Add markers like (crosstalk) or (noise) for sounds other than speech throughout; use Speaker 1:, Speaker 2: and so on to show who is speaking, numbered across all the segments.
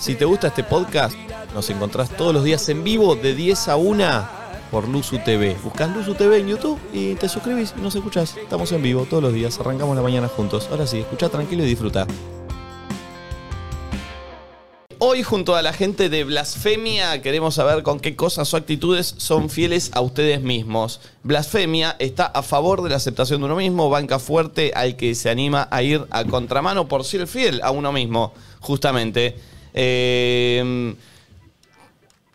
Speaker 1: Si te gusta este podcast, nos encontrás todos los días en vivo de 10 a 1 por Luzu TV. Buscás Luzu TV en YouTube y te suscribís y nos escuchás. Estamos en vivo todos los días, arrancamos la mañana juntos. Ahora sí, escucha tranquilo y disfruta. Hoy junto a la gente de Blasfemia queremos saber con qué cosas o actitudes son fieles a ustedes mismos. Blasfemia está a favor de la aceptación de uno mismo, banca fuerte al que se anima a ir a contramano por ser fiel a uno mismo, justamente. Eh,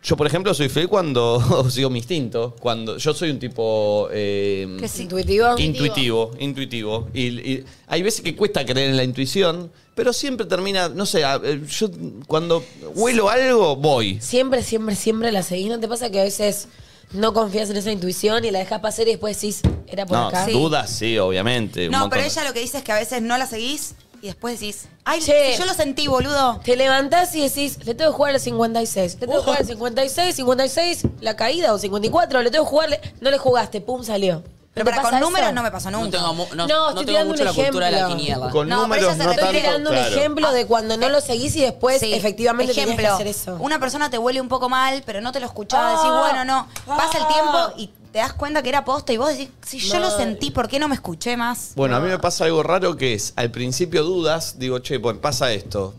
Speaker 1: yo, por ejemplo, soy fiel cuando (laughs) sigo mi instinto. Cuando yo soy un tipo eh,
Speaker 2: Que sí. Intuitivo.
Speaker 1: intuitivo, intuitivo. Y, y hay veces que cuesta creer en la intuición, pero siempre termina, no sé, a- eh, yo cuando huelo algo, voy.
Speaker 2: Siempre, siempre, siempre la seguís. ¿No te pasa que a veces no confías en esa intuición y la dejas pasar y después decís, era por
Speaker 1: No,
Speaker 2: acá?
Speaker 1: dudas sí, obviamente. un
Speaker 3: No,
Speaker 1: montón
Speaker 3: pero
Speaker 1: de-
Speaker 3: ella lo que dice es que a veces no la seguís y después decís, ay,
Speaker 2: Che.
Speaker 3: si yo lo sentí, boludo.
Speaker 2: Te levantás y decís, le tengo que jugar al 56, le tengo que jugar al 56, 56, la caída o 54, le tengo que jugarle, no le jugaste, pum, salió.
Speaker 3: Pero
Speaker 2: ¿No te
Speaker 3: para con
Speaker 2: pasa
Speaker 3: números
Speaker 2: eso?
Speaker 3: no me pasó nunca.
Speaker 4: No tengo, mu-
Speaker 2: No,
Speaker 4: no, no
Speaker 2: estoy
Speaker 4: tengo
Speaker 2: tirando
Speaker 4: mucho
Speaker 2: un
Speaker 4: la cultura de la
Speaker 2: ejemplo.
Speaker 4: quiniela.
Speaker 1: Con
Speaker 3: No, pero
Speaker 1: números
Speaker 3: ella se
Speaker 1: no
Speaker 2: Estoy
Speaker 3: refiere
Speaker 1: tanto,
Speaker 2: tirando
Speaker 1: claro.
Speaker 2: un ejemplo de cuando no lo seguís y después
Speaker 3: Sí.
Speaker 2: Pues, efectivamente tenías
Speaker 3: Ejemplo,
Speaker 2: que hacer eso.
Speaker 3: Una persona te huele un poco mal, pero no te lo escuchaba. Decís,
Speaker 2: Ah,
Speaker 3: bueno, no. Pasa el
Speaker 2: ah.
Speaker 3: tiempo y te das cuenta que era posta y vos decís, si yo lo
Speaker 2: Mal.
Speaker 3: sentí, ¿por qué no me escuché más?
Speaker 1: Bueno, a mí me pasa algo raro que es, al principio dudas, digo, che, pues pasa esto.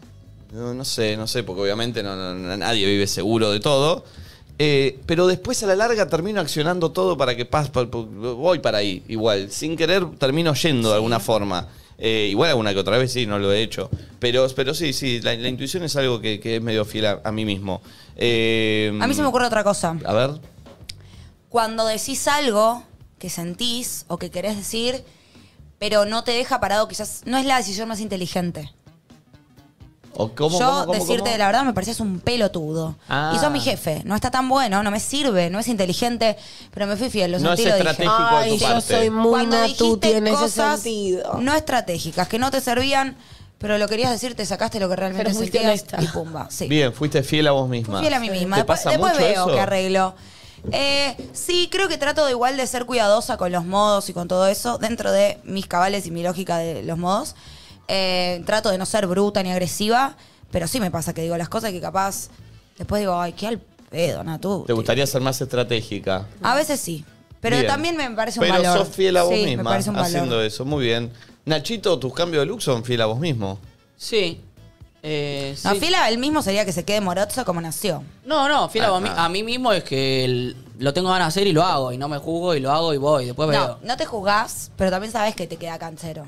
Speaker 1: No, no sé, no sé, porque obviamente no, no- no- nadie vive seguro de todo. Eh, pero después a la larga termino accionando todo para que pase, voy para ahí, igual. Sin querer termino yendo de alguna forma. Eh, igual alguna que otra vez sí, no lo he hecho. Pero, pero sí, sí, la, la intuición es algo que, que es medio fiel a, a mí mismo. Eh,
Speaker 3: A mí se me ocurre otra cosa.
Speaker 1: A ver.
Speaker 3: Cuando decís algo que sentís o que querés decir, pero no te deja parado, quizás no es la decisión más inteligente.
Speaker 1: ¿O cómo,
Speaker 3: Yo
Speaker 1: cómo, cómo,
Speaker 3: decirte
Speaker 1: cómo?
Speaker 3: la verdad me parecías un pelotudo.
Speaker 1: Ah.
Speaker 3: Y sos mi jefe, no está tan bueno, no me sirve, no es inteligente, pero me fui fiel, lo
Speaker 1: No
Speaker 3: sentí,
Speaker 1: es
Speaker 3: lo dije.
Speaker 1: estratégico de
Speaker 2: Ay,
Speaker 1: tu
Speaker 2: yo
Speaker 1: parte.
Speaker 2: soy muy
Speaker 3: Cuando
Speaker 2: natuti
Speaker 3: dijiste
Speaker 2: en ese
Speaker 3: cosas
Speaker 2: sentido.
Speaker 3: No estratégicas, que no te servían, pero lo querías decir, te sacaste lo que realmente
Speaker 2: Pero fuiste
Speaker 3: sentías
Speaker 2: honesta.
Speaker 3: y pumba. Sí.
Speaker 1: Bien, fuiste fiel a vos misma.
Speaker 3: Fui fiel a mí misma.
Speaker 1: ¿Te
Speaker 3: Después,
Speaker 1: pasa
Speaker 3: después
Speaker 1: mucho
Speaker 3: veo
Speaker 1: eso?
Speaker 3: que arreglo. Eh, sí, creo que trato de igual de ser cuidadosa con los modos y con todo eso, dentro de mis cabales y mi lógica de los modos. Eh, trato de no ser bruta ni agresiva, pero sí me pasa que digo las cosas que capaz después digo, ay, qué al pedo, Natu.
Speaker 1: ¿Te gustaría ser más estratégica?
Speaker 3: A veces sí, pero
Speaker 1: Bien.
Speaker 3: también me parece un
Speaker 1: Pero
Speaker 3: valor.
Speaker 1: sos fiel a vos
Speaker 3: sí,
Speaker 1: misma
Speaker 3: me parece un valor.
Speaker 1: haciendo eso. Muy bien. Nachito, tus cambios de look son fiel a vos mismo.
Speaker 4: Sí. Eh,
Speaker 3: No,
Speaker 4: sí.
Speaker 3: fiel a él mismo sería que se quede morozo como nació.
Speaker 4: No, no, fiel a, mí, a mí mismo es que el- lo tengo ganas de hacer y lo hago. Y no me juzgo y lo hago y voy. Después
Speaker 3: No,
Speaker 4: veo.
Speaker 3: no te juzgás, pero también sabes que te queda canchero.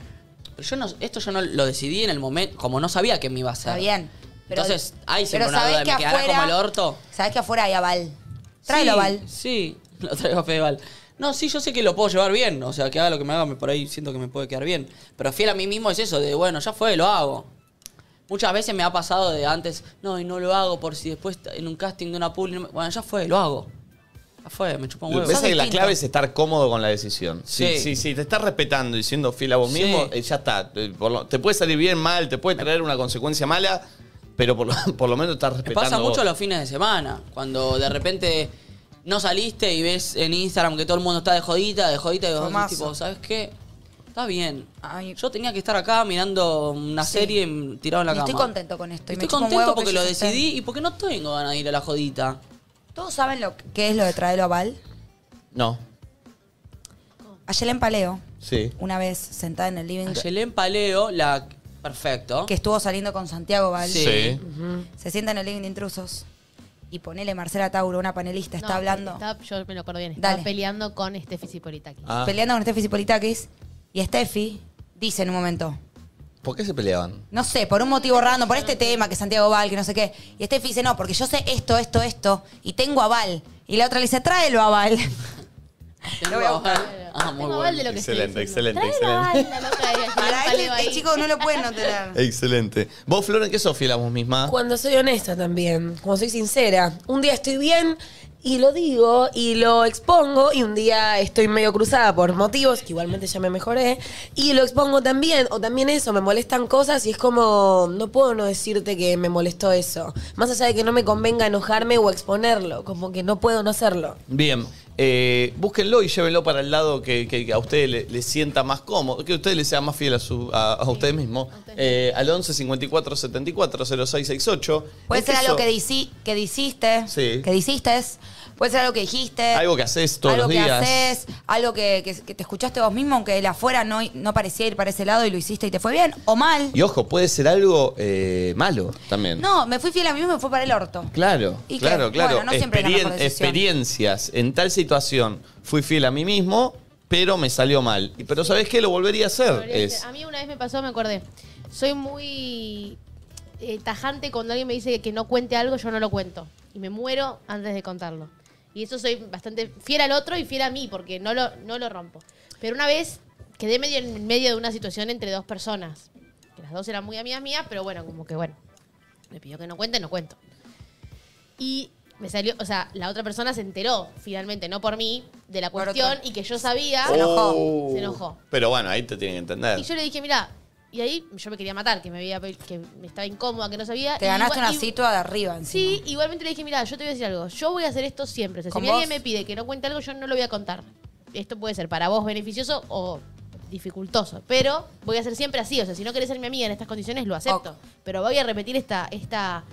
Speaker 4: Yo no, esto yo no lo decidí en el momento, como no sabía que me iba a hacer.
Speaker 3: Está bien. Pero,
Speaker 4: Entonces, ahí siempre
Speaker 3: pero
Speaker 4: una duda
Speaker 3: sabés
Speaker 4: de me quedará como el orto.
Speaker 3: Sabés que afuera hay aval. Tráelo,
Speaker 4: Sí,
Speaker 3: aval.
Speaker 4: Sí, (laughs) lo traigo a Fedeval. No, sí, yo sé que lo puedo llevar bien. O sea, que haga lo que me haga, me- por ahí siento que me puede quedar bien. Pero fiel a mí mismo es eso, de bueno, ya fue, lo hago. Muchas veces me ha pasado de antes, no, y no lo hago por si después t- en un casting de una pool. no me- Bueno, ya fue, lo hago. Ya fue, me chupa un huevo.
Speaker 1: Ves
Speaker 3: Sos
Speaker 1: que la
Speaker 3: distinto.
Speaker 1: clave es estar cómodo con la decisión. Sí, sí,
Speaker 4: Sí.
Speaker 1: sí. te estás respetando y siendo fiel a vos
Speaker 4: Sí.
Speaker 1: mismo, eh, ya está. Eh, por lo- te puede salir bien, mal, te puede traer una consecuencia mala, pero por lo, (laughs) por lo menos estás
Speaker 4: Me
Speaker 1: respetando.
Speaker 4: pasa
Speaker 1: vos.
Speaker 4: mucho los fines de semana, cuando de repente no saliste y ves en Instagram que todo el mundo está de jodita, de jodita, y vos decís,
Speaker 3: Tomazo.
Speaker 4: tipo, ¿sabes qué? Está bien.
Speaker 3: Ay.
Speaker 4: Yo tenía que estar acá mirando una serie mm, tirado en la
Speaker 3: Y
Speaker 4: cama.
Speaker 3: estoy contento con esto, y me
Speaker 4: estoy
Speaker 3: chupa un
Speaker 4: contento
Speaker 3: huevo que
Speaker 4: porque lo
Speaker 3: ellos estén.
Speaker 4: decidí y porque no tengo ganas de ir a la jodita.
Speaker 3: ¿Todos saben lo que qué es lo de traerlo aval?
Speaker 1: No,
Speaker 3: Ayer en Paleo,
Speaker 1: sí.
Speaker 3: una vez sentada en el living,
Speaker 4: A Yelén Paleo, la. Perfecto.
Speaker 3: que estuvo saliendo con Santiago Val,
Speaker 4: Sí.
Speaker 3: se sienta en el living de intrusos y ponele Marcela Tauro, una panelista, está
Speaker 5: No,
Speaker 3: hablando,
Speaker 5: está- yo me lo acuerdo bien. Estaba
Speaker 3: Dale.
Speaker 5: peleando con este Fisipolitaki.
Speaker 1: Ah,
Speaker 3: peleando con Steffi Politakis y Steffi dice en un momento,
Speaker 1: ¿Por qué se peleaban?
Speaker 3: no sé, por un motivo random, por este tema que Santiago Val, que no sé qué. Y Steffi dice, no, porque yo sé esto, esto, esto, y tengo aval. Y la otra le dice, tráelo aval.
Speaker 4: Tengo
Speaker 3: Lo voy a
Speaker 4: aval.
Speaker 5: Claro.
Speaker 4: Ah, muy
Speaker 5: Tengo
Speaker 4: bueno.
Speaker 5: aval de lo que estoy
Speaker 1: Excelente,
Speaker 5: diciendo.
Speaker 1: excelente,
Speaker 5: Tráelo
Speaker 1: excelente.
Speaker 5: aval, la loca, y al final
Speaker 3: Para
Speaker 5: salió
Speaker 3: este
Speaker 5: ahí.
Speaker 3: chico no lo pueden no tener.
Speaker 1: Excelente. ¿Vos, Flor, en qué sos fiel a vos misma?
Speaker 2: Cuando soy honesta también, cuando soy sincera. Un día estoy bien y lo digo y lo expongo y un día estoy medio cruzada por motivos que igualmente ya me mejoré y lo expongo también. O también eso, me molestan cosas y es como, no puedo no decirte que me molestó eso. Más allá de que no me convenga enojarme o exponerlo, como que no puedo no hacerlo.
Speaker 1: Bien. Eh, búsquenlo y llévenlo para el lado que, que- que a ustedes le- les sienta más cómodo, que a ustedes les sea más fiel a, su, a, a ustedes mismos. Eh, al 11 54 74 0668.
Speaker 3: Puede
Speaker 1: Es
Speaker 3: ser
Speaker 1: eso.
Speaker 3: algo que, dici- que hiciste,
Speaker 1: Sí.
Speaker 3: que hiciste, puede ser algo que dijiste.
Speaker 1: Algo que haces todos
Speaker 3: algo
Speaker 1: los
Speaker 3: que
Speaker 1: días.
Speaker 3: haces, algo que, que- que te escuchaste vos mismo, aunque el afuera no, no parecía ir para ese lado y lo hiciste y te fue bien o mal.
Speaker 1: Y ojo, puede ser algo eh, malo también.
Speaker 3: No, me fui fiel a mí mismo y me fue para el orto.
Speaker 1: Claro,
Speaker 3: Y que,
Speaker 1: claro, claro.
Speaker 3: bueno, no siempre es la mejor
Speaker 1: Experien-
Speaker 3: decisión.
Speaker 1: experiencias. En tal situación fui fiel a mí mismo, pero me salió mal. Y- Pero ¿sabes qué? Lo volvería a hacer.
Speaker 5: Podría
Speaker 1: Es.
Speaker 5: ser. A mí una vez me pasó, me acordé. Soy muy eh, tajante cuando alguien me dice que no cuente algo, yo no lo cuento. Y me muero antes de contarlo. Y eso soy bastante fiel al otro y fiel a mí, porque no lo, no lo rompo. Pero una vez quedé medio en medio de una situación entre dos personas. Que las dos eran muy amigas mías, pero bueno, como que bueno. Me pidió que no cuente, no cuento. Y me salió, o sea, la otra persona se enteró finalmente, no por mí, de la
Speaker 3: Por otro.
Speaker 5: cuestión y que yo sabía.
Speaker 3: Ah, Se enojó.
Speaker 1: Oh.
Speaker 5: Se enojó.
Speaker 1: Pero bueno, ahí te tienen que entender.
Speaker 5: Y yo le dije, mira, y ahí yo me quería matar, que me había que me estaba incómoda, que no sabía.
Speaker 3: Te
Speaker 5: Y
Speaker 3: ganaste
Speaker 5: igual-
Speaker 3: una
Speaker 5: y-
Speaker 3: situa de arriba encima.
Speaker 5: Sí, igualmente le dije, mira, yo te voy a decir algo. Yo voy a hacer esto siempre. O sea, si
Speaker 3: ¿Con
Speaker 5: mi alguien
Speaker 3: vos?
Speaker 5: me pide que no cuente algo, yo no lo voy a contar. Esto puede ser para vos beneficioso o dificultoso. Pero voy a hacer siempre así. O sea, si no querés ser mi amiga en estas condiciones, lo acepto.
Speaker 3: Ok.
Speaker 5: Pero voy a repetir esta, esta,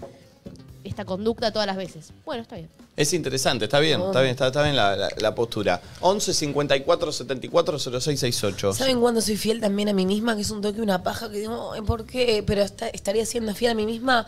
Speaker 5: esta conducta todas las veces. Bueno, está bien.
Speaker 1: Es interesante, está bien,
Speaker 2: Ah.
Speaker 1: está bien, está, está bien la, la- la postura. 11 54 74 0668.
Speaker 2: ¿Saben cuándo soy fiel también a mí misma? Que es un toque, una paja, que digo, "Ay, ¿por qué? Pero esta- estaría siendo fiel a mí misma.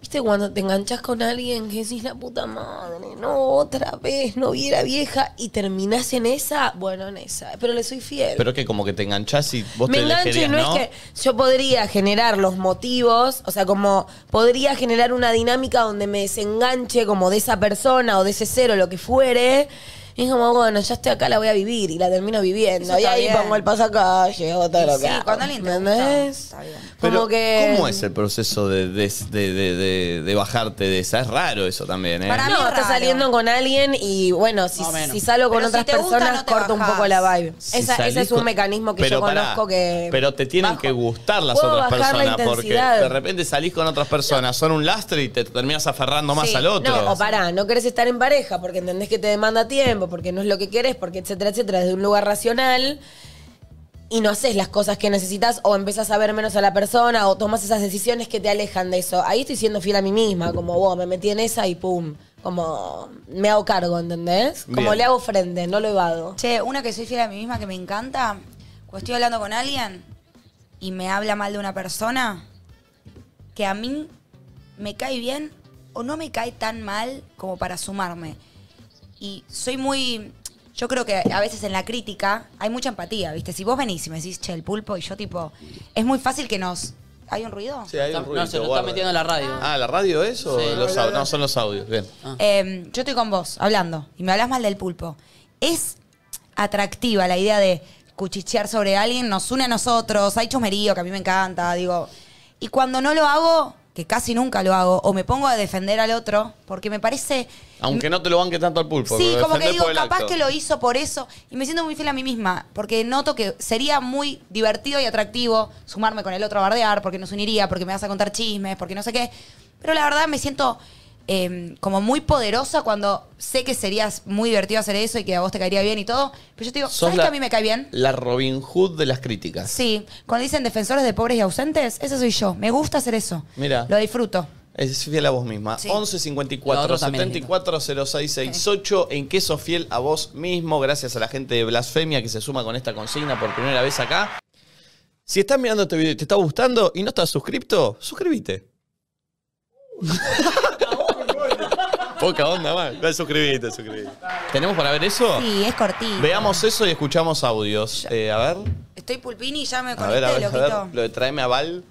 Speaker 2: ¿Viste cuando te enganchas con alguien que decís la puta madre? No, otra vez, no viera vieja. Y terminás en esa, bueno, en esa. Pero le soy fiel.
Speaker 1: Pero que como que te enganchás y vos
Speaker 2: me
Speaker 1: te
Speaker 2: engancho y
Speaker 1: elegirías,
Speaker 2: no,
Speaker 1: ¿no?
Speaker 2: es que yo podría generar los motivos, o sea, como podría generar una dinámica donde me desenganche como de esa persona o de ese cero, lo que fuere. Y es como, bueno, ya estoy acá, la voy a vivir y la termino viviendo.
Speaker 3: Eso
Speaker 2: Y
Speaker 3: está
Speaker 2: ahí
Speaker 3: bien.
Speaker 2: pongo el pasacalle o todo
Speaker 3: Y
Speaker 2: lo
Speaker 3: sí,
Speaker 2: que hago,
Speaker 3: cuando alguien te gusta,
Speaker 2: ¿entendés?
Speaker 3: está bien.
Speaker 1: Pero,
Speaker 2: Como que...
Speaker 1: ¿Cómo es el proceso de, des- de- de- de- de bajarte de esa? Es raro eso también, ¿eh?
Speaker 3: Para mí
Speaker 2: No,
Speaker 3: es
Speaker 2: estás
Speaker 3: raro.
Speaker 2: saliendo con alguien y bueno, si,
Speaker 4: Más o menos.
Speaker 2: si salgo con
Speaker 3: Pero si
Speaker 2: otras
Speaker 3: te gusta,
Speaker 2: personas,
Speaker 3: no te
Speaker 2: corto un
Speaker 3: bajás.
Speaker 2: poco la vibe.
Speaker 1: Si
Speaker 2: Esa-
Speaker 1: salís
Speaker 2: ese es un
Speaker 1: con-
Speaker 2: mecanismo que
Speaker 1: Pero
Speaker 2: yo
Speaker 1: pará,
Speaker 2: conozco que.
Speaker 1: Pero te tienen
Speaker 2: bajo.
Speaker 1: que gustar las
Speaker 2: Puedo
Speaker 1: otras
Speaker 2: bajar la
Speaker 1: personas, porque
Speaker 2: intensidad.
Speaker 1: de repente salís con otras personas, son un lastre y te terminas aferrando más
Speaker 3: Sí,
Speaker 1: al otro.
Speaker 2: No, o pará, no querés estar en pareja porque entendés que te demanda tiempo, porque no es lo que querés, porque etcétera, etcétera, desde un lugar racional y no haces las cosas que necesitas o empezás a ver menos a la persona o tomas esas decisiones que te alejan de eso. Ahí estoy siendo fiel a mí misma, como vos, me metí en esa y pum, como me hago cargo, ¿entendés? Como
Speaker 1: Bien.
Speaker 2: le hago frente, no lo evado.
Speaker 3: Che, una que soy fiel a mí misma que me encanta, cuando estoy hablando con alguien y me habla mal de una persona que a mí me cae bien o no me cae tan mal como para sumarme. Y soy muy, yo creo que a veces en la crítica hay mucha empatía, ¿viste? Si vos venís y me decís, che, el pulpo, y yo tipo, es muy fácil que nos... ¿Hay un ruido?
Speaker 1: Sí, hay un
Speaker 4: Está-
Speaker 1: ruidito,
Speaker 4: no, se lo está
Speaker 1: guarda.
Speaker 4: metiendo en la radio.
Speaker 1: Ah, ¿la radio es o
Speaker 4: Sí.
Speaker 1: los au- No, son los audios. Bien.
Speaker 3: Eh, yo estoy con vos hablando y me hablas mal del pulpo. Es atractiva la idea de cuchichear sobre alguien, nos une a nosotros, hay chusmerío que a mí me encanta, digo. Y cuando no lo hago, que casi nunca lo hago, o me pongo a defender al otro, porque me parece.
Speaker 1: Aunque no te lo banque tanto al pulpo.
Speaker 3: Sí,
Speaker 1: pero
Speaker 3: como que
Speaker 1: defendés
Speaker 3: digo,
Speaker 1: por el
Speaker 3: capaz
Speaker 1: acto.
Speaker 3: que lo hizo por eso. Y me siento muy fiel a mí misma, porque noto que sería muy divertido y atractivo sumarme con el otro a bardear, porque nos uniría, porque me vas a contar chismes, porque no sé qué. Pero la verdad me siento eh, como muy poderosa cuando sé que serías muy divertido hacer eso y que a vos te caería bien y todo. Pero yo te digo,
Speaker 1: Sos
Speaker 3: ¿sabes
Speaker 1: la-
Speaker 3: que a mí me cae bien?
Speaker 1: La Robin Hood de las críticas.
Speaker 3: Sí, cuando dicen defensores de pobres y ausentes, ese soy yo. Me gusta hacer eso.
Speaker 1: Mirá.
Speaker 3: Lo disfruto.
Speaker 1: Es fiel a vos misma.
Speaker 3: Sí.
Speaker 1: 11
Speaker 4: La
Speaker 1: 54
Speaker 4: otra también es
Speaker 1: 74 06 68. ¿En qué sos fiel a vos mismo? Gracias a la gente de Blasfemia que se suma con esta consigna por primera vez acá. Si estás mirando este video y te está gustando y no estás suscripto,
Speaker 3: (laughs)
Speaker 1: suscríbete. Poca onda, man. Dale, Suscribite, suscribite. ¿Tenemos para ver eso?
Speaker 3: Sí, es cortito.
Speaker 1: Oh. Veamos eso y escuchamos audios. Eh, a ver.
Speaker 3: Estoy pulpini y ya me
Speaker 1: A ver,
Speaker 3: conecté,
Speaker 1: a ver, a
Speaker 3: loquito.
Speaker 1: ver. Lo de traeme a Val.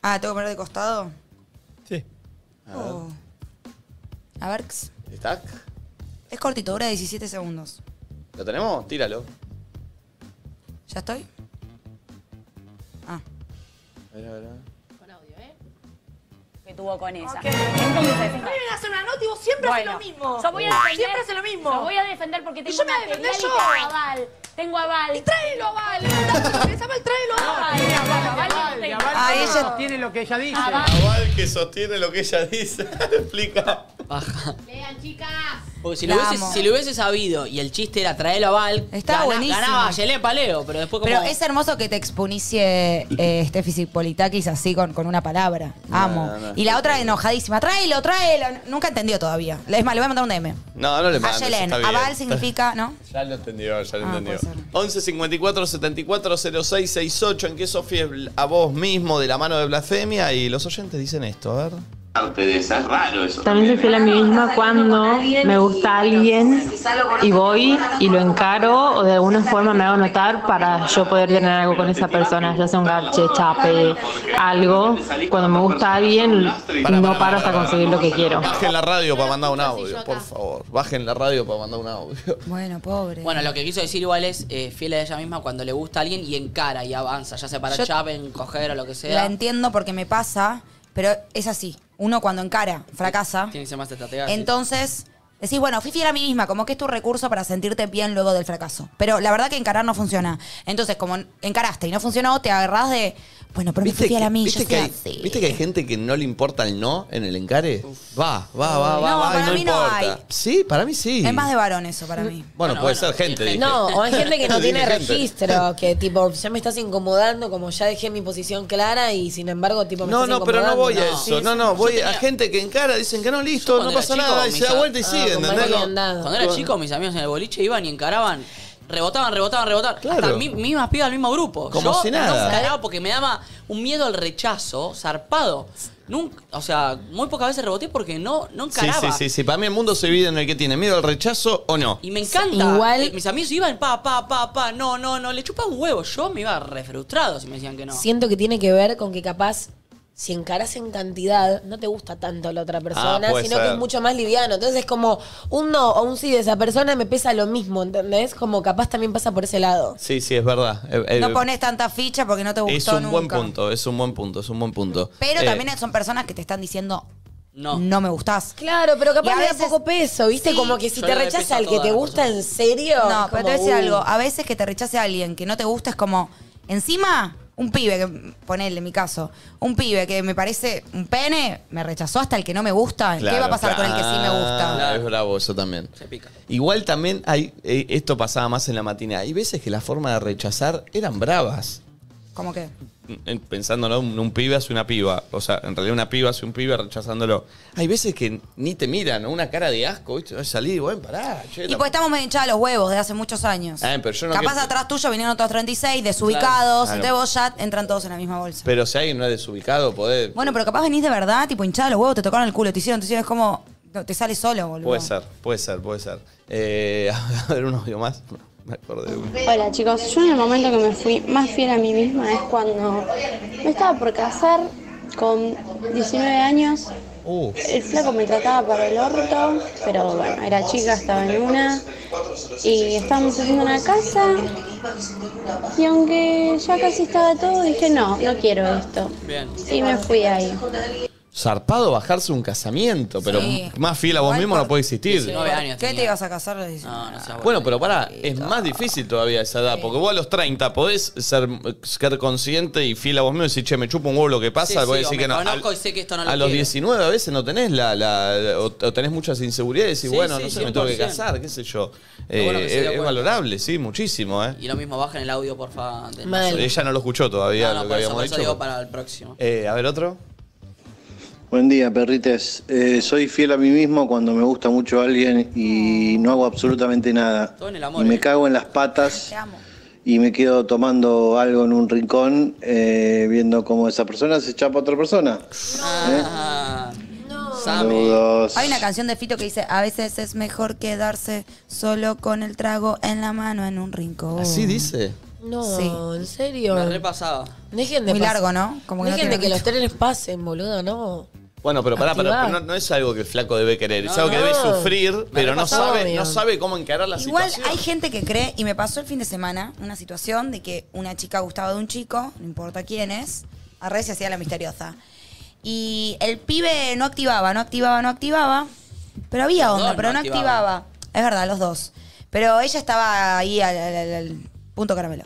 Speaker 3: Ah, ¿tengo que poner de costado?
Speaker 1: Sí.
Speaker 3: Oh. A ver, cs.
Speaker 1: ¿Está?
Speaker 3: es cortito, dura 17 segundos.
Speaker 1: ¿Lo tenemos? Tíralo.
Speaker 3: ¿Ya estoy? Ah.
Speaker 1: A ver, a ver, a ver.
Speaker 6: que tuvo con ella. Entonces, esa-
Speaker 7: me hace una nota y vos siempre haces
Speaker 6: bueno,
Speaker 7: lo mismo.
Speaker 6: Yo voy a defender,
Speaker 7: Siempre haces lo mismo.
Speaker 6: Yo voy a defender porque tengo
Speaker 7: yo me voy a
Speaker 6: material
Speaker 7: defender
Speaker 6: y
Speaker 7: yo.
Speaker 6: tengo aval. Tengo aval.
Speaker 7: Y tráelo, vale. Esa mal, tráelo,
Speaker 6: Aval,
Speaker 7: vale.
Speaker 6: aval, aval, tengo.
Speaker 3: Ah, ella.
Speaker 8: tiene lo que ella dice.
Speaker 6: Aval.
Speaker 1: Naval que sostiene lo que ella dice. (laughs) Explica.
Speaker 4: Baja.
Speaker 5: Lean, chicas.
Speaker 4: Porque si lo,
Speaker 3: La
Speaker 4: hubiese,
Speaker 3: amo.
Speaker 4: si lo hubiese sabido y el chiste era traerlo a Val,
Speaker 3: Estaba buenísimo.
Speaker 4: ganaba Yelé Paleo, pero después como...
Speaker 3: Pero es hermoso que te expunicie eh, Steffi Sipolitakis así con, con una palabra. Amo.
Speaker 1: no, no.
Speaker 3: Y la otra enojadísima. Tráelo, tráelo. Nunca entendió todavía. Es más, le voy a mandar un DM.
Speaker 1: No, no le
Speaker 3: A
Speaker 1: mandes.
Speaker 3: Yelen.
Speaker 1: está bien.
Speaker 3: Aval significa, ¿no?
Speaker 1: Ya lo entendió, ya lo
Speaker 3: Ah,
Speaker 1: entendió.
Speaker 3: puede ser.
Speaker 1: 11 54 74 06 68. ¿En qué Sofi es a vos mismo de la mano de blasfemia? Y los oyentes dicen esto, a ver.
Speaker 8: a ustedes. Es raro eso.
Speaker 9: También soy fiel a mí misma cuando me gusta alguien y voy y lo encaro o de alguna forma me hago notar para yo poder tener algo con esa persona, ya sea un garche, chape, algo. Cuando me gusta alguien no paro hasta conseguir lo que quiero.
Speaker 1: Bajen la radio para mandar un
Speaker 5: escucho, sí,
Speaker 1: audio,
Speaker 5: yo acá.
Speaker 1: por favor. Bajen la radio para mandar un audio.
Speaker 3: Bueno, pobre.
Speaker 4: Bueno, lo que quiso decir igual es eh, fiel a ella misma cuando le gusta a alguien y encara y avanza, ya sea para
Speaker 3: Yo-
Speaker 4: chapen, coger o lo que sea.
Speaker 3: la entiendo porque me pasa, pero es así. Uno cuando encara, fracasa.
Speaker 4: Tiene que ser más estratega. sí.
Speaker 3: Entonces, decís, bueno, fui fiel a mí misma, como que es tu recurso para sentirte bien luego del fracaso. Pero la verdad que encarar no funciona. Entonces, como encaraste y no funcionó, te agarrás de, bueno, pero me fui fiel a mí, yo
Speaker 1: viste,
Speaker 3: soy
Speaker 1: que hay,
Speaker 3: así.
Speaker 1: viste que hay gente que no le importa el no en el encare? Va, va, va, va,
Speaker 3: No,
Speaker 1: va, y
Speaker 3: para
Speaker 1: no
Speaker 3: mí no
Speaker 1: importa.
Speaker 3: hay.
Speaker 1: Sí, para mí sí.
Speaker 3: Es más de varón eso para mí.
Speaker 1: Bueno,
Speaker 4: Bueno,
Speaker 1: puede
Speaker 4: bueno,
Speaker 1: ser gente.
Speaker 4: sí,
Speaker 1: dije.
Speaker 2: No, o hay gente
Speaker 1: (laughs)
Speaker 2: que no
Speaker 1: Dije
Speaker 2: tiene
Speaker 1: gente.
Speaker 2: registro,
Speaker 1: (laughs)
Speaker 2: que tipo, ya me estás incomodando, como ya dejé mi posición clara y sin embargo, tipo, me
Speaker 1: No,
Speaker 2: estás
Speaker 1: no, pero no
Speaker 2: incomodando.
Speaker 1: voy a
Speaker 4: No.
Speaker 1: eso. No, no, voy
Speaker 4: Yo
Speaker 1: a
Speaker 4: tenía-
Speaker 1: gente que encara, dicen que no,
Speaker 4: Yo
Speaker 1: listo,
Speaker 4: cuando
Speaker 1: no
Speaker 4: era
Speaker 1: pasa
Speaker 4: chico,
Speaker 1: nada, y
Speaker 4: mis
Speaker 1: se da
Speaker 4: a-
Speaker 1: vuelta y
Speaker 2: Ah,
Speaker 1: sigue,
Speaker 2: con
Speaker 1: ¿entendés?
Speaker 2: Michael
Speaker 1: Como-
Speaker 2: Andá.
Speaker 4: Cuando era chico, mis amigos en el boliche iban y encaraban, rebotaban, rebotaban, rebotaban.
Speaker 1: Claro.
Speaker 4: Hasta mi- mismas pibas al mismo grupo.
Speaker 1: Como
Speaker 4: Yo
Speaker 1: si nada.
Speaker 4: no encaraba porque me daba un miedo al rechazo zarpado. Nunca, o sea, muy pocas veces reboté porque no, no
Speaker 1: Sí,
Speaker 4: encaraba.
Speaker 1: sí, sí, sí. Para mí el mundo se divide en el que tiene miedo al rechazo o no.
Speaker 4: Y me encanta.
Speaker 2: Igual-
Speaker 4: Eh, Mis amigos iban pa, pa, pa, pa, no, no, no. Le chupaba un huevo. Yo me iba re frustrado si me decían que no.
Speaker 2: Siento que tiene que ver con que capaz, si encaras en cantidad, no te gusta tanto la otra persona,
Speaker 1: Ah, puede
Speaker 2: sino
Speaker 1: ser.
Speaker 2: que es mucho más liviano. Entonces es como un no o un sí de esa persona me pesa lo mismo, ¿entendés? Como capaz también pasa por ese lado.
Speaker 1: Sí, sí, es verdad. Eh, eh,
Speaker 3: No pones tanta ficha porque no te
Speaker 1: es
Speaker 3: gustó
Speaker 1: un buen
Speaker 3: nunca.
Speaker 1: punto, es un buen punto, es un buen punto.
Speaker 3: Pero
Speaker 1: Eh,
Speaker 3: también son personas que te están diciendo, no,
Speaker 4: No.
Speaker 3: me gustás.
Speaker 2: Claro, pero
Speaker 3: Y
Speaker 2: capaz
Speaker 3: a
Speaker 2: le da
Speaker 3: veces-
Speaker 2: poco peso, ¿viste?
Speaker 3: Sí.
Speaker 2: como que si te
Speaker 4: Yo le doy peso
Speaker 2: rechaza
Speaker 4: a
Speaker 2: el que
Speaker 4: todas
Speaker 2: te
Speaker 4: las
Speaker 2: gusta en
Speaker 4: personas.
Speaker 2: serio.
Speaker 3: No,
Speaker 2: es
Speaker 3: pero
Speaker 2: como,
Speaker 3: te voy a decir
Speaker 2: uh.
Speaker 3: algo. A veces que te rechace alguien que no te gusta es como, encima, un pibe, que, ponele en mi caso, un pibe que me parece un pene, me rechazó hasta el que no me gusta. ¿Qué
Speaker 1: claro,
Speaker 3: va a pasar con el que sí me gusta?
Speaker 1: claro, Es bravo eso también.
Speaker 4: Se pica.
Speaker 1: Igual también hay, eh, esto pasaba más en la matina. Hay veces que la forma de rechazar eran bravas.
Speaker 3: ¿Cómo que? pues
Speaker 1: en- pensándolo, un, un pibe hace una piba. O sea, en realidad una piba hace un pibe rechazándolo. Hay veces que ni te miran, ¿no? una cara de asco, ¿viste? Ay, salí, bueno, pará. che,
Speaker 3: Y
Speaker 1: tam-
Speaker 3: pues estamos medio hinchados los huevos de hace muchos años.
Speaker 1: Ah, pero yo no
Speaker 3: Capaz
Speaker 1: que-
Speaker 3: atrás tuyo vinieron otros 36, desubicados,
Speaker 1: Claro.
Speaker 3: entonces vos ya entran todos en la misma bolsa.
Speaker 1: Pero si alguien no es desubicado, podés...
Speaker 3: Bueno, pero capaz venís de verdad, tipo hinchada los huevos, te tocaron el culo, te hicieron, te hicieron, es como, no, te sale solo, boludo.
Speaker 1: Puede ser, puede ser, puede ser. Eh, (laughs) a ver, un audio más. No, Me acordé de uno.
Speaker 9: Hola chicos, yo en el momento que me fui más fiel a mí misma es cuando me estaba por casar con 19 años.
Speaker 1: Uh,
Speaker 9: El flaco me trataba para el orto, pero bueno, era chica, estaba en una. Y estábamos haciendo una casa. Y aunque ya casi estaba todo, dije, no, no quiero esto.
Speaker 4: Bien.
Speaker 9: Y me fui ahí.
Speaker 1: zarpado bajarse un casamiento, pero
Speaker 3: Sí.
Speaker 1: más fiel a vos
Speaker 3: Igual
Speaker 1: mismo no
Speaker 3: por-
Speaker 1: puede existir.
Speaker 4: 19 años
Speaker 3: ¿Qué te
Speaker 4: tenía.
Speaker 3: ibas a casar? Le dicen.
Speaker 4: No, no seas
Speaker 1: Ah, Bueno, pero pará, es más difícil todavía esa edad, porque vos a los 30 podés ser, ser consciente y fiel a vos mismo y decir, che, me chupo un huevo lo que pasa,
Speaker 4: Sí,
Speaker 1: voy a decir
Speaker 4: sí, o me
Speaker 1: que no.
Speaker 4: conozco
Speaker 1: Al-
Speaker 4: y sé que esto no lo
Speaker 1: A los
Speaker 4: quiero.
Speaker 1: 19 a veces no tenés la, la- o, o tenés muchas inseguridades y
Speaker 4: Sí,
Speaker 1: bueno,
Speaker 4: sí,
Speaker 1: no sé, me tengo que
Speaker 4: 100%.
Speaker 1: casar, qué sé yo.
Speaker 4: Lo bueno
Speaker 1: Eh,
Speaker 4: que se
Speaker 1: es-
Speaker 4: dio
Speaker 1: es,
Speaker 4: cuenta.
Speaker 1: valorable, sí, muchísimo, ¿eh?
Speaker 4: Y lo mismo, bajen el audio, por favor. antes.
Speaker 2: Mal.
Speaker 1: Ella no lo escuchó todavía,
Speaker 4: No, no,
Speaker 1: lo que
Speaker 4: por eso,
Speaker 1: habíamos
Speaker 4: por eso
Speaker 1: dicho.
Speaker 4: digo para el próximo.
Speaker 1: Eh, a ver, otro.
Speaker 10: Buen día, perrites. Eh, soy fiel a mí mismo cuando me gusta mucho alguien y no hago absolutamente nada.
Speaker 4: Todo en el amor,
Speaker 10: y me
Speaker 4: eh.
Speaker 10: cago en las patas
Speaker 3: Te amo.
Speaker 10: y me quedo tomando algo en un rincón eh, viendo cómo esa persona se chapa a otra persona.
Speaker 4: ¿eh? Ah, Sammy.
Speaker 10: Saludos.
Speaker 3: Hay una canción de Fito que dice, a veces es mejor quedarse solo con el trago en la mano en un rincón.
Speaker 1: Así dice.
Speaker 2: No,
Speaker 3: Sí.
Speaker 2: en serio.
Speaker 4: Me repasaba.
Speaker 2: Dejen de
Speaker 3: Muy
Speaker 2: pas-
Speaker 3: largo, ¿no? Como que no
Speaker 2: Dejen
Speaker 3: tiene
Speaker 2: de que los
Speaker 3: ritmo.
Speaker 2: trenes pasen, boludo, ¿no?
Speaker 1: Bueno, pero pará, pero,
Speaker 2: Activá.
Speaker 1: pero no, no es algo que el flaco debe querer, es
Speaker 4: No,
Speaker 1: algo que
Speaker 4: no.
Speaker 1: debe sufrir, pero no
Speaker 4: repasaba,
Speaker 1: sabe,
Speaker 2: amigo.
Speaker 1: no sabe cómo encarar la
Speaker 3: Igual
Speaker 1: situación.
Speaker 3: hay gente que cree, y me pasó el fin de semana, una situación de que una chica gustaba de un chico, no importa quién es, a se hacía la misteriosa. Y el pibe no activaba, no activaba, no activaba, pero había
Speaker 4: Los
Speaker 3: onda,
Speaker 4: dos
Speaker 3: pero
Speaker 4: no
Speaker 3: no activaba.
Speaker 4: activaban.
Speaker 3: Es verdad, los dos. Pero ella estaba ahí al, al- al- al punto caramelo.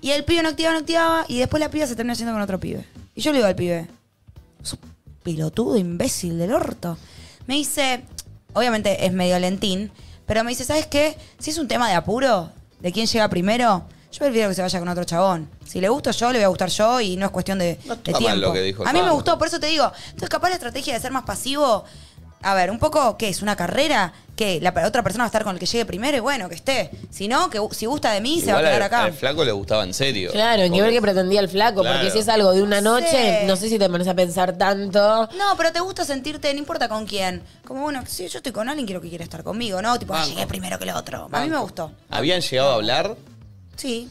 Speaker 3: Y el pibe no activaba, no activaba, y después la piba se terminó yendo con otro pibe. Y yo le digo al pibe, sos un pelotudo imbécil del orto. Me dice, obviamente es medio lentín, pero me dice, ¿sabes qué? Si es un tema de apuro, de quién llega primero, yo prefiero que se vaya con otro chabón. Si le gusto yo, le voy a gustar yo y no es cuestión de, de
Speaker 1: mal
Speaker 3: tiempo.
Speaker 1: lo que dijo el
Speaker 3: a mí me
Speaker 1: Pablo.
Speaker 3: gustó, por eso te digo. Entonces, capaz la estrategia de ser más pasivo, a ver, un poco, ¿qué es? ¿Una carrera? Que la pe- otra persona va a estar con el que llegue primero y bueno, que esté. Si no, que gu- si gusta de mí, se va a
Speaker 1: Igual al,
Speaker 3: quedar acá.
Speaker 1: al flaco le gustaba en serio.
Speaker 2: Claro, hay que
Speaker 1: Como-
Speaker 2: ver qué pretendía el flaco,
Speaker 1: Claro.
Speaker 2: porque si es algo de una
Speaker 3: No
Speaker 2: noche,
Speaker 3: sé.
Speaker 2: no sé si te pones a pensar tanto.
Speaker 3: No, pero te gusta sentirte, no importa con quién. Como, bueno, si yo estoy con alguien, quiero que quiera estar conmigo, ¿no? Tipo, ah,
Speaker 4: Banco.
Speaker 3: llegué primero que el otro. A mí
Speaker 4: Banco.
Speaker 3: me gustó.
Speaker 1: ¿Habían llegado a hablar
Speaker 3: Sí.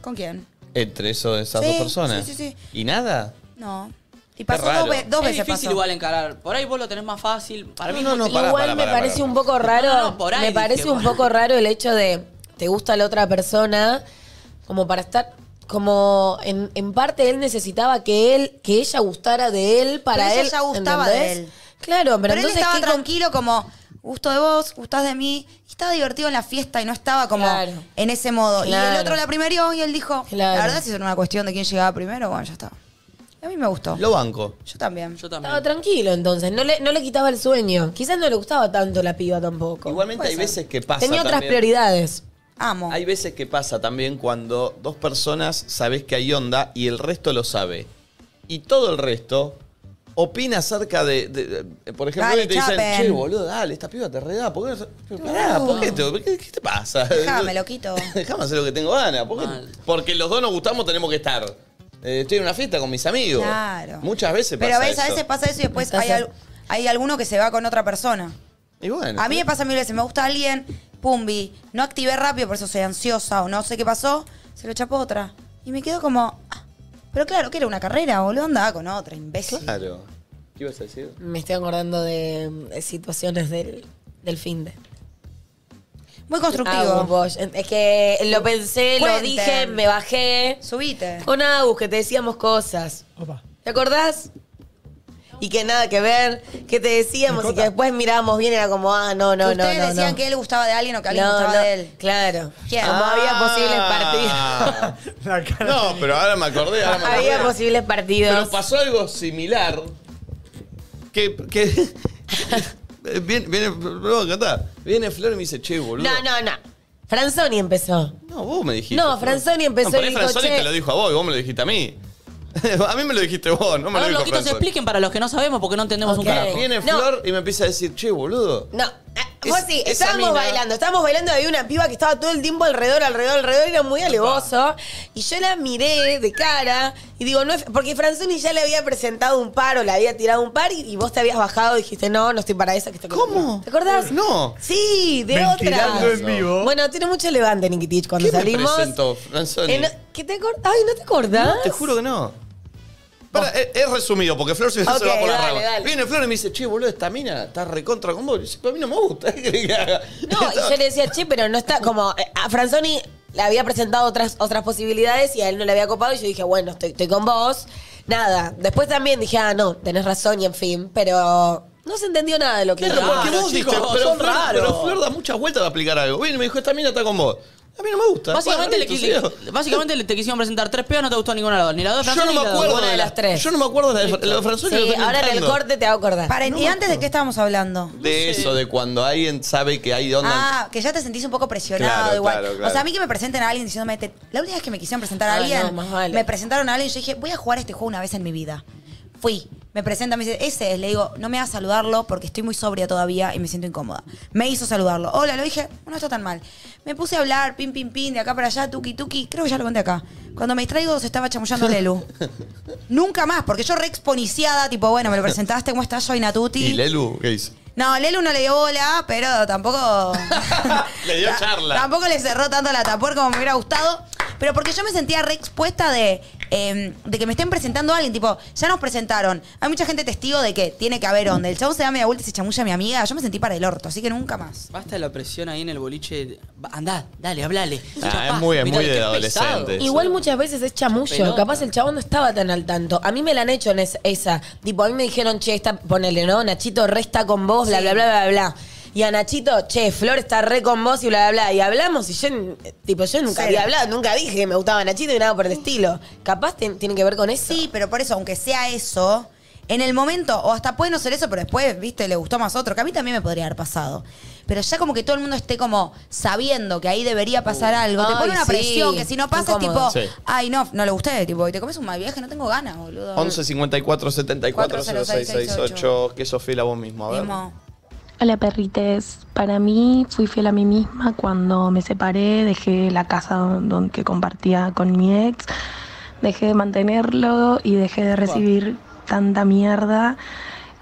Speaker 3: ¿Con quién?
Speaker 1: entre eso, esas
Speaker 3: Sí,
Speaker 1: dos personas?
Speaker 3: sí, sí,
Speaker 1: ¿Y nada?
Speaker 3: No. Y pasó
Speaker 1: raro.
Speaker 3: dos, ve- dos
Speaker 4: es
Speaker 3: veces.
Speaker 4: difícil
Speaker 3: pasó.
Speaker 4: igual encarar. Por ahí vos lo tenés más fácil. Para mí
Speaker 1: No,
Speaker 4: no,
Speaker 1: no,
Speaker 4: te-
Speaker 1: pará,
Speaker 2: Igual
Speaker 1: pará,
Speaker 2: me
Speaker 1: pará,
Speaker 2: parece
Speaker 1: pará.
Speaker 2: un poco raro.
Speaker 4: No, no, por ahí
Speaker 2: me
Speaker 4: dije,
Speaker 2: parece un
Speaker 4: bueno.
Speaker 2: poco raro el hecho de te gusta la otra persona, como para estar. Como en, en parte él necesitaba que él, que ella gustara de él para
Speaker 3: Pero ella
Speaker 2: él.
Speaker 3: ya gustaba de él.
Speaker 2: Claro, pero,
Speaker 3: Pero,
Speaker 2: entonces
Speaker 3: él estaba
Speaker 2: ¿qué con-
Speaker 3: tranquilo, como, gusto de vos, gustás de mí. Y estaba divertido en la fiesta y no estaba como
Speaker 2: Claro.
Speaker 3: en ese modo. Y el
Speaker 2: Claro.
Speaker 3: otro la primerió y él dijo,
Speaker 2: Claro.
Speaker 3: la verdad, si era una cuestión de quién llegaba primero, bueno, ya está. Y a mí me gustó.
Speaker 1: Lo banco.
Speaker 3: Yo también.
Speaker 4: Yo también.
Speaker 2: Estaba tranquilo entonces, no le, no le quitaba el sueño. Quizás no le gustaba tanto la piba tampoco.
Speaker 1: Igualmente
Speaker 3: Puede
Speaker 1: hay
Speaker 3: ser.
Speaker 1: veces que pasa
Speaker 2: Tenía otras
Speaker 1: también-
Speaker 2: prioridades.
Speaker 3: Amo.
Speaker 1: Hay veces que pasa también cuando dos personas sabés que hay onda y el resto lo sabe. Y todo el resto opina acerca de. de- de- por ejemplo,
Speaker 3: Dale,
Speaker 1: y te dicen,
Speaker 3: chapen.
Speaker 1: che, boludo, dale, esta piba te reda. ¿Por qué, no se- pero pará, ¿por qué, te, qué- qué te pasa?
Speaker 3: Déjame, loquito.
Speaker 1: (laughs) Déjame hacer lo que tengo ganas. ¿por qué?
Speaker 4: Mal.
Speaker 1: Porque los dos nos gustamos, tenemos que estar. Eh, estoy en una fiesta con mis amigos.
Speaker 3: Claro.
Speaker 1: Muchas veces
Speaker 3: Pero
Speaker 1: pasa.
Speaker 3: ves, a
Speaker 1: eso.
Speaker 3: veces pasa eso y después
Speaker 2: Estás
Speaker 3: hay,
Speaker 2: a-
Speaker 3: al- hay alguno que se va con otra persona.
Speaker 1: Y bueno.
Speaker 3: A mí me pasa mil veces, me gusta alguien, pumbi, no activé rápido, por eso soy ansiosa o no sé qué pasó, se lo chapó otra. Y me quedo como, ah, pero claro, que era una carrera, boludo, andaba con otra, imbécil.
Speaker 1: Claro. ¿Qué ibas a decir?
Speaker 2: Me estoy acordando de, de situaciones del, del fin de.
Speaker 3: Muy
Speaker 2: Agus
Speaker 3: constructivo.
Speaker 2: Bosch. Es que lo pensé,
Speaker 3: Cuenten.
Speaker 2: lo dije, me bajé.
Speaker 3: Subite.
Speaker 2: Con Agus, que te decíamos cosas. ¿Te acordás? Y que nada que ver, que te decíamos y que después mirábamos bien, era como, ah, no, no,
Speaker 3: Que
Speaker 2: no.
Speaker 3: ustedes
Speaker 2: no,
Speaker 3: decían
Speaker 2: no.
Speaker 3: que él gustaba de alguien o que alguien
Speaker 2: No,
Speaker 3: gustaba
Speaker 2: no,
Speaker 3: de él.
Speaker 2: Claro.
Speaker 3: ¿Quién?
Speaker 2: Como había posibles partidos.
Speaker 1: Ah. No, pero ahora me acordé. Ahora me acordé.
Speaker 2: había posibles
Speaker 1: Pero
Speaker 2: partidos.
Speaker 1: pasó algo similar. Que. (laughs) que viene, viene, lo voy a contar. Viene Flor y me dice, che, boludo.
Speaker 2: no, no, no. Franzoni empezó.
Speaker 1: No, vos me dijiste.
Speaker 2: No, Franzoni empezó
Speaker 1: pero
Speaker 2: y dijo,
Speaker 1: Franzoni
Speaker 2: "Che".
Speaker 1: te lo dijo a vos y vos me lo dijiste a mí. (laughs) a mí me lo dijiste vos, no me
Speaker 4: A ver,
Speaker 1: lo dijo
Speaker 4: loquitos,
Speaker 1: Franzoni.
Speaker 4: expliquen para los que no sabemos porque no entendemos
Speaker 2: Ok.
Speaker 4: un carajo.
Speaker 1: Viene
Speaker 2: No.
Speaker 1: Flor y me empieza a decir, che, boludo.
Speaker 2: No, ah, vos
Speaker 1: Es-
Speaker 2: sí,
Speaker 1: esa
Speaker 2: estábamos
Speaker 1: mina-
Speaker 2: bailando, estábamos bailando, había una piba que estaba todo el tiempo alrededor, alrededor, alrededor, era muy alevoso. Y yo la miré de cara y digo, no es- porque Franzoni ya le había presentado un par o le había tirado un par y, y vos te habías bajado y dijiste, no, no estoy para eso, que estoy con
Speaker 1: ¿Cómo?
Speaker 2: otro". ¿Te acordás?
Speaker 1: No.
Speaker 2: Sí, de otra.
Speaker 11: Mentirando en vivo.
Speaker 2: Bueno, tiene mucho levante Nikitich cuando
Speaker 1: ¿Qué me
Speaker 2: salimos.
Speaker 1: presentó Franzoni?
Speaker 2: Eh, no- ¿Qué te acordás? Ay, ¿no te acordás?
Speaker 1: Te juro que no. Pará, es, eh, es resumido, porque Flor se, se
Speaker 2: Ok,
Speaker 1: va por la
Speaker 2: dale,
Speaker 1: rama.
Speaker 2: dale.
Speaker 1: Viene Flor y me dice, che, boludo, esta mina está recontra con vos. Y dice, pero a mí no me gusta. (laughs) ¿qué querés que haga?
Speaker 2: No, y yo le decía, che, pero no está como. eh, A Franzoni le había presentado otras, otras posibilidades y a él no le había copado. Y yo dije, bueno, estoy, estoy con vos. Nada. Después también dije, ah, no, tenés razón y en fin. Pero no se entendió nada de lo que
Speaker 1: Claro,
Speaker 2: dijo.
Speaker 1: porque
Speaker 4: Claro,
Speaker 1: vos
Speaker 4: chicos,
Speaker 1: diste, pero,
Speaker 4: son
Speaker 1: Flor,
Speaker 4: raros.
Speaker 1: pero Flor da muchas vueltas para aplicar algo. Viene y me dijo, esta mina está con vos. A mí no me gusta.
Speaker 4: Básicamente,
Speaker 1: Bueno,
Speaker 4: le-
Speaker 1: listo,
Speaker 4: le-
Speaker 1: sigo.
Speaker 4: básicamente le- te quisieron presentar tres peos, no te gustó ninguna de las dos. Ni la dos,
Speaker 1: (laughs) Yo no me acuerdo
Speaker 2: una de las tres.
Speaker 1: Yo no me acuerdo de la de, la de Franzoni. lo
Speaker 2: Sí,
Speaker 1: estoy
Speaker 2: ahora en el
Speaker 1: inventando.
Speaker 2: corte te hago acordar.
Speaker 3: Para, ¿Y antes de qué estábamos hablando?
Speaker 1: De eso, de cuando alguien sabe que hay onda.
Speaker 3: Ah, que ya te sentís un poco presionado
Speaker 1: Claro,
Speaker 3: igual.
Speaker 1: claro, claro.
Speaker 3: O sea, a mí que me presenten a alguien diciéndome, te- la última vez que me quisieron presentar a
Speaker 2: Ay,
Speaker 3: alguien,
Speaker 2: no, más vale.
Speaker 3: me presentaron a alguien y yo dije, voy a jugar a este juego una vez en mi vida. Fui, me presenta, me dice, ese es, le digo, no me hagas saludarlo porque estoy muy sobria todavía y me siento incómoda. Me hizo saludarlo. Hola, lo dije, no está tan mal. Me puse a hablar, pim, pim, pim, de acá para allá, tuki, tuki. Creo que ya lo conté acá. Cuando me distraigo se estaba chamullando
Speaker 1: (laughs)
Speaker 3: Lelu. Nunca más, porque yo re exponiciada, tipo, bueno, me lo presentaste, ¿cómo estás? Soy Natuti.
Speaker 1: ¿Y Lelu qué hizo?
Speaker 3: No, Lelu no le dio bola, pero tampoco.
Speaker 1: (laughs) Le dio charla.
Speaker 3: Tampoco le cerró tanto la tapor como me hubiera gustado. Pero porque yo me sentía re expuesta de, eh, de que me estén presentando a alguien. Tipo, ya nos presentaron. Hay mucha gente testigo de que tiene que haber onda. El chabón se da media vuelta y se chamulla a mi amiga. Yo me sentí para el orto, así que nunca más.
Speaker 4: Basta de la presión ahí en el boliche. Va- Andá, dale, hablale.
Speaker 1: Ah,
Speaker 4: Ya
Speaker 1: es
Speaker 4: pa,
Speaker 1: muy- es
Speaker 4: mirá,
Speaker 1: muy
Speaker 4: qué
Speaker 1: de
Speaker 4: pesado.
Speaker 1: adolescente.
Speaker 2: Igual muchas veces es chamullo.
Speaker 4: Pelota.
Speaker 2: Capaz el chabón no estaba tan al tanto. A mí me la han hecho en es- esa. Tipo, a mí me dijeron, che, está, ponele, ¿no? Nachito re está con vos, bla,
Speaker 3: Sí.
Speaker 2: bla, bla, bla, bla. Y a Nachito, che, Flor está re con vos y bla, bla, bla. Y hablamos y yo, n- tipo, yo nunca
Speaker 3: Cero.
Speaker 2: había hablado, nunca dije que me gustaba Nachito y nada por el estilo. Capaz ten- tiene que ver con eso.
Speaker 3: Sí, pero por eso, aunque sea eso, en el momento, o hasta puede no ser eso, pero después, viste, le gustó más otro, que a mí también me podría haber pasado. Pero ya como que todo el mundo esté como sabiendo que ahí debería pasar
Speaker 4: Uh.
Speaker 3: algo. te
Speaker 2: Ay,
Speaker 3: pone una
Speaker 2: sí.
Speaker 3: presión que si no pasa es tipo,
Speaker 2: Incómodo.
Speaker 1: Sí.
Speaker 3: ay no, no le gusté, tipo, y te comes un mal viaje, no tengo ganas, boludo.
Speaker 1: 11 54 74 06 68. ¿Qué Sofía vos mismo? A ver.
Speaker 3: Mismo.
Speaker 9: Hola perrites, para mí fui fiel a mí misma cuando me separé, dejé la casa don- don- que compartía con mi ex, dejé de mantenerlo y dejé de recibir tanta mierda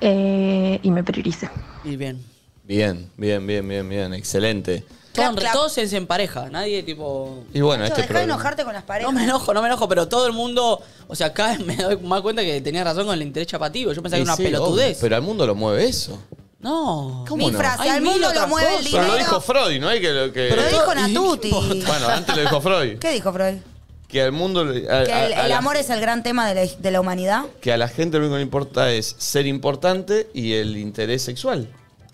Speaker 9: eh, y me prioricé.
Speaker 4: Y bien.
Speaker 1: Bien, bien, bien, bien, bien. Excelente.
Speaker 4: Todos,
Speaker 3: Clap, clap.
Speaker 4: todos en, en pareja, nadie tipo.
Speaker 1: Y bueno,
Speaker 3: Nacho,
Speaker 1: este
Speaker 3: dejá de
Speaker 1: programa.
Speaker 3: enojarte con las paredes.
Speaker 4: No me enojo, no me enojo, pero todo el mundo. O sea, acá (laughs) me doy más cuenta que tenías razón con el interés chapativo. Yo pensaba
Speaker 1: Y
Speaker 4: que era una
Speaker 1: sí,
Speaker 4: pelotudez.
Speaker 1: obvio, pero al mundo lo mueve eso.
Speaker 4: No.
Speaker 1: ¿Cómo
Speaker 3: Mi
Speaker 1: no?
Speaker 3: frase,
Speaker 4: Hay
Speaker 3: al
Speaker 4: mil
Speaker 3: mundo lo
Speaker 4: otras
Speaker 3: mueve el
Speaker 4: cosas.
Speaker 1: Pero
Speaker 3: dinero.
Speaker 1: lo dijo Freud, ¿no? Hay que, lo que-
Speaker 3: Pero lo dijo
Speaker 4: ¿y qué
Speaker 3: Natuti.
Speaker 4: importa?
Speaker 1: (laughs) Bueno, antes lo dijo Freud.
Speaker 3: ¿Qué dijo Freud?
Speaker 1: Que al mundo. le- a-
Speaker 3: Que
Speaker 1: a-
Speaker 3: el,
Speaker 1: a
Speaker 3: el
Speaker 1: la-
Speaker 3: amor es el gran tema de la, de la humanidad.
Speaker 1: Que a la gente lo único que le importa es ser importante y el interés sexual.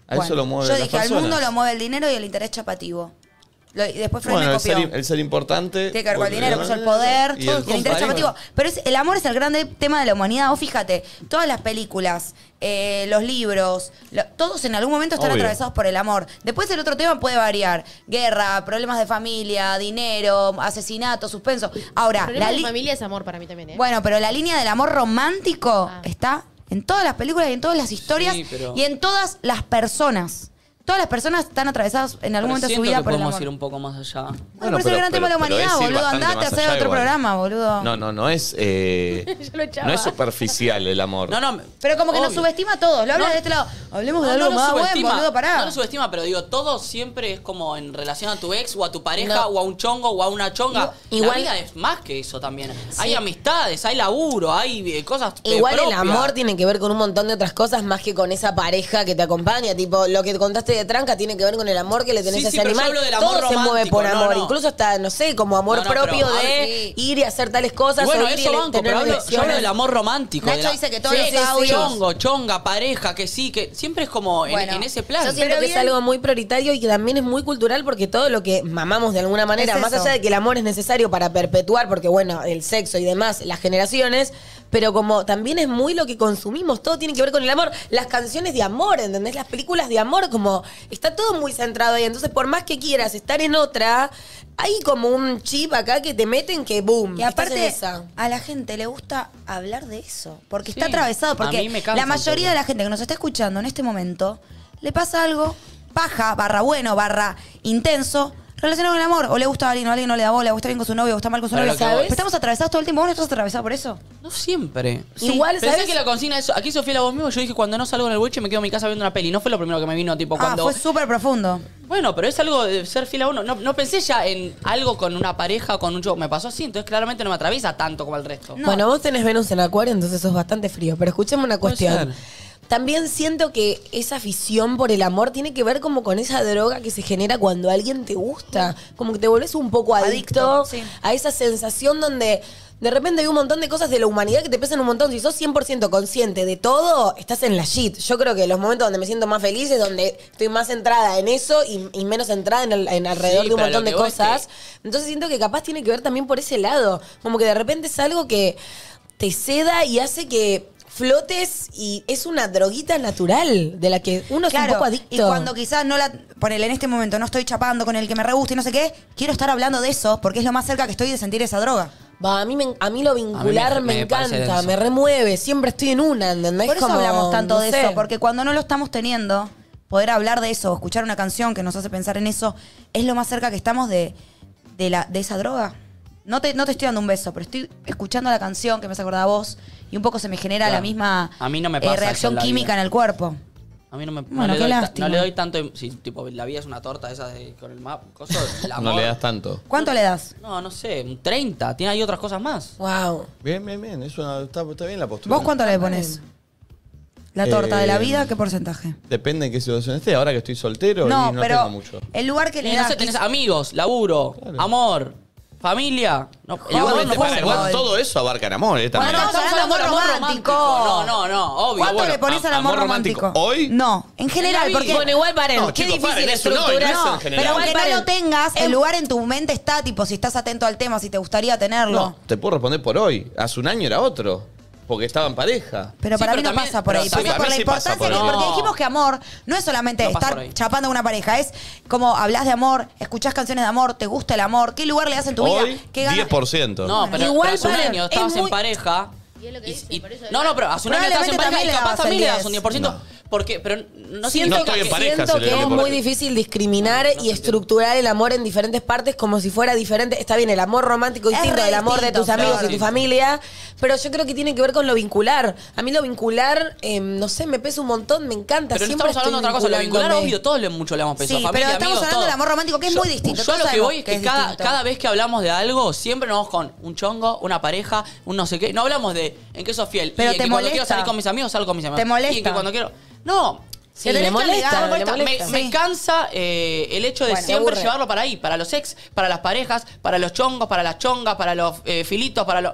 Speaker 1: A
Speaker 3: Bueno,
Speaker 1: eso lo mueve
Speaker 3: Yo
Speaker 1: las
Speaker 3: dije, al
Speaker 1: personas.
Speaker 3: mueve mundo lo mueve el dinero y el interés chapativo. Lo- y después Freud
Speaker 1: Bueno,
Speaker 3: me
Speaker 1: el
Speaker 3: copió.
Speaker 1: ser, el ser importante.
Speaker 3: Tiene que ver con el dinero, con
Speaker 1: bueno,
Speaker 3: el poder,
Speaker 1: y
Speaker 3: y el, interés
Speaker 1: compañero.
Speaker 3: chapativo. Pero es- el amor es el grande tema de la humanidad. Vos fíjate, todas las películas, eh, los libros, lo- todos en algún momento están
Speaker 1: Obvio.
Speaker 3: atravesados por el amor. Después el otro tema puede variar. Guerra, problemas de familia, dinero, asesinato, suspenso. Ahora,
Speaker 5: Problemas
Speaker 3: la
Speaker 5: de
Speaker 3: li-
Speaker 5: familia es amor para mí también, ¿eh?
Speaker 3: Ah, bueno, pero la línea del amor romántico
Speaker 5: Ah.
Speaker 3: está en todas las películas y en todas las historias
Speaker 4: Sí, pero-
Speaker 3: y en todas las personas. Todas las personas están atravesadas en algún momento de su
Speaker 4: siento
Speaker 3: vida
Speaker 4: que
Speaker 3: por el
Speaker 4: podemos
Speaker 3: amor.
Speaker 4: ir un poco más allá.
Speaker 3: Bueno, pero es el gran tema de la
Speaker 1: pero
Speaker 3: humanidad,
Speaker 1: es ir
Speaker 3: boludo.
Speaker 1: bastante
Speaker 3: Andate a
Speaker 1: más
Speaker 3: hacer
Speaker 1: allá
Speaker 3: otro
Speaker 1: igual.
Speaker 3: programa, boludo.
Speaker 1: No, no, no es. eh,
Speaker 3: (laughs)
Speaker 5: Yo lo echaba.
Speaker 1: no es superficial el amor.
Speaker 4: No, no. me-
Speaker 3: Pero como que nos
Speaker 4: obvio.
Speaker 3: subestima a todos. Lo habla
Speaker 4: No.
Speaker 3: de este lado. Hablemos de
Speaker 4: No,
Speaker 3: algo
Speaker 4: no lo
Speaker 3: más bueno,
Speaker 4: subestima,
Speaker 3: boludo, pará.
Speaker 4: No lo subestima, pero digo, todo siempre es como en relación a tu ex o a tu pareja
Speaker 2: No.
Speaker 4: o a un chongo o a una chonga.
Speaker 2: Igual-
Speaker 4: la vida es más que eso también. Hay amistades, hay laburo, hay eh, cosas eh,
Speaker 2: Igual el
Speaker 4: propias.
Speaker 2: amor tiene que ver con un montón de otras cosas más que con esa pareja que te acompaña. Tipo, lo que contaste de tranca tiene que ver con el amor que le tenés
Speaker 4: Sí,
Speaker 2: a
Speaker 4: sí,
Speaker 2: ese
Speaker 4: pero yo
Speaker 2: animal.
Speaker 4: hablo del
Speaker 2: Todo
Speaker 4: amor
Speaker 2: se mueve por
Speaker 4: romántico, no,
Speaker 2: amor.
Speaker 4: no.
Speaker 2: Incluso hasta, no sé, como amor
Speaker 4: No, no, pero
Speaker 2: propio
Speaker 4: hablo-
Speaker 2: de
Speaker 4: sí.
Speaker 2: ir y hacer tales
Speaker 4: Y
Speaker 2: cosas
Speaker 4: bueno,
Speaker 2: o ir y
Speaker 4: eso banco,
Speaker 2: tener
Speaker 4: pero hablo, yo hablo
Speaker 2: relaciones.
Speaker 4: del amor romántico.
Speaker 3: Nacho
Speaker 4: de la-
Speaker 3: dice que todos los audios-
Speaker 4: Chongo, chonga, pareja, que sí, que siempre es como en,
Speaker 3: Bueno,
Speaker 4: en ese plan.
Speaker 2: Yo siento
Speaker 3: Pero
Speaker 2: que es
Speaker 3: bien.
Speaker 2: algo muy prioritario y que también es muy cultural porque todo lo que mamamos de alguna manera,
Speaker 3: Es
Speaker 2: más
Speaker 3: eso.
Speaker 2: allá de que el amor es necesario para perpetuar, porque bueno, el sexo y demás, las generaciones, pero como también es muy lo que consumimos, todo tiene que ver con el amor, las canciones de amor, ¿entendés? Las películas de amor, como está todo muy centrado ahí, entonces por más que quieras estar en otra, hay como un chip acá que te meten que boom.
Speaker 4: Mm.
Speaker 3: Y
Speaker 2: estás en
Speaker 3: aparte,
Speaker 2: esa.
Speaker 3: a la gente le gusta hablar de eso. Porque
Speaker 4: Sí.
Speaker 3: está atravesado.
Speaker 4: A
Speaker 3: Porque
Speaker 4: mí me cansa
Speaker 3: la
Speaker 4: un
Speaker 3: mayoría
Speaker 4: poco.
Speaker 3: de la gente que nos está escuchando en este momento le pasa algo paja, barra bueno, barra intenso. Relacionado con el amor, o le gusta a alguien, o a alguien no le da bola, o está bien con su novio, o está mal con su
Speaker 4: Claro,
Speaker 3: novio.
Speaker 4: lo que voy.
Speaker 3: Pero estamos atravesados todo el tiempo, vos no estás atravesado por eso.
Speaker 4: No siempre.
Speaker 3: Sí.
Speaker 2: Igual,
Speaker 4: Pensé
Speaker 2: ¿sabes?
Speaker 4: que la consigna es. Aquí Sofía la voz mismo, yo dije cuando no salgo en el boliche me quedo en mi casa viendo una peli. No fue lo primero que me vino, tipo,
Speaker 3: Ah,
Speaker 4: cuando.
Speaker 3: fue súper profundo.
Speaker 4: Bueno, pero es algo de ser fiel a uno. No, no pensé ya en algo con una pareja o con un chico. Me pasó así, entonces claramente no me atraviesa tanto como el resto.
Speaker 3: No.
Speaker 2: Bueno, vos tenés Venus en Acuario, entonces sos bastante frío. Pero escuchemos una
Speaker 4: Puede
Speaker 2: cuestión.
Speaker 4: ser.
Speaker 2: También siento que esa afición por el amor tiene que ver como con esa droga que se genera cuando alguien te gusta. Como que te volvés un poco adicto,
Speaker 3: Adicto, sí.
Speaker 2: a esa sensación donde de repente hay un montón de cosas de la humanidad que te pesan un montón. Si sos 100% consciente de todo, estás en la shit. Yo creo que los momentos donde me siento más feliz es donde estoy más centrada en eso y, y menos centrada en, el- en alrededor
Speaker 4: Sí,
Speaker 2: de un
Speaker 4: pero
Speaker 2: montón
Speaker 4: lo
Speaker 2: de
Speaker 4: que vos
Speaker 2: cosas.
Speaker 4: te-
Speaker 2: Entonces siento que capaz tiene que ver también por ese lado. Como que de repente es algo que te ceda y hace que flotes y es una droguita natural de la que uno es un poco adicto.
Speaker 3: Y cuando quizás no la. Ponele, en este momento no estoy chapando con el que me re gusta y no sé qué, quiero estar hablando de eso porque es lo más cerca que estoy de sentir esa droga.
Speaker 2: Va, a mí, me- a mí lo vincular me,
Speaker 4: me parece
Speaker 2: encanta,
Speaker 4: denso.
Speaker 2: me remueve, siempre estoy en una, ¿entendés?
Speaker 3: Por eso
Speaker 2: Como,
Speaker 3: hablamos tanto
Speaker 2: no
Speaker 3: de
Speaker 2: sé.
Speaker 3: eso, porque cuando no lo estamos teniendo, poder hablar de eso, o escuchar una canción que nos hace pensar en eso, es lo más cerca que estamos de, de, la, de esa droga. No te, no te estoy dando un beso, pero estoy escuchando la canción que me hace acordar a vos y un poco se me genera
Speaker 4: Claro.
Speaker 3: la misma eh,
Speaker 4: A mí no me pasa eso
Speaker 3: reacción
Speaker 4: en la
Speaker 3: química
Speaker 4: vida.
Speaker 3: en el cuerpo.
Speaker 4: A mí no me. no
Speaker 3: Bueno,
Speaker 4: le
Speaker 3: qué
Speaker 4: doy ta-
Speaker 3: lástima.
Speaker 4: no le doy tanto. Si, tipo, la vida es una torta esa de, con el mapa. el
Speaker 1: (laughs)
Speaker 4: amor.
Speaker 1: No le das tanto.
Speaker 3: ¿Cuánto le das?
Speaker 4: No, no sé, un 30. Tiene ahí otras cosas más.
Speaker 2: Wow.
Speaker 1: Bien, bien, bien. Es una- está, está bien la postura.
Speaker 3: ¿Vos cuánto le pones? La torta de la
Speaker 1: Eh,
Speaker 3: vida, ¿qué porcentaje?
Speaker 1: Depende en qué situación esté. Ahora que estoy soltero
Speaker 3: No,
Speaker 1: y no
Speaker 3: pero
Speaker 1: tengo mucho.
Speaker 3: el lugar que
Speaker 4: Y
Speaker 3: le
Speaker 4: no
Speaker 3: das.
Speaker 4: sé, tenés amigos, laburo, amor, familia. No,
Speaker 1: Igual,
Speaker 4: el amor
Speaker 1: viste,
Speaker 4: no
Speaker 1: para,
Speaker 4: puede-
Speaker 1: igual
Speaker 3: fútbol.
Speaker 1: todo eso abarca el amor, eh, también.
Speaker 3: Bueno, estamos hablando de amor romántico.
Speaker 4: No, no, no, obvio.
Speaker 3: ¿Cuánto
Speaker 4: bueno,
Speaker 3: le pones
Speaker 1: a-
Speaker 3: al amor,
Speaker 1: amor
Speaker 3: romántico?
Speaker 1: romántico. ¿Hoy?
Speaker 3: No, en
Speaker 4: En la
Speaker 3: general,
Speaker 4: vida.
Speaker 3: porque.
Speaker 2: Bueno, igual paren,
Speaker 1: No,
Speaker 2: qué
Speaker 1: chicos,
Speaker 2: difícil
Speaker 1: paren, es un hoy,
Speaker 2: estructurar.
Speaker 1: no es en
Speaker 2: Igual
Speaker 1: general.
Speaker 3: Pero aunque no
Speaker 2: paren.
Speaker 3: lo tengas, el
Speaker 2: Em-
Speaker 3: lugar en tu mente está, tipo, si estás atento al tema, si te gustaría tenerlo.
Speaker 1: No, te puedo responder por hoy. Hace un año era otro. porque estaban pareja.
Speaker 3: Pero para mí no
Speaker 4: también-
Speaker 3: pasa por
Speaker 4: pero
Speaker 3: ahí. Pasa
Speaker 1: también-
Speaker 3: por la
Speaker 1: sí pasa
Speaker 3: importancia
Speaker 1: por
Speaker 3: que-
Speaker 1: ahí.
Speaker 3: Porque
Speaker 4: No.
Speaker 3: dijimos que amor no es solamente
Speaker 4: No pasa por
Speaker 3: estar
Speaker 4: ahí.
Speaker 3: chapando a una pareja, es como hablas de amor, escuchás canciones de amor, te gusta el amor, qué lugar le das en tu
Speaker 1: Hoy,
Speaker 3: vida, qué ganas.
Speaker 1: 10%.
Speaker 4: No, pero,
Speaker 2: Igual,
Speaker 4: pero hace un
Speaker 2: para,
Speaker 4: año
Speaker 2: es
Speaker 4: estabas en
Speaker 2: muy-
Speaker 4: pareja.
Speaker 5: Y es lo que dice, por eso-
Speaker 4: no, no, pero hace un año estabas en
Speaker 3: Probablemente
Speaker 4: pareja y
Speaker 3: también le
Speaker 4: capaz
Speaker 3: dabas
Speaker 4: también
Speaker 3: el
Speaker 4: le das un 10%.
Speaker 3: 10.
Speaker 4: Porque, pero no
Speaker 2: Siento,
Speaker 1: No estoy
Speaker 2: que,
Speaker 1: en pareja,
Speaker 2: siento
Speaker 1: se le
Speaker 2: que
Speaker 1: ve
Speaker 2: es
Speaker 1: por
Speaker 2: muy
Speaker 1: ahí.
Speaker 2: difícil discriminar y estructurar el amor en diferentes partes como si fuera diferente. Está bien, el amor romántico
Speaker 3: Es
Speaker 2: distinto
Speaker 3: re
Speaker 2: del amor de
Speaker 3: distinto,
Speaker 2: tus amigos
Speaker 4: claro.
Speaker 2: y tu familia, pero yo creo que tiene que ver con lo vincular. A mí lo vincular, eh, no sé, me pesa un montón, me encanta.
Speaker 4: Pero no
Speaker 2: Siempre
Speaker 4: estamos hablando de otra cosa. Lo vincular,
Speaker 2: vinculándome.
Speaker 4: obvio, todos le mucho le hemos pensado.
Speaker 3: Sí,
Speaker 4: familia,
Speaker 3: pero estamos
Speaker 4: amigos,
Speaker 3: hablando
Speaker 4: todo.
Speaker 3: del amor romántico, que es muy distinto,
Speaker 4: Yo a lo
Speaker 3: todos
Speaker 4: que voy es
Speaker 3: sabemos
Speaker 4: que,
Speaker 3: que es
Speaker 4: cada,
Speaker 3: distinto.
Speaker 4: cada vez que hablamos de algo, siempre nos vamos con un chongo, una pareja, un no sé qué. No hablamos de en qué sos fiel.
Speaker 3: Pero
Speaker 4: y en
Speaker 3: te
Speaker 4: que cuando quiero
Speaker 3: molesta.
Speaker 4: salir con mis amigos, salgo con mis amigos.
Speaker 3: Te molesta.
Speaker 4: Y en que cuando quiero. No.
Speaker 2: Sí,
Speaker 3: Te
Speaker 2: le
Speaker 3: tenés que
Speaker 2: molesta,
Speaker 3: amigar,
Speaker 2: le
Speaker 3: molesta.
Speaker 4: Me,
Speaker 2: molesta.
Speaker 4: me
Speaker 3: Sí.
Speaker 4: cansa eh, el hecho de
Speaker 3: Bueno,
Speaker 4: siempre
Speaker 3: aburre.
Speaker 4: llevarlo para ahí, para los ex, para las parejas, para los chongos, para las chongas, para los eh, filitos, para los.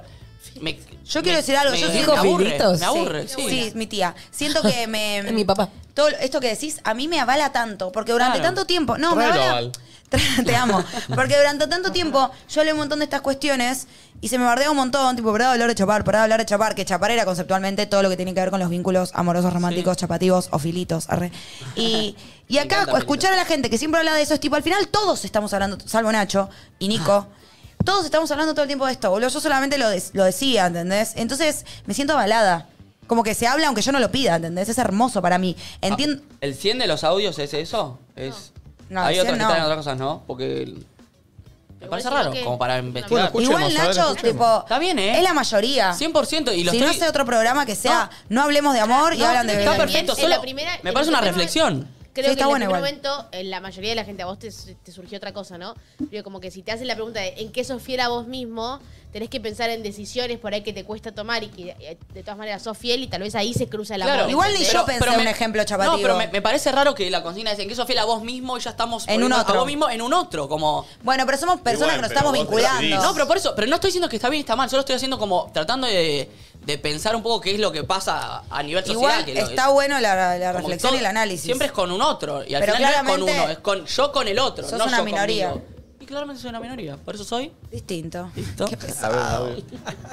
Speaker 4: me-
Speaker 3: Yo quiero decir algo, yo
Speaker 2: ¿Dijo
Speaker 4: aburre,
Speaker 2: filitos?
Speaker 4: Me aburre, sí.
Speaker 3: sí, mi tía. Siento que me.
Speaker 2: Es mi papá.
Speaker 3: Todo lo- esto que decís a mí me avala tanto, porque durante
Speaker 4: Claro.
Speaker 3: tanto tiempo. No,
Speaker 1: Traelo,
Speaker 3: me avala.
Speaker 1: Val.
Speaker 3: Tra- (laughs) Te amo. Porque durante tanto tiempo yo leí un montón de estas cuestiones y se me bardea un montón, tipo, pará de hablar de chapar, pará de hablar de chapar, que chapar era conceptualmente todo lo que tiene que ver con los vínculos amorosos, románticos, chapativos o filitos. arre. Y, y
Speaker 4: Me
Speaker 3: acá,
Speaker 4: encanta,
Speaker 3: escuchar a la gente que siempre habla de eso, es tipo, al final todos estamos hablando, salvo Nacho y Nico.
Speaker 4: Ah.
Speaker 3: Todos estamos hablando todo el tiempo de esto, boludo. Yo solamente lo, des- lo decía, ¿entendés? Entonces me siento avalada. Como que se habla aunque yo no lo pida, ¿entendés? Es hermoso para mí. Entiendo.
Speaker 4: Ah, ¿El 100 de los audios es eso? Es...
Speaker 3: No, el
Speaker 4: Hay
Speaker 3: 100
Speaker 4: otros que
Speaker 3: no.
Speaker 4: están en otras cosas, ¿no? Porque. el- Me parece
Speaker 5: vos
Speaker 4: raro,
Speaker 5: decís que-
Speaker 4: como para investigar.
Speaker 1: Bueno, escuchemos,
Speaker 3: Igual
Speaker 1: a ver,
Speaker 3: Nacho,
Speaker 1: escuchemos.
Speaker 3: tipo,
Speaker 4: Está bien, ¿eh?
Speaker 3: es la mayoría.
Speaker 4: 100% y lo
Speaker 3: si no
Speaker 4: estoy- Ah.
Speaker 3: hace otro programa que sea no, hablemos de amor y
Speaker 5: No,
Speaker 3: hablan de
Speaker 5: creo que
Speaker 4: Está
Speaker 3: bebé.
Speaker 5: también
Speaker 4: perfecto,
Speaker 5: en
Speaker 4: solo
Speaker 5: la primera-
Speaker 4: me
Speaker 5: en
Speaker 4: parece
Speaker 5: el
Speaker 4: una
Speaker 5: primer
Speaker 4: reflexión.
Speaker 5: momento-
Speaker 3: Sí,
Speaker 5: Creo
Speaker 3: está
Speaker 5: que
Speaker 3: bueno
Speaker 5: en el
Speaker 3: igual.
Speaker 5: primer momento, en la mayoría de la gente, a vos te, te surgió otra cosa, ¿no? Pero como que si te hacen la pregunta de en qué sos fiel a vos mismo, tenés que pensar en decisiones por ahí que te cuesta tomar y que eh, de todas maneras sos fiel y tal vez ahí se cruza el amor.
Speaker 4: Claro.
Speaker 3: Igual ni
Speaker 4: Pero-
Speaker 3: yo pensé
Speaker 4: pero me-
Speaker 3: un ejemplo chapativo.
Speaker 4: No, pero me, me parece raro que la consigna es en que sos fiel a vos mismo y ya estamos
Speaker 3: En un
Speaker 4: poniendo
Speaker 3: otro.
Speaker 4: a vos mismo en un otro, como
Speaker 3: Bueno, pero somos personas
Speaker 10: Igual,
Speaker 3: que nos
Speaker 10: pero
Speaker 3: estamos
Speaker 10: vos
Speaker 3: vinculando.
Speaker 10: decidís.
Speaker 4: No, pero por eso, pero no estoy diciendo que está bien y está mal, solo estoy haciendo como tratando de, de pensar un poco qué es lo que pasa a nivel social.
Speaker 3: Igual
Speaker 4: que lo-
Speaker 3: está bueno la, la
Speaker 4: como que
Speaker 3: reflexión
Speaker 4: todo-
Speaker 3: y el análisis.
Speaker 4: Siempre es con un otro, y al
Speaker 3: Pero
Speaker 4: final no es con
Speaker 3: claramente
Speaker 4: uno, es con yo con el otro,
Speaker 3: sos
Speaker 4: no
Speaker 3: una
Speaker 4: yo
Speaker 3: minoría.
Speaker 4: conmigo. Y claramente soy una minoría, por eso soy.
Speaker 3: distinto.
Speaker 4: Listo.
Speaker 3: Qué pesado.
Speaker 1: A ver, a ver.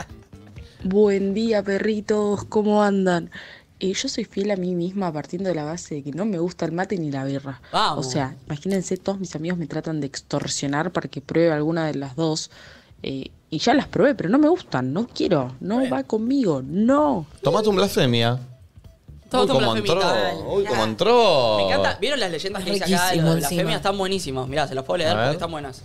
Speaker 11: Buen día, perritos, ¿cómo andan? Eh, yo soy fiel a mí misma partiendo de la base de que no me gusta el mate ni la birra.
Speaker 4: Vamos.
Speaker 11: O sea, imagínense, todos mis amigos me tratan de extorsionar para que pruebe alguna de las dos. eh, y ya las probé, pero no me gustan, no quiero, no va conmigo, no.
Speaker 1: Tomate un blasfemia.
Speaker 4: Tomate
Speaker 1: Uy,
Speaker 4: un
Speaker 1: como
Speaker 4: blasfemita.
Speaker 1: entró. Uy, como entró. Eh,
Speaker 4: Me encanta. ¿Vieron las leyendas
Speaker 2: Es
Speaker 4: que dice acá de
Speaker 2: riquísimo
Speaker 4: las
Speaker 2: encima.
Speaker 4: blasfemias? Están buenísimas. Mirá, se las puedo leer
Speaker 1: A ver.
Speaker 4: porque están buenas.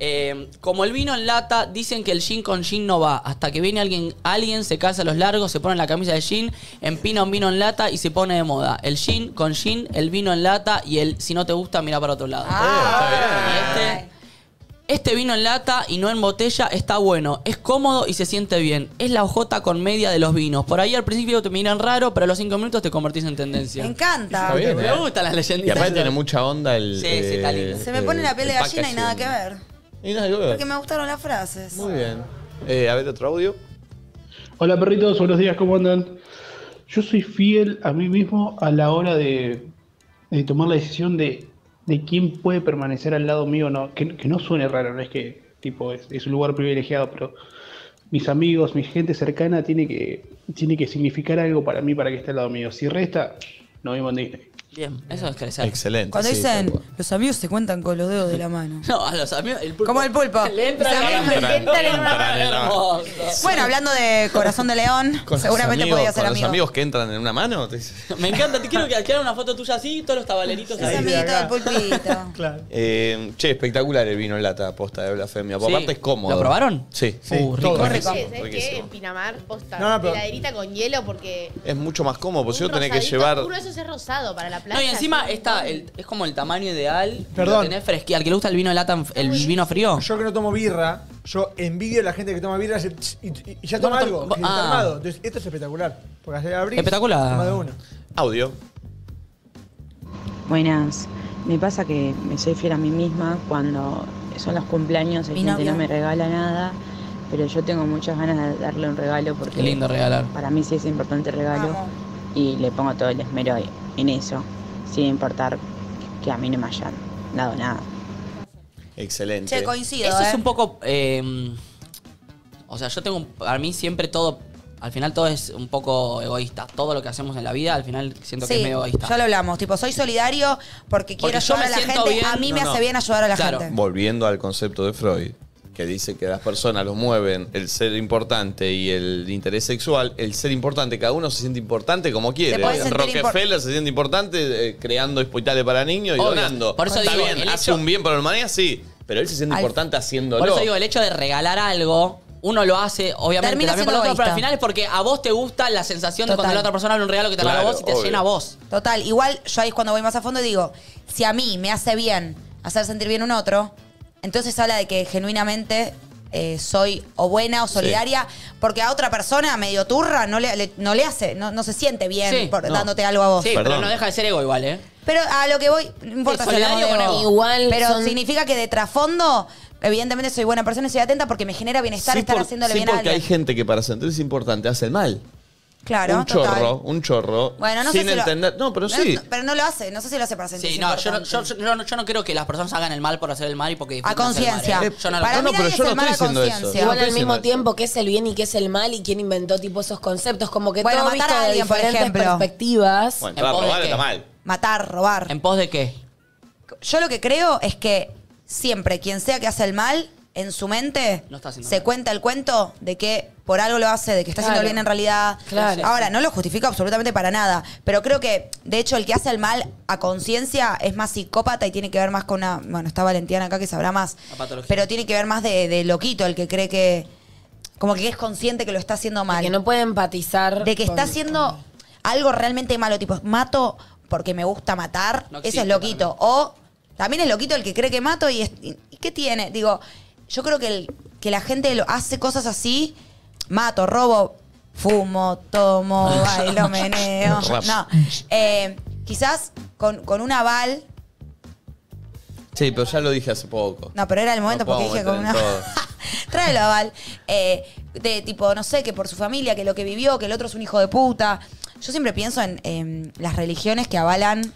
Speaker 4: Eh, como el vino en lata, dicen que el gin con gin no va. Hasta que viene alguien, alguien se calza los largos, se pone la camisa de gin, empina un vino en lata y se pone de moda. El gin con gin, el vino en lata y el si no te gusta, mira para otro lado.
Speaker 3: Ah,
Speaker 1: eh.
Speaker 3: Ay.
Speaker 4: Este, este vino en lata y no en botella está bueno, es cómodo y se siente bien. Es la hojota con media de los vinos. Por ahí al principio te miran raro, pero a los cinco minutos te convertís en tendencia.
Speaker 3: Me encanta.
Speaker 1: Está bien,
Speaker 4: Me
Speaker 1: eh.
Speaker 4: gustan las leyenditas.
Speaker 1: Y aparte tiene mucha onda el. eh,
Speaker 4: Sí, sí, está lindo.
Speaker 3: Se me pone la piel de gallina y nada que ver.
Speaker 1: Y nada que
Speaker 3: Porque
Speaker 1: ver.
Speaker 3: me gustaron las frases.
Speaker 1: Muy bien. Eh, a ver otro audio.
Speaker 11: Hola, perritos, buenos días, ¿cómo andan? Yo soy fiel a mí mismo a la hora de, de tomar la decisión de, de quién puede permanecer al lado mío o no. Que, que no suene raro, no es que tipo es, es un lugar privilegiado, pero mis amigos, mi gente cercana tiene que, tiene que significar algo para mí para que esté al lado mío. Si resta, no vivo en Disney.
Speaker 4: Bien, eso es crecer.
Speaker 1: Excelente.
Speaker 3: Cuando
Speaker 1: sí,
Speaker 3: dicen,
Speaker 1: tal cual.
Speaker 3: los amigos se cuentan con los dedos de la mano.
Speaker 4: (laughs) No, a los amigos. El pulpo.
Speaker 3: Como el pulpo.
Speaker 4: (laughs) Le entra
Speaker 3: Mis
Speaker 4: la
Speaker 3: amigos
Speaker 4: gana.
Speaker 1: entran,
Speaker 4: Le entra la
Speaker 1: entran
Speaker 4: gana.
Speaker 1: en la-
Speaker 4: Hermoso.
Speaker 3: Bueno, hablando de corazón de león,
Speaker 1: Con los
Speaker 3: seguramente
Speaker 1: amigos-
Speaker 3: podía ser
Speaker 1: con
Speaker 3: amigo.
Speaker 1: los amigos que entran en una mano. te dice.
Speaker 4: Me encanta, te quiero que adquieran una foto tuya así, todos los tabaleritos
Speaker 3: Es
Speaker 4: ahí.
Speaker 3: amiguito del pulpito.
Speaker 11: Claro.
Speaker 1: Eh, che, espectacular el vino en lata posta de blasfemia. Por
Speaker 4: Sí.
Speaker 1: Aparte es cómodo.
Speaker 4: ¿Lo probaron?
Speaker 1: Sí.
Speaker 11: Sí,
Speaker 1: Uh, rico.
Speaker 3: todo.
Speaker 5: Oye,
Speaker 3: rico.
Speaker 5: ¿sabés qué?
Speaker 1: Riquísimo.
Speaker 5: En Pinamar, posta,
Speaker 11: No, no, pero-
Speaker 5: heladerita con hielo porque...
Speaker 1: Es mucho más cómodo, porque si
Speaker 5: un
Speaker 1: no tenés que
Speaker 5: rosadito-
Speaker 1: llevar.
Speaker 5: Uno de esos es rosado para la playa.
Speaker 4: No, y encima
Speaker 5: así,
Speaker 4: está,
Speaker 5: con-
Speaker 4: el- es como el tamaño ideal.
Speaker 11: Perdón.
Speaker 4: Lo tenés fresqui- Al que le gusta el vino de lata, el vino frío.
Speaker 11: Yo que no tomo birra, yo envidio a la gente que toma birra y, hace ch- y- y ya toma
Speaker 4: Toma,
Speaker 11: algo,
Speaker 4: toma-
Speaker 11: que está
Speaker 4: ah.
Speaker 11: armado. Entonces, esto es espectacular. Porque hace abril,
Speaker 4: Espectacular.
Speaker 11: toma de uno.
Speaker 1: Audio.
Speaker 9: Buenas, me pasa que me soy fiel a mí misma cuando son los cumpleaños, hay
Speaker 3: Mi
Speaker 9: gente
Speaker 3: novio.
Speaker 9: no me regala nada, pero yo tengo muchas ganas de darle un regalo porque
Speaker 4: Qué lindo regalar.
Speaker 9: para mí sí es importante el regalo
Speaker 3: Amo.
Speaker 9: y le pongo todo el esmero en eso, sin importar que a mí no me hayan dado nada.
Speaker 1: Excelente.
Speaker 3: Che, coincido.
Speaker 4: Eso es em,
Speaker 3: ¿eh?
Speaker 4: un poco. eh, o sea, yo tengo. un- Para mí siempre todo Al final todo es un poco egoísta. Todo lo que hacemos en la vida, al final siento que es
Speaker 3: Sí,
Speaker 4: medio egoísta.
Speaker 3: ya lo hablamos. Tipo, soy solidario porque quiero
Speaker 4: yo
Speaker 3: ayudar
Speaker 4: me
Speaker 3: a la
Speaker 4: siento
Speaker 3: gente.
Speaker 4: bien.
Speaker 3: a mí me
Speaker 4: No, no.
Speaker 3: hace bien ayudar a la
Speaker 4: Claro.
Speaker 3: gente.
Speaker 1: Volviendo al concepto de Freud, que dice que las personas los mueven el ser importante y el interés sexual, el ser importante, cada uno se siente importante como quiere.
Speaker 4: puede sentir
Speaker 1: Rockefeller se siente importante eh, creando hospitales para niños y
Speaker 4: Obvio.
Speaker 1: donando.
Speaker 4: Por eso
Speaker 1: Está
Speaker 4: digo,
Speaker 1: bien,
Speaker 4: el
Speaker 1: hace un bien para la humanidad, sí, pero él se siente
Speaker 4: Al-
Speaker 1: importante haciéndolo.
Speaker 4: Por eso digo, el hecho de regalar algo, uno lo hace, obviamente,
Speaker 3: Termina siendo
Speaker 4: también por otro, pero
Speaker 3: egoísta.
Speaker 4: al final es porque a vos te gusta la sensación de cuando
Speaker 3: Total.
Speaker 4: la otra persona abre un regalo que te
Speaker 1: Claro,
Speaker 4: regaló a vos y te
Speaker 1: obvio.
Speaker 4: llena a vos.
Speaker 3: Total, igual yo ahí es cuando voy más a fondo y digo, si a mí me hace bien hacer sentir bien un otro, entonces habla de que genuinamente eh, soy o buena o solidaria, porque a otra persona medio turra no le, le- no le hace, no, no se siente bien
Speaker 4: Sí,
Speaker 3: por-
Speaker 4: no.
Speaker 3: dándote algo a vos.
Speaker 4: Sí,
Speaker 1: Perdón.
Speaker 4: pero no deja de ser ego igual, ¿eh?
Speaker 3: Pero a lo que voy, no importa
Speaker 4: Es
Speaker 3: si hablamos
Speaker 4: solidario
Speaker 3: de
Speaker 4: con
Speaker 3: vos.
Speaker 4: él.
Speaker 2: Igual
Speaker 3: Pero
Speaker 2: son-
Speaker 3: significa que de trasfondo, evidentemente soy buena persona y soy atenta porque me genera bienestar
Speaker 1: Sí,
Speaker 3: estar
Speaker 1: por-
Speaker 3: haciéndole
Speaker 1: sí,
Speaker 3: bien a
Speaker 1: porque hay
Speaker 3: alguien.
Speaker 1: gente que para sentirse importante hace el mal.
Speaker 3: Claro,
Speaker 1: un
Speaker 3: total.
Speaker 1: chorro, un chorro.
Speaker 3: Bueno, no
Speaker 1: sin
Speaker 3: sé si lo-
Speaker 1: entender. No, pero sí.
Speaker 3: no- pero no lo hace, no sé si lo hace para sentirse
Speaker 4: Sí, no, yo no, yo,
Speaker 3: importante.
Speaker 4: yo- yo no, yo no creo que las personas hagan el mal por hacer el mal y porque
Speaker 3: A
Speaker 4: disfrutan hacer el mal, ¿eh?
Speaker 3: conciencia.
Speaker 4: Yo no lo
Speaker 3: Para
Speaker 4: creo.
Speaker 1: No, no,
Speaker 3: mí
Speaker 1: pero
Speaker 3: nadie
Speaker 1: yo no
Speaker 3: es el mal a
Speaker 1: estoy diciendo eso.
Speaker 3: conciencia.
Speaker 1: Yo no
Speaker 2: Igual
Speaker 1: estoy
Speaker 2: al mismo
Speaker 1: diciendo
Speaker 2: tiempo, ¿qué es el bien y qué es el mal? ¿Y quién inventó tipo esos conceptos? Como que
Speaker 3: Bueno,
Speaker 2: todo
Speaker 3: matar
Speaker 2: visto
Speaker 3: a
Speaker 2: de
Speaker 3: alguien, por
Speaker 2: diferentes
Speaker 3: ejemplo.
Speaker 2: perspectivas.
Speaker 1: Bueno,
Speaker 4: ¿En
Speaker 1: para
Speaker 4: pos de
Speaker 1: probar
Speaker 4: qué?
Speaker 1: está mal.
Speaker 3: Matar, robar.
Speaker 4: ¿En pos de qué?
Speaker 3: Yo lo que creo es que siempre quien sea que hace el mal, en su mente
Speaker 4: No está haciendo
Speaker 3: se
Speaker 4: mal.
Speaker 3: cuenta el cuento de que por algo lo hace, de que está haciendo
Speaker 2: Claro.
Speaker 3: bien en realidad.
Speaker 2: Claro.
Speaker 3: Ahora, no lo justifica absolutamente para nada, pero creo que, de hecho, el que hace el mal a conciencia es más psicópata y tiene que ver más con una... Bueno, está Valentiana acá que sabrá más,
Speaker 4: La patología.
Speaker 3: pero tiene que ver más de, de loquito, el que cree que... Como que es consciente que lo está haciendo mal.
Speaker 2: Que no puede empatizar.
Speaker 3: De que está
Speaker 2: con-
Speaker 3: haciendo algo realmente malo, tipo, mato porque me gusta matar,
Speaker 4: No
Speaker 3: eso
Speaker 4: existe
Speaker 3: es loquito. O también es loquito el que cree que mato y, es- y- y ¿qué tiene? Digo, yo creo que, el- que la gente lo hace cosas así, mato, robo, fumo, tomo,
Speaker 4: (laughs)
Speaker 3: bailo, meneo.
Speaker 1: Rap.
Speaker 3: No, Eh, quizás con, con un aval,
Speaker 1: Sí, pero ya lo dije hace poco.
Speaker 3: no, pero era el momento
Speaker 1: No
Speaker 3: porque
Speaker 1: puedo
Speaker 3: dije con
Speaker 1: meter
Speaker 3: una...
Speaker 1: en todo.
Speaker 3: (laughs) Tráelo aval, eh, de tipo, no sé, que por su familia, que lo que vivió, que el otro es un hijo de puta. Yo siempre pienso en em, las religiones que avalan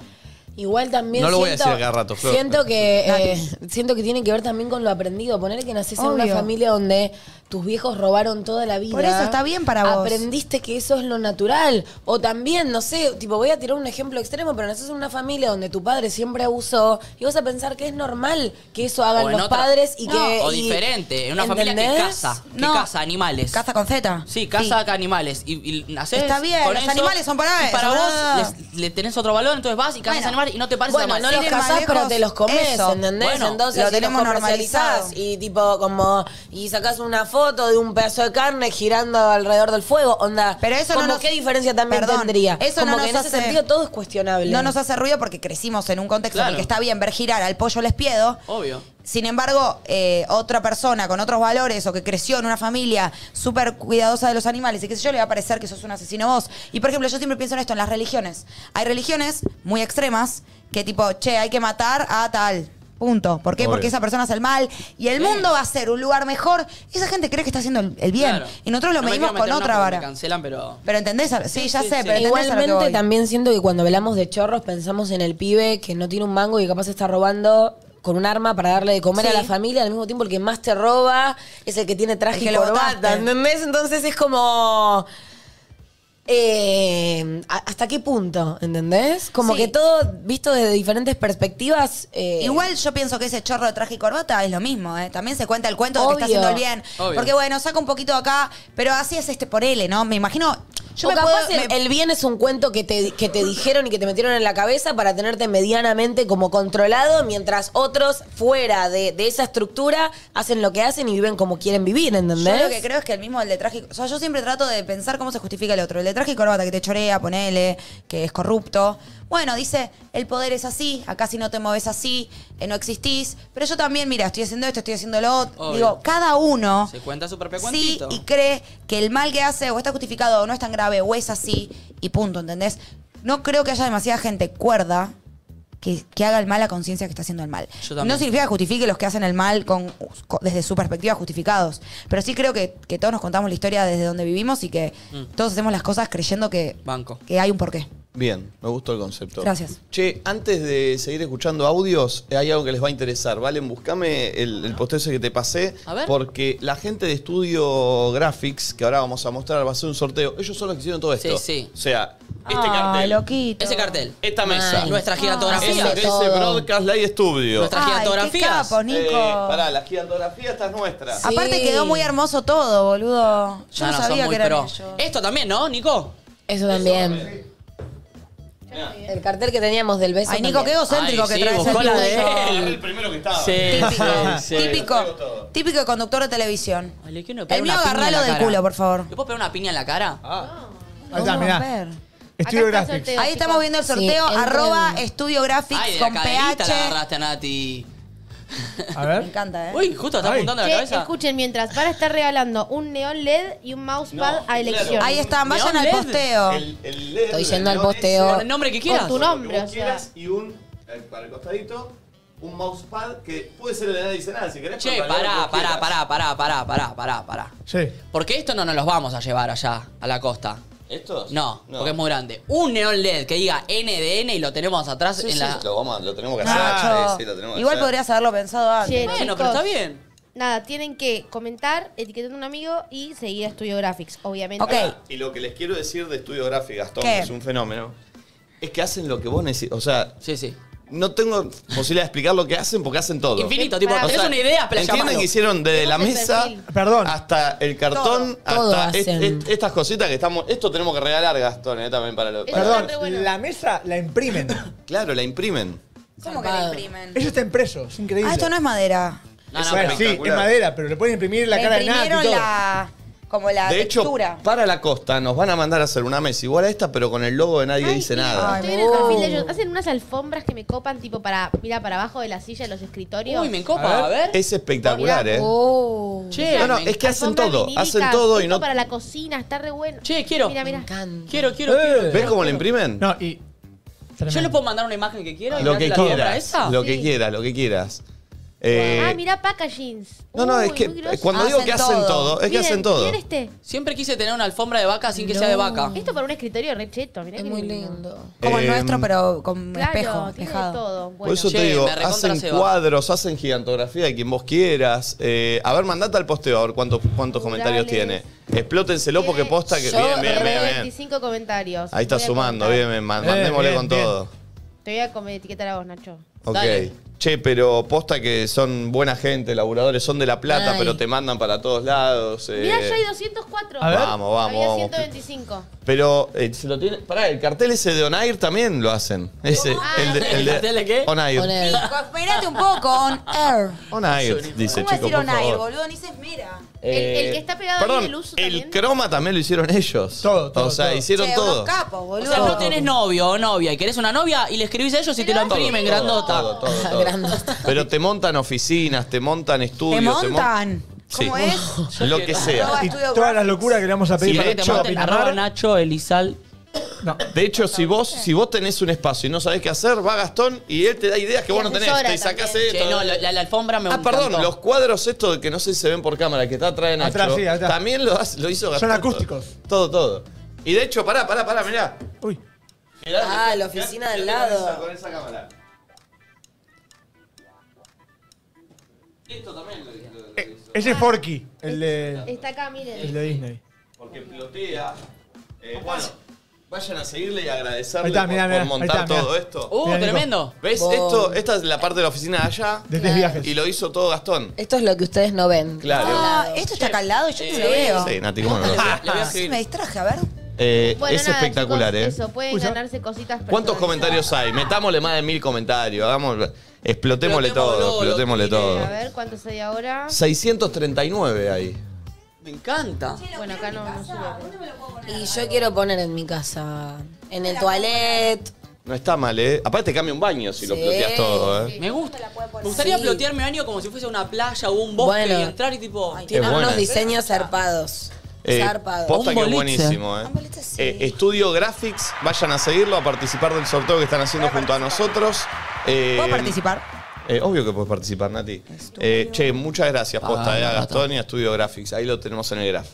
Speaker 2: Igual también
Speaker 1: No lo voy a
Speaker 2: siento,
Speaker 1: decir cada rato, Flor.
Speaker 2: siento que
Speaker 3: (laughs) Dale.
Speaker 2: eh, siento que tiene que ver también con lo aprendido. Poner que nacés en una
Speaker 3: Obvio.
Speaker 2: familia donde tus viejos robaron toda la vida.
Speaker 3: Por eso está bien para vos.
Speaker 2: Aprendiste que eso es lo natural. O también, no sé, tipo voy a tirar un ejemplo extremo, pero nacés en una familia donde tu padre siempre abusó y vas a pensar que es normal que eso hagan
Speaker 4: O en
Speaker 2: los
Speaker 4: otra-
Speaker 2: padres y
Speaker 4: No,
Speaker 2: que
Speaker 4: O
Speaker 2: y-
Speaker 4: diferente, en una familia que
Speaker 2: ¿entendés?
Speaker 4: caza, que
Speaker 3: No.
Speaker 4: caza animales.
Speaker 3: Caza con Z.
Speaker 4: Sí, caza que animales. Y, y nacés
Speaker 3: Está bien,
Speaker 4: con
Speaker 3: los
Speaker 4: eso,
Speaker 3: animales son para
Speaker 4: y para
Speaker 3: eso,
Speaker 4: vos
Speaker 3: boludo.
Speaker 4: les- le tenés otro valor, entonces vas y cazas
Speaker 3: Bueno.
Speaker 4: animales y no te parece
Speaker 2: Bueno,
Speaker 4: mal.
Speaker 2: no los
Speaker 3: Sin ir más
Speaker 2: cazás, pero
Speaker 3: lejos,
Speaker 2: te los comés,
Speaker 3: eso.
Speaker 2: ¿entendés?
Speaker 4: Bueno,
Speaker 2: Entonces
Speaker 3: lo
Speaker 2: y los
Speaker 3: tenemos normalizado.
Speaker 2: comercializás Y tipo como, y sacás una foto de un pedazo de carne girando alrededor del fuego, onda.
Speaker 3: Pero eso no
Speaker 2: como
Speaker 3: nos-
Speaker 2: qué diferencia también
Speaker 3: Perdón,
Speaker 2: tendría.
Speaker 3: eso
Speaker 2: como
Speaker 3: no
Speaker 2: que
Speaker 3: nos
Speaker 2: en ese
Speaker 3: hace-
Speaker 2: sentido todo es cuestionable.
Speaker 3: no nos hace ruido porque crecimos en un contexto en
Speaker 4: Claro.
Speaker 3: el que está bien ver girar al pollo les piedo.
Speaker 4: Obvio.
Speaker 3: Sin embargo, eh, otra persona con otros valores o que creció en una familia súper cuidadosa de los animales y qué sé yo, le va a parecer que sos un asesino vos. Y por ejemplo, yo siempre pienso en esto, en las religiones. Hay religiones muy extremas que tipo, che, hay que matar a tal. Punto. ¿Por qué?
Speaker 1: Obvio.
Speaker 3: Porque esa persona hace el mal y el mundo va a ser un lugar mejor. Esa gente cree que está haciendo el el bien.
Speaker 4: Claro.
Speaker 3: Y nosotros lo
Speaker 4: No me
Speaker 3: medimos
Speaker 4: quiero
Speaker 3: con
Speaker 4: meter en
Speaker 3: otra
Speaker 4: una porque
Speaker 3: vara.
Speaker 4: Me cancelan, pero.
Speaker 3: Pero entendés, a lo- sí,
Speaker 4: Sí,
Speaker 3: ya
Speaker 4: sí,
Speaker 3: sé,
Speaker 4: sí.
Speaker 3: pero entendés a lo que
Speaker 2: Igualmente
Speaker 3: voy.
Speaker 2: también siento que cuando hablamos de chorros pensamos en el pibe que no tiene un mango y capaz está robando con un arma para darle de comer
Speaker 3: Sí.
Speaker 2: a la familia, al mismo tiempo el que más te roba es el que tiene traje
Speaker 3: El que
Speaker 2: y
Speaker 3: lo
Speaker 2: corbata,
Speaker 3: botaste.
Speaker 2: ¿entendés? Entonces es como... eh, ¿a- ¿Hasta qué punto? ¿Entendés? Como
Speaker 3: Sí.
Speaker 2: que todo visto desde diferentes perspectivas. eh,
Speaker 3: Igual yo pienso que ese chorro de traje y corbata es lo mismo, ¿eh? También se cuenta el cuento de que
Speaker 2: Obvio.
Speaker 3: está haciendo el bien.
Speaker 4: Obvio.
Speaker 3: Porque bueno, saca un poquito de acá, pero así es este por L, ¿no? Me imagino. Yo
Speaker 2: o
Speaker 3: me
Speaker 2: capaz
Speaker 3: puedo-
Speaker 2: el,
Speaker 3: me-
Speaker 2: el bien es un cuento que te, que te dijeron y que te metieron en la cabeza para tenerte medianamente como controlado, mientras otros fuera de, de esa estructura hacen lo que hacen y viven como quieren vivir, ¿entendés?
Speaker 3: Yo lo que creo es que el mismo el de traje. y- O sea, yo siempre trato de pensar cómo se justifica el otro. El de traje y corbata que te chorea, ponele, que es corrupto. Bueno, dice, el poder es así, acá si no te mueves así, eh, no existís. Pero yo también, mira, estoy haciendo esto, estoy haciendo lo otro.
Speaker 4: Obvio.
Speaker 3: Digo, cada uno.
Speaker 4: Se cuenta su propio
Speaker 3: sí
Speaker 4: cuentito.
Speaker 3: y cree que el mal que hace o está justificado o no es tan grave o es así y punto, ¿entendés? No creo que haya demasiada gente cuerda que, que haga el mal a conciencia que está haciendo el mal.
Speaker 4: Yo también.
Speaker 3: No significa que justifique los que hacen el mal con, con- desde su perspectiva justificados, pero sí creo que, que todos nos contamos la historia desde donde vivimos y que todos hacemos las cosas creyendo que,
Speaker 4: Mm. Banco.
Speaker 3: que hay un porqué.
Speaker 1: Bien, me gustó el concepto.
Speaker 3: Gracias.
Speaker 1: Che, antes de seguir escuchando audios, eh, hay algo que les va a interesar. Valen, buscame el, el posteo ese que te pasé.
Speaker 4: A ver.
Speaker 1: Porque la gente de Estudio Graphics, que ahora vamos a mostrar, va a hacer un sorteo. Ellos son los que hicieron todo
Speaker 4: Sí,
Speaker 1: esto.
Speaker 4: sí.
Speaker 1: O sea, este
Speaker 3: Ah,
Speaker 1: cartel.
Speaker 3: loquito.
Speaker 4: Ese cartel.
Speaker 1: Esta mesa.
Speaker 4: Ay. Nuestra giratografía.
Speaker 1: Esa-
Speaker 4: Hacen de
Speaker 1: Ese,
Speaker 4: todo.
Speaker 1: Broadcast Live Studio.
Speaker 4: Nuestra
Speaker 3: Ay, qué
Speaker 4: gigantografías.
Speaker 3: capo, Nico.
Speaker 1: Eh, pará, la gigantografía esta es nuestra.
Speaker 2: Sí.
Speaker 3: Aparte quedó muy hermoso todo, boludo. Yo
Speaker 4: No,
Speaker 3: no,
Speaker 4: no, son
Speaker 3: sabía que
Speaker 4: muy
Speaker 3: era
Speaker 4: pro.
Speaker 3: ellos.
Speaker 4: Esto también, ¿no, Nico?
Speaker 2: Eso también. El cartel que teníamos del beso.
Speaker 3: Ay, Nico, qué
Speaker 2: también.
Speaker 3: egocéntrico
Speaker 4: Ay,
Speaker 3: que
Speaker 4: sí,
Speaker 3: traes
Speaker 4: buscó
Speaker 3: el
Speaker 4: la
Speaker 3: tuyo.
Speaker 4: de
Speaker 1: El primero que estaba.
Speaker 3: Típico,
Speaker 4: sí, sí.
Speaker 3: típico, típico de conductor de televisión.
Speaker 4: Ay, le quiero pegar
Speaker 3: El mío
Speaker 4: una piña en
Speaker 3: agarralo
Speaker 4: la
Speaker 3: del
Speaker 4: cara.
Speaker 3: culo, por favor.
Speaker 4: ¿Le puedo pegar una piña en la cara?
Speaker 1: Ah,
Speaker 12: Ahí está,
Speaker 3: No,
Speaker 12: mirá.
Speaker 3: ver.
Speaker 12: Estudio
Speaker 5: Acá está el
Speaker 12: Graphics.
Speaker 5: sorteo.
Speaker 3: Ahí estamos viendo el
Speaker 2: Sí,
Speaker 3: sorteo,
Speaker 2: entren.
Speaker 3: arroba estudio graphics
Speaker 4: Ay, de la
Speaker 3: con
Speaker 4: caderita la
Speaker 3: PH.
Speaker 4: agarraste a Nati.
Speaker 12: A
Speaker 3: Me
Speaker 12: ver.
Speaker 3: encanta, ¿eh?
Speaker 4: Uy, justo está
Speaker 12: Ay.
Speaker 4: apuntando a la
Speaker 5: Che,
Speaker 4: cabeza.
Speaker 5: escuchen, mientras Para estar regalando un neón LED y un mousepad
Speaker 1: No,
Speaker 5: a elección.
Speaker 1: claro.
Speaker 3: Ahí están, vayan
Speaker 4: Neon
Speaker 3: al
Speaker 4: LED.
Speaker 3: posteo.
Speaker 1: El- el LED
Speaker 2: Estoy
Speaker 1: del
Speaker 2: yendo al
Speaker 1: neón
Speaker 2: posteo.
Speaker 1: ese.
Speaker 4: Con el nombre que
Speaker 5: Con
Speaker 4: quieras.
Speaker 5: tu nombre,
Speaker 1: Lo que
Speaker 5: o
Speaker 1: vos
Speaker 5: sea.
Speaker 1: quieras y un eh, para el costadito, un mousepad que puede ser el de nadie dice nada, si querés.
Speaker 4: Che,
Speaker 1: pero para lo
Speaker 4: pará,
Speaker 1: que
Speaker 4: pará,
Speaker 1: quieras.
Speaker 4: pará, pará, pará, pará, pará, pará.
Speaker 12: Sí.
Speaker 4: Porque esto no nos los vamos a llevar allá, a la costa.
Speaker 1: ¿Estos?
Speaker 4: No, porque es muy grande. Un neón LED que diga NDN y lo tenemos atrás
Speaker 1: Sí,
Speaker 4: en
Speaker 1: sí,
Speaker 4: la.
Speaker 1: lo, vamos, a- lo tenemos que hacer.
Speaker 3: Nacho,
Speaker 1: Sí, sí, lo tenemos que
Speaker 3: igual
Speaker 1: hacer.
Speaker 3: podrías haberlo pensado antes.
Speaker 5: Che,
Speaker 4: Bueno,
Speaker 5: chicos,
Speaker 4: pero está bien.
Speaker 5: Nada, tienen que comentar, etiquetar a un amigo y seguir a Studio Graphics, obviamente.
Speaker 3: Ok.
Speaker 1: Pará, Ah, Y lo que les quiero decir de Estudio Gráfico, Gastón,
Speaker 3: ¿Qué?
Speaker 1: que es un fenómeno, es que hacen lo que vos necesitas. O sea,
Speaker 4: Sí, sí.
Speaker 1: no tengo posibilidad de explicar lo que hacen porque hacen todo.
Speaker 4: Infinito, tipo,
Speaker 5: Pará,
Speaker 1: O
Speaker 4: tenés
Speaker 1: sea,
Speaker 4: una idea, pero
Speaker 1: ¿Entienden
Speaker 4: llamalo.
Speaker 1: que hicieron desde la
Speaker 5: Tenemos el
Speaker 1: mesa
Speaker 5: perfil.
Speaker 12: Perdón.
Speaker 1: hasta el cartón,
Speaker 2: Todo, todo
Speaker 1: hasta est-
Speaker 2: hacen.
Speaker 1: est- estas cositas que estamos. Esto tenemos que regalar, Gastón, eh, también para los.
Speaker 5: Eso
Speaker 1: para-
Speaker 5: está
Speaker 12: Perdón,
Speaker 5: re bueno.
Speaker 12: la mesa la imprimen.
Speaker 1: Claro, la imprimen.
Speaker 3: ¿Cómo que le imprimen?
Speaker 12: Ellos está impreso, es increíble.
Speaker 3: Ah, esto no es madera.
Speaker 4: No,
Speaker 12: Bueno,
Speaker 4: no, pero-
Speaker 12: sí, es
Speaker 1: espectacular.
Speaker 12: madera, pero le pueden imprimir la
Speaker 3: Le
Speaker 12: cara de Nati y
Speaker 3: imprimieron
Speaker 12: todo.
Speaker 3: la, como la
Speaker 1: de hecho,
Speaker 3: textura.
Speaker 1: para la costa nos van a mandar a hacer una mesa igual a esta, pero con el logo de nadie
Speaker 5: Ay,
Speaker 1: dice
Speaker 5: mira,
Speaker 1: nada.
Speaker 5: Estoy
Speaker 3: Ay,
Speaker 5: en
Speaker 3: me
Speaker 5: el
Speaker 3: gusta.
Speaker 5: perfil de ellos. Hacen unas alfombras que me copan, tipo para, mira, para abajo de la silla de los escritorios.
Speaker 4: Uy, me encopa, a ver.
Speaker 1: Es espectacular, ¿eh?
Speaker 2: Oh.
Speaker 4: Che,
Speaker 1: No, no,
Speaker 4: me-
Speaker 1: es que hacen
Speaker 5: Alfombras
Speaker 1: todo,
Speaker 5: vinílicas,
Speaker 1: hacen todo y
Speaker 5: esto
Speaker 1: no.
Speaker 5: para la cocina, está re bueno.
Speaker 4: Che, quiero.
Speaker 5: Mira,
Speaker 2: Me
Speaker 5: mira.
Speaker 2: encanta.
Speaker 4: Quiero, quiero, quiero.
Speaker 12: Eh.
Speaker 1: ¿Ves cómo la imprimen?
Speaker 12: No, y.
Speaker 4: Yo le
Speaker 12: Tremendo.
Speaker 4: puedo mandar una imagen que quiero y
Speaker 1: Lo
Speaker 4: Nati
Speaker 1: que
Speaker 4: la compra
Speaker 1: quieras.
Speaker 4: esa.
Speaker 1: Lo que
Speaker 5: Sí.
Speaker 1: quieras, lo que quieras. Eh,
Speaker 5: ah, mira packagings.
Speaker 1: no, no,
Speaker 5: Uy,
Speaker 1: es que
Speaker 5: muy grosso.
Speaker 1: cuando digo que
Speaker 3: Hacen
Speaker 1: hacen
Speaker 3: todo.
Speaker 1: todo, es que
Speaker 5: Miren,
Speaker 1: hacen todo.
Speaker 5: miren este.
Speaker 4: Siempre quise tener una alfombra de vaca sin que sea de vaca.
Speaker 5: Esto para un escritorio recheto, mirá
Speaker 2: Es
Speaker 5: qué
Speaker 2: muy lindo.
Speaker 3: Como el
Speaker 1: Eh,
Speaker 3: nuestro, pero con
Speaker 5: Claro,
Speaker 3: espejo,
Speaker 5: tiene de
Speaker 3: tejado.
Speaker 5: todo. Bueno.
Speaker 1: Por eso
Speaker 4: Che,
Speaker 1: te digo,
Speaker 4: me recontra
Speaker 1: hacen
Speaker 4: se va.
Speaker 1: cuadros, hacen gigantografía de quien vos quieras. Eh, a ver, mandate al posteo a ver cuántos, cuántos comentarios tiene.
Speaker 5: Murales.
Speaker 1: Explótenselo porque posta que.
Speaker 2: Yo
Speaker 1: Bien, bien,
Speaker 5: Tengo
Speaker 1: bien, bien.
Speaker 5: 25 comentarios.
Speaker 1: Ahí está
Speaker 5: Voy a
Speaker 1: sumando,
Speaker 5: contar.
Speaker 1: bien, bien. man-
Speaker 12: Eh,
Speaker 1: Mandémosle
Speaker 12: bien,
Speaker 1: con
Speaker 12: bien.
Speaker 1: todo.
Speaker 5: Te voy a com- etiquetar a vos, Nacho.
Speaker 1: Ok.
Speaker 4: Dale.
Speaker 1: Che, pero posta que son buena gente, laburadores, son de La Plata,
Speaker 2: Ay.
Speaker 1: pero te mandan para todos lados. eh.
Speaker 5: Mirá, ya hay 204.
Speaker 12: A ver.
Speaker 1: Vamos, vamos,
Speaker 5: Había
Speaker 1: vamos.
Speaker 5: 125.
Speaker 1: Pero eh, se lo tiene. Pará, el cartel ese de Onair también lo hacen. Ese, el de, el de-
Speaker 4: ¿El cartel de qué?
Speaker 1: Onair.
Speaker 2: Poner-
Speaker 3: Espérate un poco, on air.
Speaker 1: Onair, dice
Speaker 3: ¿Cómo
Speaker 1: chico,
Speaker 3: decir
Speaker 1: por
Speaker 3: on air,
Speaker 1: favor.
Speaker 3: boludo? Ni se esmera.
Speaker 5: El- el que está pegado ahí,
Speaker 1: Eh, perdón,
Speaker 5: el uso
Speaker 1: El
Speaker 5: también.
Speaker 1: croma también lo hicieron ellos.
Speaker 12: Todo, todo,
Speaker 1: O sea,
Speaker 12: todo.
Speaker 1: hicieron
Speaker 3: Che,
Speaker 1: todo.
Speaker 3: unos capos,
Speaker 4: O
Speaker 3: boludo.
Speaker 4: sea, no tenés novio o novia y querés una novia y le escribís a ellos y te lo
Speaker 1: Todo,
Speaker 4: imprimen,
Speaker 1: todo,
Speaker 4: grandota.
Speaker 1: todo, todo, todo.
Speaker 2: Grandota.
Speaker 1: Pero te montan oficinas, te montan estudios.
Speaker 3: Te montan.
Speaker 1: Sí.
Speaker 3: ¿Cómo es?
Speaker 1: Lo que sea.
Speaker 12: Y
Speaker 3: Estudio
Speaker 12: todas las
Speaker 3: Graphics.
Speaker 12: locuras que le vamos a pedir
Speaker 4: Si
Speaker 12: para
Speaker 1: de
Speaker 4: querés te
Speaker 1: hecho,
Speaker 4: maten,
Speaker 12: Pinamar.
Speaker 4: arroba Nacho Elizal.
Speaker 12: No.
Speaker 1: De hecho, si vos, si vos tenés un espacio y no sabés qué hacer, va Gastón y él te da ideas que
Speaker 5: Y
Speaker 1: vos no tenés.
Speaker 5: asesora
Speaker 1: Te sacás
Speaker 5: también.
Speaker 1: esto.
Speaker 4: Che, no, la, la- la alfombra me
Speaker 1: Ah,
Speaker 4: encantó.
Speaker 1: perdón, los cuadros estos que no sé si se ven por cámara, que está atrás de Nacho,
Speaker 12: Atrás, sí, atrás.
Speaker 1: también lo, hace- lo hizo Gastón.
Speaker 12: acústicos.
Speaker 1: Todo, todo. Y de hecho, pará, pará, pará, mirá.
Speaker 12: Uy.
Speaker 1: Mirá,
Speaker 2: Ah, la oficina
Speaker 1: mirá,
Speaker 2: del
Speaker 1: mirá
Speaker 2: lado.
Speaker 1: con esa- con esa cámara.
Speaker 12: Eh, Ese es Forky, el de,
Speaker 5: Está acá,
Speaker 12: el
Speaker 5: miren.
Speaker 12: de Disney.
Speaker 1: Porque plotea. Eh, bueno, vayan a seguirle y agradecerle
Speaker 12: Ahí está,
Speaker 1: por,
Speaker 12: mirá,
Speaker 1: por
Speaker 12: mirá, ahí
Speaker 1: montar
Speaker 12: está, mirá.
Speaker 1: todo esto.
Speaker 4: Uh,
Speaker 12: Mirá, Nico.
Speaker 4: tremendo.
Speaker 1: ¿Ves?
Speaker 2: Vos.
Speaker 1: Esto, esta es la parte de la oficina de allá.
Speaker 12: De tres viajes.
Speaker 1: Y lo hizo todo Gastón.
Speaker 2: Esto es lo que ustedes no ven.
Speaker 1: Claro.
Speaker 3: Ah, esto está acá al lado y yo no lo veo.
Speaker 1: Sí, Nati, ¿cómo no
Speaker 4: (laughs)
Speaker 1: lo
Speaker 4: Le voy a
Speaker 3: Sí,
Speaker 4: escribir.
Speaker 3: me distraje, a ver.
Speaker 1: Eh,
Speaker 5: Bueno,
Speaker 1: es
Speaker 5: nada,
Speaker 1: espectacular,
Speaker 5: chicos,
Speaker 1: ¿eh?
Speaker 5: Eso, pueden
Speaker 12: Uy, ya-
Speaker 5: ganarse cositas
Speaker 1: ¿Cuántos
Speaker 5: personalizadas.
Speaker 1: comentarios hay? Metámosle más de mil comentarios. Hagamos, explotémosle
Speaker 4: Explotémoslo,
Speaker 1: todo,
Speaker 4: lo
Speaker 1: explotémosle
Speaker 4: tiré,
Speaker 1: todo.
Speaker 5: A ver, ¿cuántos hay ahora?
Speaker 1: 639 ahí.
Speaker 4: Me encanta.
Speaker 5: Bueno, acá no, no sube.
Speaker 2: Y yo quiero poner en mi casa, en el toilet.
Speaker 1: No está mal, ¿eh? Aparte te cambia un baño si lo
Speaker 2: Sí.
Speaker 1: ploteas todo, ¿eh?
Speaker 4: Me gusta. Me gustaría
Speaker 2: Sí.
Speaker 4: plotear mi baño como si fuese una playa o un bosque
Speaker 2: Bueno.
Speaker 4: y entrar y tipo.
Speaker 2: Tiene
Speaker 1: buena.
Speaker 2: unos diseños zarpados.
Speaker 1: Eh,
Speaker 2: zarpados.
Speaker 1: posta
Speaker 4: Un
Speaker 1: que es
Speaker 4: boliche.
Speaker 1: buenísimo, ¿eh?
Speaker 3: Un boliche, sí.
Speaker 1: Eh, Estudio Graphics, vayan a seguirlo, a participar del sorteo que están haciendo junto a nosotros. Eh,
Speaker 3: ¿Puedo participar?
Speaker 1: eh, obvio que puedes participar, Nati. Eh, che, muchas gracias, posta, eh, a Gastón y a Estudio Graphics. Ahí lo tenemos en el graph.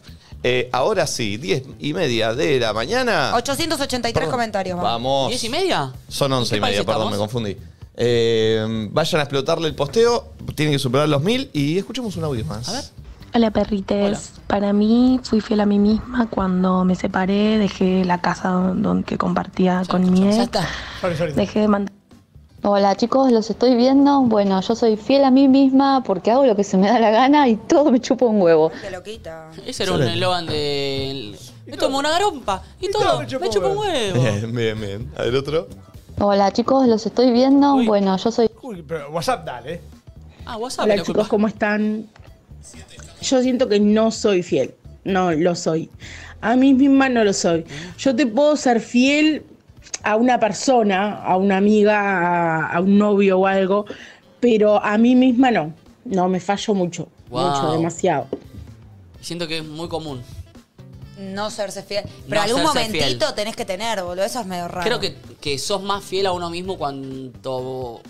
Speaker 1: Eh, ahora sí, 10 y media de la
Speaker 4: ah.
Speaker 1: mañana.
Speaker 3: 883 comentarios.
Speaker 1: Vamos.
Speaker 3: ¿Diez
Speaker 1: ¿Diez
Speaker 3: y
Speaker 1: y
Speaker 4: media?
Speaker 1: Son 11 y
Speaker 3: país
Speaker 1: media, perdón,
Speaker 3: estamos?
Speaker 1: me confundí. Eh, vayan a explotarle el posteo, tienen que superar los mil y escuchemos un audio más.
Speaker 9: Hola perrites, para mí fui fiel a mí misma cuando me separé, dejé la casa donde, que compartía con mi ex, dejé de mantener...
Speaker 13: Hola chicos, los estoy viendo. Bueno, yo soy fiel a mí misma porque hago lo que se me da la gana y todo me chupa un huevo.
Speaker 4: Ese era un
Speaker 1: Excelente.
Speaker 4: eslogan de. Me tomo una garompa y, todo. Me chupo un (laughs)
Speaker 1: (laughs)
Speaker 4: huevo.
Speaker 1: Bien, bien, bien. A ver otro.
Speaker 13: Hola chicos, los estoy viendo. Bueno, yo soy...
Speaker 12: Uy, pero WhatsApp dale.
Speaker 4: Ah, WhatsApp.
Speaker 14: Hola chicos, ¿cómo están? Yo siento que no soy fiel. No lo soy. A mí misma no lo soy. Yo te puedo ser fiel a una persona, a una amiga, a, a un novio o algo, pero a mí misma no. No, me fallo mucho.
Speaker 4: Wow.
Speaker 14: Mucho, demasiado.
Speaker 4: Siento que es muy común.
Speaker 3: No serse fiel. Pero
Speaker 4: No
Speaker 3: algún
Speaker 4: serse fiel.
Speaker 3: momentito tenés que tener, boludo. Eso es medio raro.
Speaker 4: Creo que, que sos más fiel a uno mismo cuanto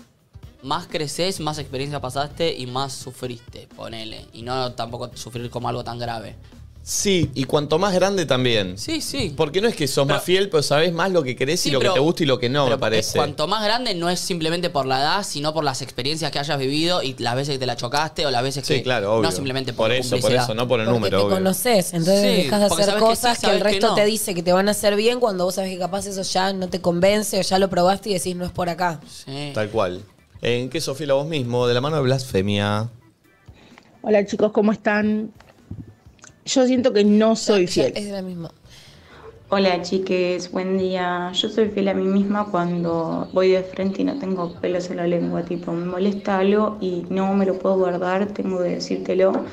Speaker 4: más creces, más experiencia pasaste y más sufriste, ponele. Y no tampoco sufrir como algo tan grave.
Speaker 1: Sí, y cuanto más grande también.
Speaker 4: Sí, sí.
Speaker 1: Porque no es que sos más fiel, pero sabés más lo que querés
Speaker 4: Sí,
Speaker 1: y lo
Speaker 4: pero-
Speaker 1: que te gusta y lo que no, me parece.
Speaker 4: Cuanto más grande no es simplemente por la edad, sino por las experiencias que hayas vivido y las veces que te la chocaste o las veces
Speaker 1: Sí,
Speaker 4: que...
Speaker 1: claro, obvio.
Speaker 4: No simplemente por
Speaker 1: Por eso, por
Speaker 4: publicidad.
Speaker 1: eso, no por el número,
Speaker 2: te
Speaker 1: obvio.
Speaker 2: conoces, entonces
Speaker 4: Sí,
Speaker 2: dejas de
Speaker 4: porque
Speaker 2: hacer
Speaker 4: sabes que sí,
Speaker 2: cosas que, el
Speaker 4: sabes que
Speaker 2: resto
Speaker 4: no.
Speaker 2: te dice que te van a hacer bien cuando vos sabés que capaz eso ya no te convence o ya lo probaste y decís no es por acá.
Speaker 1: Tal cual. ¿En qué sos fiel a vos mismo? De la mano de blasfemia.
Speaker 14: Hola chicos, ¿cómo están? Yo siento que no soy fiel.
Speaker 2: Es la misma.
Speaker 9: Hola chiques, buen día. Yo soy fiel a mí misma cuando voy de frente y no tengo pelos en la lengua, tipo me molesta algo y no me lo puedo guardar, tengo que decírtelo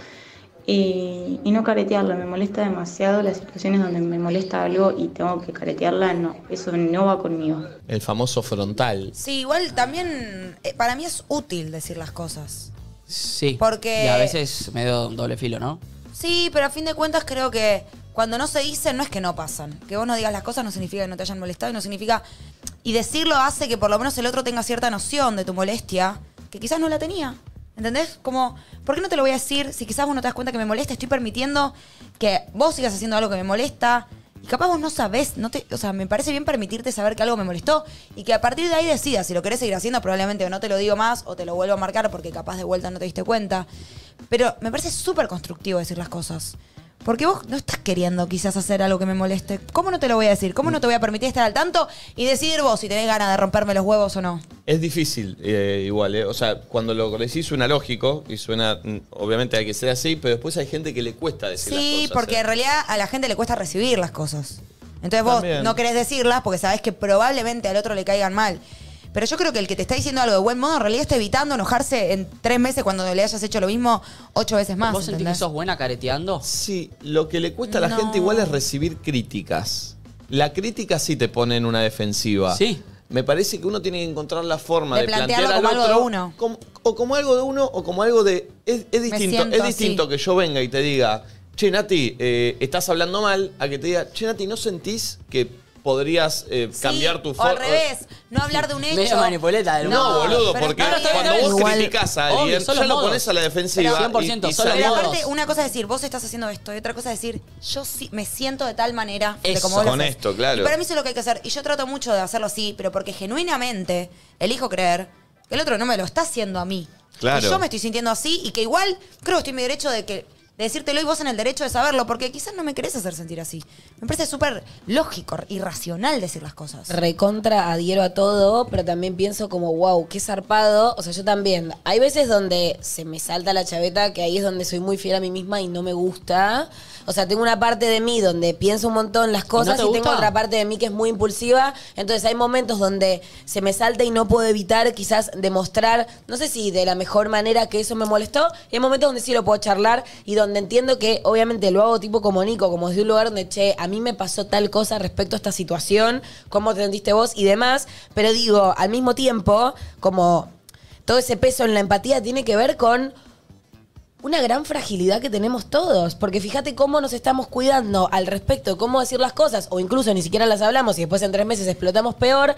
Speaker 9: y, y no caretearlo, me molesta demasiado las situaciones donde me molesta algo y tengo que caretearla, no, eso no va conmigo.
Speaker 1: El famoso frontal.
Speaker 3: Sí, igual también eh, para mí es útil decir las cosas.
Speaker 4: Sí.
Speaker 3: Porque-
Speaker 4: Y a veces me da un doble filo, ¿no?
Speaker 3: Sí, pero a fin de cuentas creo que cuando no se dicen no es que no pasan. Que vos no digas las cosas no significa que no te hayan molestado y no significa... Y decirlo hace que por lo menos el otro tenga cierta noción de tu molestia que quizás no la tenía. ¿Entendés? Como, ¿por qué no te lo voy a decir si quizás vos no te das cuenta que me molesta? Estoy permitiendo que vos sigas haciendo algo que me molesta. Y capaz vos no sabés, no te, o sea, me parece bien permitirte saber que algo me molestó y que a partir de ahí decidas si lo querés seguir haciendo, probablemente o no te lo digo más o te lo vuelvo a marcar porque capaz de vuelta no te diste cuenta. Pero me parece súper constructivo decir las cosas. Porque vos no estás queriendo quizás hacer algo que me moleste. ¿Cómo no te lo voy a decir? ¿Cómo no te voy a permitir estar al tanto y decidir vos si tenés ganas de romperme los huevos o no?
Speaker 1: Es difícil, eh, igual, ¿eh? O sea, cuando lo decís suena lógico y suena, mm, obviamente hay que ser así, pero después hay gente que le cuesta decir las
Speaker 3: Sí,
Speaker 1: cosas,
Speaker 3: porque
Speaker 1: ¿eh?
Speaker 3: en realidad a la gente le cuesta recibir las cosas. Entonces vos
Speaker 1: También.
Speaker 3: no querés decirlas porque sabés que probablemente al otro le caigan mal. Pero yo creo que el que te está diciendo algo de buen modo en realidad está evitando enojarse en tres meses cuando le hayas hecho lo mismo ocho veces más.
Speaker 4: ¿Vos sentís que
Speaker 3: ¿entendés?
Speaker 4: sos buena careteando?
Speaker 1: Sí, lo que le cuesta a la gente igual es recibir críticas. La crítica sí te pone en una defensiva.
Speaker 4: Sí.
Speaker 1: Me parece que uno tiene que encontrar la forma de,
Speaker 3: De plantearlo
Speaker 1: plantear al
Speaker 3: como algo de
Speaker 1: otro,
Speaker 3: uno.
Speaker 1: como- o como algo de uno o como algo de... Es, es distinto,
Speaker 3: siento
Speaker 1: es
Speaker 3: así.
Speaker 1: distinto que yo venga y te diga, che Nati, eh, estás hablando mal, a que te diga, che Nati, ¿no sentís que podrías eh, cambiar tu
Speaker 3: O al
Speaker 1: forma?
Speaker 3: revés, no hablar de un
Speaker 4: (laughs) Medio
Speaker 3: hecho.
Speaker 4: manipuleta del
Speaker 1: No,
Speaker 4: mundo.
Speaker 1: boludo,
Speaker 4: Pero
Speaker 1: porque
Speaker 4: está bien.
Speaker 1: cuando vos
Speaker 4: Igual-
Speaker 1: criticás a
Speaker 4: Obvio,
Speaker 1: alguien,
Speaker 4: son
Speaker 1: ya
Speaker 4: los
Speaker 1: lo
Speaker 4: modos.
Speaker 1: pones a la defensiva.
Speaker 4: Pero
Speaker 1: y- y
Speaker 4: 100% son los
Speaker 1: salís-
Speaker 3: Pero aparte, una cosa es decir, vos estás haciendo esto, y otra cosa es decir, yo sí me siento de tal manera de
Speaker 1: Eso.
Speaker 3: como vos lo
Speaker 1: Con
Speaker 3: haces.
Speaker 1: esto, claro.
Speaker 3: Y para mí eso es lo que hay que hacer. Y yo trato mucho de hacerlo así, pero porque genuinamente elijo creer que el otro no me lo está haciendo a mí.
Speaker 1: Claro.
Speaker 3: Que yo me estoy sintiendo así y que igual creo que estoy en mi derecho de que de decírtelo y vos en el derecho de saberlo, porque quizás no me querés hacer sentir así. Me parece súper lógico y racional decir las cosas.
Speaker 2: recontra adhiero a todo, pero también pienso como, wow, qué zarpado. O sea, yo también. Hay veces donde se me salta la chaveta, que ahí es donde soy muy fiel a mí misma y no me gusta. O sea, tengo una parte de mí donde pienso un montón las cosas
Speaker 4: te
Speaker 2: y tengo
Speaker 4: gusta?
Speaker 2: otra parte de mí que es muy impulsiva. Entonces hay momentos donde se me salta y no puedo evitar quizás demostrar, no sé si de la mejor manera que eso me molestó. Y hay momentos donde sí lo puedo charlar y donde entiendo que obviamente lo hago tipo como Nico, como desde un lugar donde, che, a mí me pasó tal cosa respecto a esta situación, cómo te sentiste vos y demás. Pero digo, al mismo tiempo, como todo ese peso en la empatía tiene que ver con una gran fragilidad que tenemos todos, porque fíjate cómo nos estamos cuidando al respecto, cómo decir las cosas, o incluso ni siquiera las hablamos y después en tres meses explotamos peor,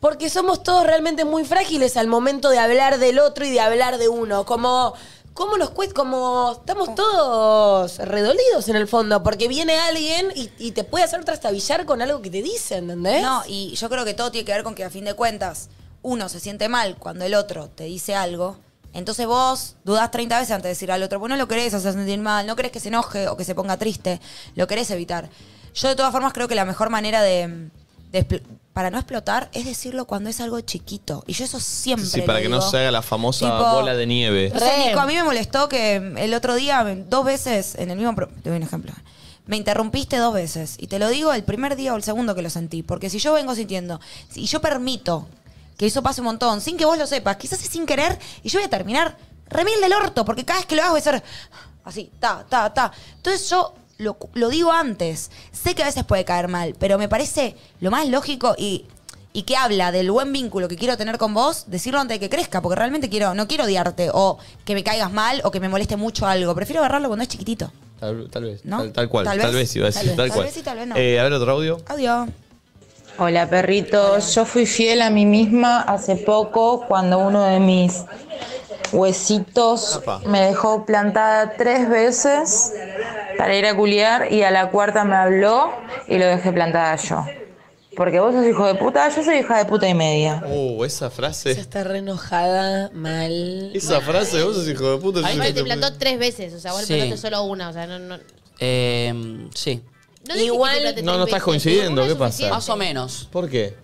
Speaker 2: porque somos todos realmente muy frágiles al momento de hablar del otro y de hablar de uno, como ¿Cómo nos cuesta? Como estamos todos redolidos en el fondo, porque viene alguien y, y te puede hacer trastabillar con algo que te dice, ¿entendés?
Speaker 3: No, y yo creo que todo tiene que ver con que a fin de cuentas uno se siente mal cuando el otro te dice algo. Entonces vos dudás 30 veces antes de decir al otro, pues no lo querés hacer sentir mal, no querés que se enoje o que se ponga triste, lo querés evitar. Yo de todas formas creo que la mejor manera de, de expl- para no explotar es decirlo cuando es algo chiquito. Y yo eso siempre...
Speaker 1: Sí, para
Speaker 3: lo
Speaker 1: que no
Speaker 3: digo.
Speaker 1: se haga la famosa
Speaker 3: Tipo,
Speaker 1: bola de nieve.
Speaker 3: No sé, Nico, a mí me molestó que el otro día, dos veces, en el mismo... pro- Te doy un ejemplo. Me interrumpiste dos veces. Y te lo digo el primer día o el segundo que lo sentí. Porque si yo vengo sintiendo, y yo permito que eso pase un montón, sin que vos lo sepas, quizás es sin querer, y yo voy a terminar remil del orto, porque cada vez que lo hago es ser así, ta, ta, ta. Entonces yo lo, cu- lo digo antes. Sé que a veces puede caer mal, pero me parece lo más lógico y y que habla del buen vínculo que quiero tener con vos, decirlo antes de que crezca, porque realmente quiero, no quiero odiarte o que me caigas mal o que me moleste mucho algo. Prefiero agarrarlo cuando es chiquitito.
Speaker 1: Tal, tal vez,
Speaker 3: ¿No?
Speaker 1: tal, tal cual,
Speaker 3: Tal
Speaker 1: tal,
Speaker 3: vez,
Speaker 1: vez iba a decir,
Speaker 3: tal vez.
Speaker 1: tal,
Speaker 3: Tal
Speaker 1: cual.
Speaker 3: vez sí, tal vez no.
Speaker 1: Eh, a ver, otro audio.
Speaker 3: Adiós.
Speaker 9: Hola perritos, yo fui fiel a mí misma hace poco cuando uno de mis huesitos me dejó plantada tres veces para ir a culiar y a la cuarta me habló y lo dejé plantada yo. Porque vos sos hijo de puta, yo soy hija de puta y media.
Speaker 1: Uh, esa frase.
Speaker 2: Está re enojada, mal.
Speaker 1: (laughs) Esa frase, vos sos hijo de puta.
Speaker 5: Ahí
Speaker 1: sos hijo
Speaker 5: te
Speaker 1: de puta.
Speaker 5: plantó tres veces, o sea, vos le
Speaker 4: Sí.
Speaker 5: plantaste solo una, o sea, no... no
Speaker 4: Eh, sí.
Speaker 5: Igual...
Speaker 1: No, no estás coincidiendo, ¿qué pasa?
Speaker 4: Más o menos.
Speaker 1: ¿Por qué?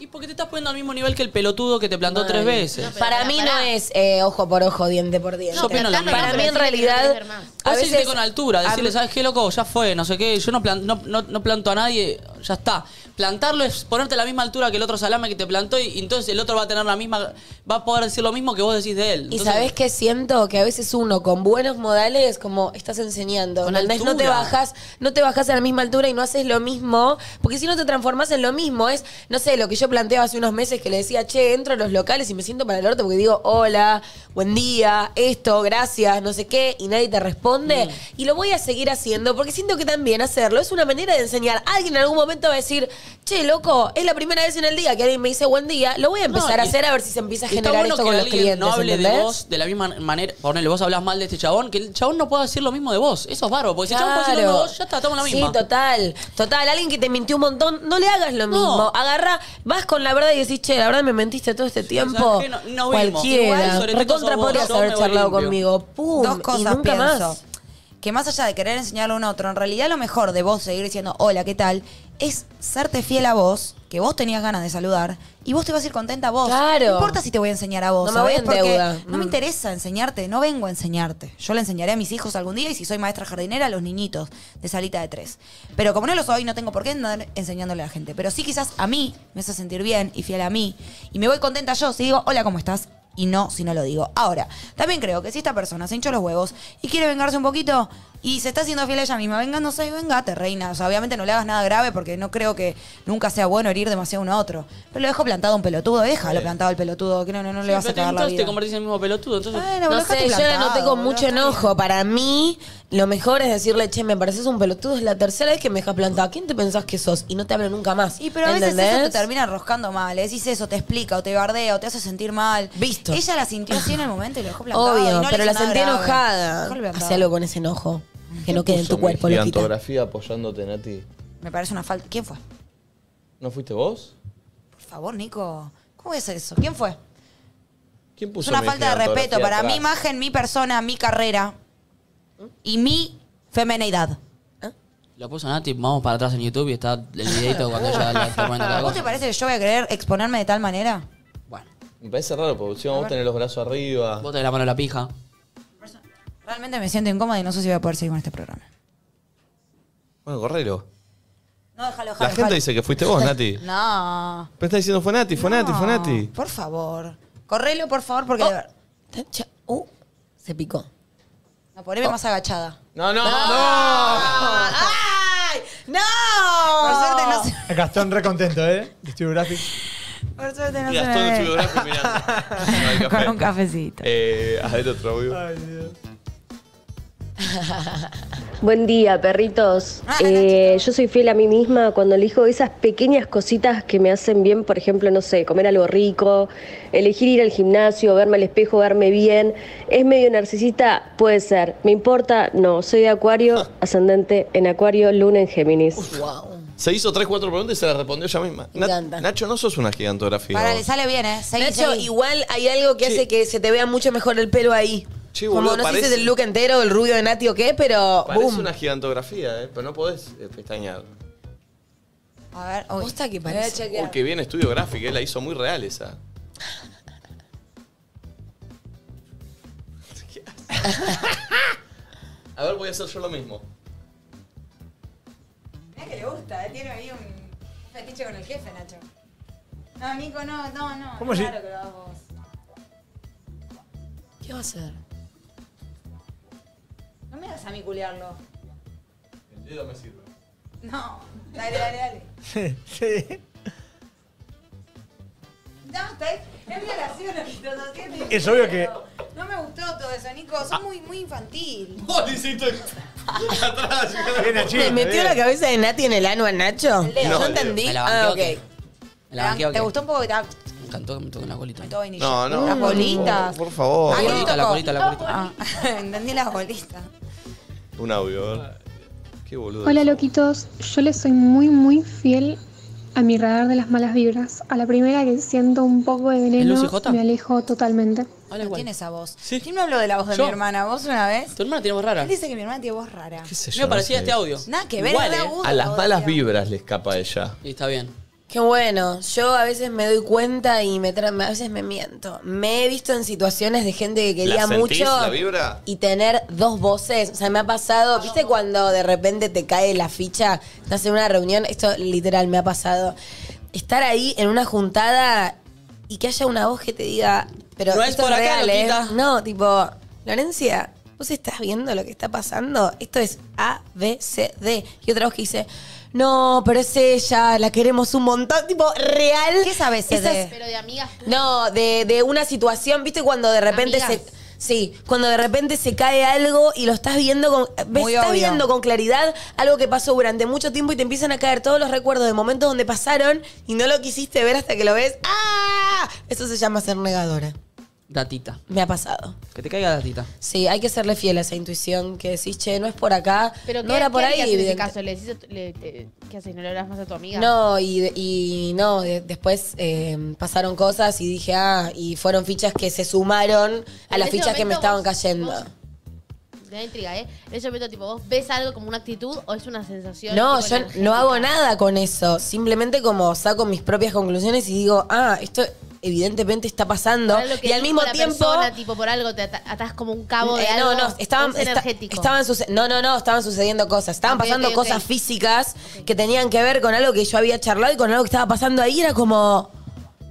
Speaker 4: ¿Y por qué te estás poniendo al mismo nivel que el pelotudo que te plantó tres veces?
Speaker 2: para mí no es eh, ojo por ojo, diente por diente.
Speaker 4: Yo opino lo mismo.
Speaker 2: para mí en
Speaker 4: Pero
Speaker 2: realidad a
Speaker 4: Vos irte
Speaker 2: veces
Speaker 4: con altura, decirle,
Speaker 2: a-
Speaker 4: ¿sabes qué, loco? Ya fue, no sé qué, yo no, plan- no, no- no planto a nadie, ya está. Plantarlo es ponerte a la misma altura que el otro salame que te plantó y, y entonces el otro va a tener la misma, va a poder decir lo mismo que vos decís de él.
Speaker 2: Y
Speaker 4: Entonces,
Speaker 2: sabes que siento que a veces uno con buenos modales como estás enseñando,
Speaker 4: Con
Speaker 2: ¿entendés? no te
Speaker 4: altura.
Speaker 2: bajas, no te bajas a la misma altura y no haces lo mismo, porque si no te transformás en lo mismo, es no sé, lo que yo planteaba hace unos meses que le decía, "Che, entro a los locales y me siento para el orto porque digo, "Hola, buen día, esto, gracias, no sé qué" y nadie te responde
Speaker 4: Mm.
Speaker 2: y lo voy a seguir haciendo porque siento que también hacerlo es una manera de enseñar. Alguien en algún momento va a decir, "Che, loco, es la primera vez en el día que alguien me dice buen día", lo voy a
Speaker 4: No,
Speaker 2: empezar a
Speaker 4: y-
Speaker 2: hacer a ver si se empieza a
Speaker 4: está
Speaker 2: generar
Speaker 4: bueno
Speaker 2: esto
Speaker 4: que
Speaker 2: con los
Speaker 4: alguien
Speaker 2: clientes,
Speaker 4: no hable de
Speaker 2: ¿entendés?
Speaker 4: vos de la misma manera. Ponele, vos hablas mal de este chabón, que el chabón no pueda decir lo mismo de vos. Eso es bárbaro, porque si el chabón puede decir lo mismo de vos, ya está, estamos en la misma.
Speaker 2: Sí, total. Total, alguien que te mintió un montón, no le hagas lo mismo. Agarra, vas con la verdad y decís, che, la verdad me mentiste todo este tiempo.
Speaker 3: ¿sabes qué? No- no vimos.
Speaker 2: Cualquiera.
Speaker 3: Igual, sobre todo
Speaker 2: Recontra
Speaker 3: sos vos,
Speaker 2: podrías
Speaker 3: yo
Speaker 2: haber
Speaker 3: me voy
Speaker 2: charlado
Speaker 3: limpio.
Speaker 2: conmigo. Pum,
Speaker 3: Dos cosas
Speaker 2: y nunca
Speaker 3: pienso.
Speaker 2: más.
Speaker 3: Que más allá de querer enseñarle a un otro, en realidad lo mejor de vos seguir diciendo hola, ¿qué tal? Es serte fiel a vos, que vos tenías ganas de saludar, y vos te vas a ir contenta vos.
Speaker 2: Claro.
Speaker 3: No importa si te voy a enseñar a vos,
Speaker 2: No me voy
Speaker 3: ¿sabés?
Speaker 2: en
Speaker 3: Porque
Speaker 2: deuda.
Speaker 3: no
Speaker 2: Mm.
Speaker 3: me interesa enseñarte, no vengo a enseñarte. Yo le enseñaré a mis hijos algún día, y si soy maestra jardinera, a los niñitos de salita de tres. Pero como no lo soy, no tengo por qué andar enseñándole a la gente. Pero sí quizás a mí me hace sentir bien y fiel a mí. Y me voy contenta yo si digo, hola, ¿cómo estás? Y no, si no lo digo. Ahora, también creo que si esta persona se hinchó los huevos y quiere vengarse un poquito y se está haciendo fiel a ella misma, vengándose, vengate, reina. O sea, obviamente no le hagas nada grave porque no creo que nunca sea bueno herir demasiado uno a otro. Pero lo dejo plantado a un pelotudo, déjalo plantado al pelotudo, que no, no, no le
Speaker 4: Eh, Sí,
Speaker 3: vas a
Speaker 4: pero te-
Speaker 3: cagar la
Speaker 4: entonces
Speaker 3: vida.
Speaker 4: te convertís en el mismo pelotudo. Entonces,
Speaker 3: Bueno,
Speaker 2: No
Speaker 3: boludo,
Speaker 2: sé,
Speaker 3: dejate
Speaker 2: yo la noté
Speaker 3: plantado,
Speaker 2: con
Speaker 3: boludo,
Speaker 2: mucho
Speaker 3: está
Speaker 2: enojo. Para mí, lo mejor es decirle, che, me pareces un pelotudo, es la tercera vez que me dejas plantado. ¿Quién te pensás que sos? Y no te hablo nunca más.
Speaker 3: Y pero a veces
Speaker 2: ¿Entendés?
Speaker 3: eso te termina enroscando mal. Le decís eso, te explica o te bardea o te hace sentir mal. Visto. Ella la sintió así en el momento y lo dejó plantado. y
Speaker 2: Obvio,
Speaker 3: no le
Speaker 2: pero
Speaker 3: hizo
Speaker 2: la
Speaker 3: nada
Speaker 2: sentí
Speaker 3: grave.
Speaker 2: enojada.
Speaker 3: Dejó plantado.
Speaker 2: Hacé algo con ese enojo. Que no quede en tu
Speaker 1: Mi
Speaker 2: cuerpo, loquita.
Speaker 1: Gigantografía apoyándote, Nati.
Speaker 3: Me parece una falta. ¿Quién fue?
Speaker 1: ¿No fuiste vos?
Speaker 3: Por favor, Nico. ¿Cómo es eso? ¿Quién fue?
Speaker 1: ¿Quién
Speaker 3: Es
Speaker 1: puso
Speaker 3: una
Speaker 1: mi
Speaker 3: falta de
Speaker 1: gigantografía
Speaker 3: respeto para
Speaker 1: atrás?
Speaker 3: mi imagen, mi persona, mi carrera y mi femeneidad.
Speaker 4: Lo puso Nati, vamos para atrás en YouTube y está el
Speaker 3: (laughs)
Speaker 4: videito cuando ya la está poniendo la
Speaker 3: ¿Vos
Speaker 4: cosa.
Speaker 3: te parece que yo voy a querer exponerme de tal manera?
Speaker 1: Me parece raro, porque si
Speaker 3: A
Speaker 1: vos
Speaker 3: ver.
Speaker 1: tenés los brazos arriba.
Speaker 4: Vos tenés la mano en la pija.
Speaker 3: Realmente me siento incómoda y no sé si voy a poder seguir con este programa.
Speaker 1: Bueno, correlo.
Speaker 3: No, déjalo, déjalo.
Speaker 1: La gente dice que fuiste vos,
Speaker 3: (laughs)
Speaker 1: Nati.
Speaker 3: No,
Speaker 1: Pero está diciendo fue Nati, fue Nati, fue Nati.
Speaker 3: por favor. Correlo, por favor, porque de ver-
Speaker 2: uh, Se picó.
Speaker 3: No, poneme más agachada. Ah,
Speaker 1: No, no,
Speaker 3: ¡Ay! ¡No! Por suerte no se,
Speaker 12: Gastón re contento, ¿eh? Estudio Graphic.
Speaker 3: por suerte no se
Speaker 1: Gastón
Speaker 3: me
Speaker 1: en
Speaker 3: ve.
Speaker 1: su biografía (laughs) mirando.
Speaker 3: Con un cafecito.
Speaker 1: Eh, a ver otro audio.
Speaker 12: Ay, Dios.
Speaker 15: Buen día, perritos.
Speaker 3: Ah,
Speaker 15: Eh, yo soy fiel a mí misma cuando elijo esas pequeñas cositas que me hacen bien, por ejemplo, no sé, comer algo rico, elegir ir al gimnasio, verme al espejo, verme bien. ¿Es medio narcisista? Puede ser. ¿Me importa? No. Soy de Acuario, ascendente en Acuario, luna en Géminis.
Speaker 1: Se hizo tres, cuatro preguntas y se las respondió ella misma. Na- Nacho, no sos una gigantografía.
Speaker 3: Para,
Speaker 1: vos.
Speaker 3: le sale bien, ¿eh? Seguí,
Speaker 2: Nacho,
Speaker 3: seguí.
Speaker 2: igual hay algo que hace que se te vea mucho mejor el pelo ahí.
Speaker 1: Che,
Speaker 2: Como
Speaker 1: boludo,
Speaker 2: no sé si es
Speaker 1: parece-
Speaker 2: el look entero, el rubio de Nati o qué, pero
Speaker 1: Parece
Speaker 2: boom.
Speaker 1: una gigantografía, eh, pero no podés eh, pestañear.
Speaker 3: A ver, uy. que
Speaker 2: parece?
Speaker 1: Uy, qué bien estudio gráfico, eh, la hizo muy real esa. ¿Qué hace? A ver, voy a hacer yo lo mismo.
Speaker 3: Mirá que le gusta, eh, tiene ahí un un fetiche con el jefe, Nacho. No, Nico, no, no, no.
Speaker 12: ¿Cómo
Speaker 3: es
Speaker 12: si-
Speaker 3: raro que lo hagas vos.
Speaker 2: ¿Qué va a hacer?
Speaker 3: No me hagas a mí culiarlo.
Speaker 1: El dedo me sirve.
Speaker 3: No, dale, dale, dale.
Speaker 12: sí.
Speaker 3: No, está es es violación lo que estás haciendo.
Speaker 12: Es obvio que-
Speaker 3: No me gustó todo eso, Nico.
Speaker 4: Ah.
Speaker 3: Sos muy, muy infantil.
Speaker 1: ¡Vos hiciste atrás!
Speaker 2: ¿Le metió la cabeza de Nati en el ano a Nacho? No,
Speaker 3: dedo. No, el dedo.
Speaker 2: entendí.
Speaker 4: Me la
Speaker 2: Ah,
Speaker 4: banqueó,
Speaker 2: ok.
Speaker 4: Me la banqueo
Speaker 3: Ah, ¿Te
Speaker 4: que
Speaker 3: gustó un poco que te haga
Speaker 4: me encantó que me toque una colita.
Speaker 3: todo vainilla?
Speaker 1: No, no.
Speaker 3: Las
Speaker 1: Mm.
Speaker 3: bolitas.
Speaker 1: Por favor. La
Speaker 3: Ah, que te
Speaker 1: colita, la
Speaker 3: tocó.
Speaker 1: colita, la colita.
Speaker 3: Ah, (laughs) entendí las bolitas.
Speaker 1: Un audio, a ver. Qué boludo.
Speaker 16: Hola loquitos, yo les soy muy muy fiel a mi radar de las malas vibras. A la primera que siento un poco de
Speaker 4: ¿Es
Speaker 16: veneno
Speaker 4: Lucy J? Ah,
Speaker 16: me alejo totalmente.
Speaker 3: no tiene esa voz. ¿Quién me habló de la voz de
Speaker 4: Yo.
Speaker 3: mi hermana? ¿Vos una vez?
Speaker 4: Tu hermana tiene voz rara.
Speaker 3: Él dice que mi hermana tiene voz rara.
Speaker 1: ¿Qué sé yo?
Speaker 4: Me parecía
Speaker 1: no sé.
Speaker 4: este audio.
Speaker 3: Nada que ver,
Speaker 4: Igual,
Speaker 3: era
Speaker 4: eh.
Speaker 3: agudo.
Speaker 1: A las malas vibras le escapa a ella.
Speaker 4: Y está bien.
Speaker 2: Qué bueno. Yo a veces me doy cuenta y me tra- a veces me miento. Me he visto en situaciones de gente que quería
Speaker 1: ¿La sentís,
Speaker 2: mucho
Speaker 1: la vibra?
Speaker 2: y tener dos voces. O sea, me ha pasado, ¿viste cuando de repente te cae la ficha? Estás en una reunión, esto literal me ha pasado. Estar ahí en una juntada y que haya una voz que te diga, pero
Speaker 4: No es
Speaker 2: esto
Speaker 4: por acá,
Speaker 2: real, ¿eh?
Speaker 4: loquita.
Speaker 2: No, tipo, Lorencia, ¿vos estás viendo lo que está pasando? Esto es A, B, C, D. Y otra voz que dice, no, pero es ella, la queremos un montón. Tipo, real. ¿Qué es A, B,
Speaker 3: C, D?
Speaker 5: Pero de amigas.
Speaker 2: no, de, de una situación, ¿viste? Cuando de repente
Speaker 5: Amigas.
Speaker 2: se. Sí, cuando de repente se cae algo y lo estás viendo con. ves,
Speaker 3: Muy
Speaker 2: estás
Speaker 3: obvio.
Speaker 2: viendo con claridad algo que pasó durante mucho tiempo y te empiezan a caer todos los recuerdos de momentos donde pasaron y no lo quisiste ver hasta que lo ves. ¡Ah! Eso se llama ser negadora.
Speaker 4: Datita.
Speaker 2: Me ha pasado.
Speaker 4: Que te caiga datita.
Speaker 2: Sí, hay que serle fiel a esa intuición que decís, che, no es por acá,
Speaker 5: Pero
Speaker 2: no
Speaker 5: ¿qué-
Speaker 2: era por
Speaker 5: qué
Speaker 2: ahí.
Speaker 5: harías en ese
Speaker 2: evidente-
Speaker 5: caso? ¿Le decís a tu- le- te- ¿Qué haces? ¿No le hablas más a tu amiga?
Speaker 2: No, y, y no, de- después eh, pasaron cosas y dije, ah, y fueron fichas que se sumaron a
Speaker 5: En
Speaker 2: las
Speaker 5: ese
Speaker 2: fichas que me
Speaker 5: momento
Speaker 2: estaban
Speaker 5: vos-
Speaker 2: cayendo.
Speaker 5: vos- Me da intriga, ¿eh? En ese momento, tipo, ¿vos ves algo como una actitud o es una sensación?
Speaker 2: No,
Speaker 5: tipo,
Speaker 2: yo
Speaker 5: energética?
Speaker 2: no hago nada con eso. Simplemente como saco mis propias conclusiones y digo, ah, esto evidentemente está pasando.
Speaker 5: Por algo que
Speaker 2: Y al
Speaker 5: dijo
Speaker 2: mismo
Speaker 5: la
Speaker 2: tiempo...
Speaker 5: persona, tipo, por algo te ata- atás como un cabo de
Speaker 2: Eh,
Speaker 5: algo.
Speaker 2: No, no, estaban,
Speaker 5: es
Speaker 2: esta-
Speaker 5: energético.
Speaker 2: estaban suce- no, no, no, estaban sucediendo cosas. Estaban
Speaker 5: Ok, ok,
Speaker 2: pasando
Speaker 5: ok.
Speaker 2: cosas físicas que tenían que ver con algo que yo había charlado y con algo que estaba pasando ahí. Era como,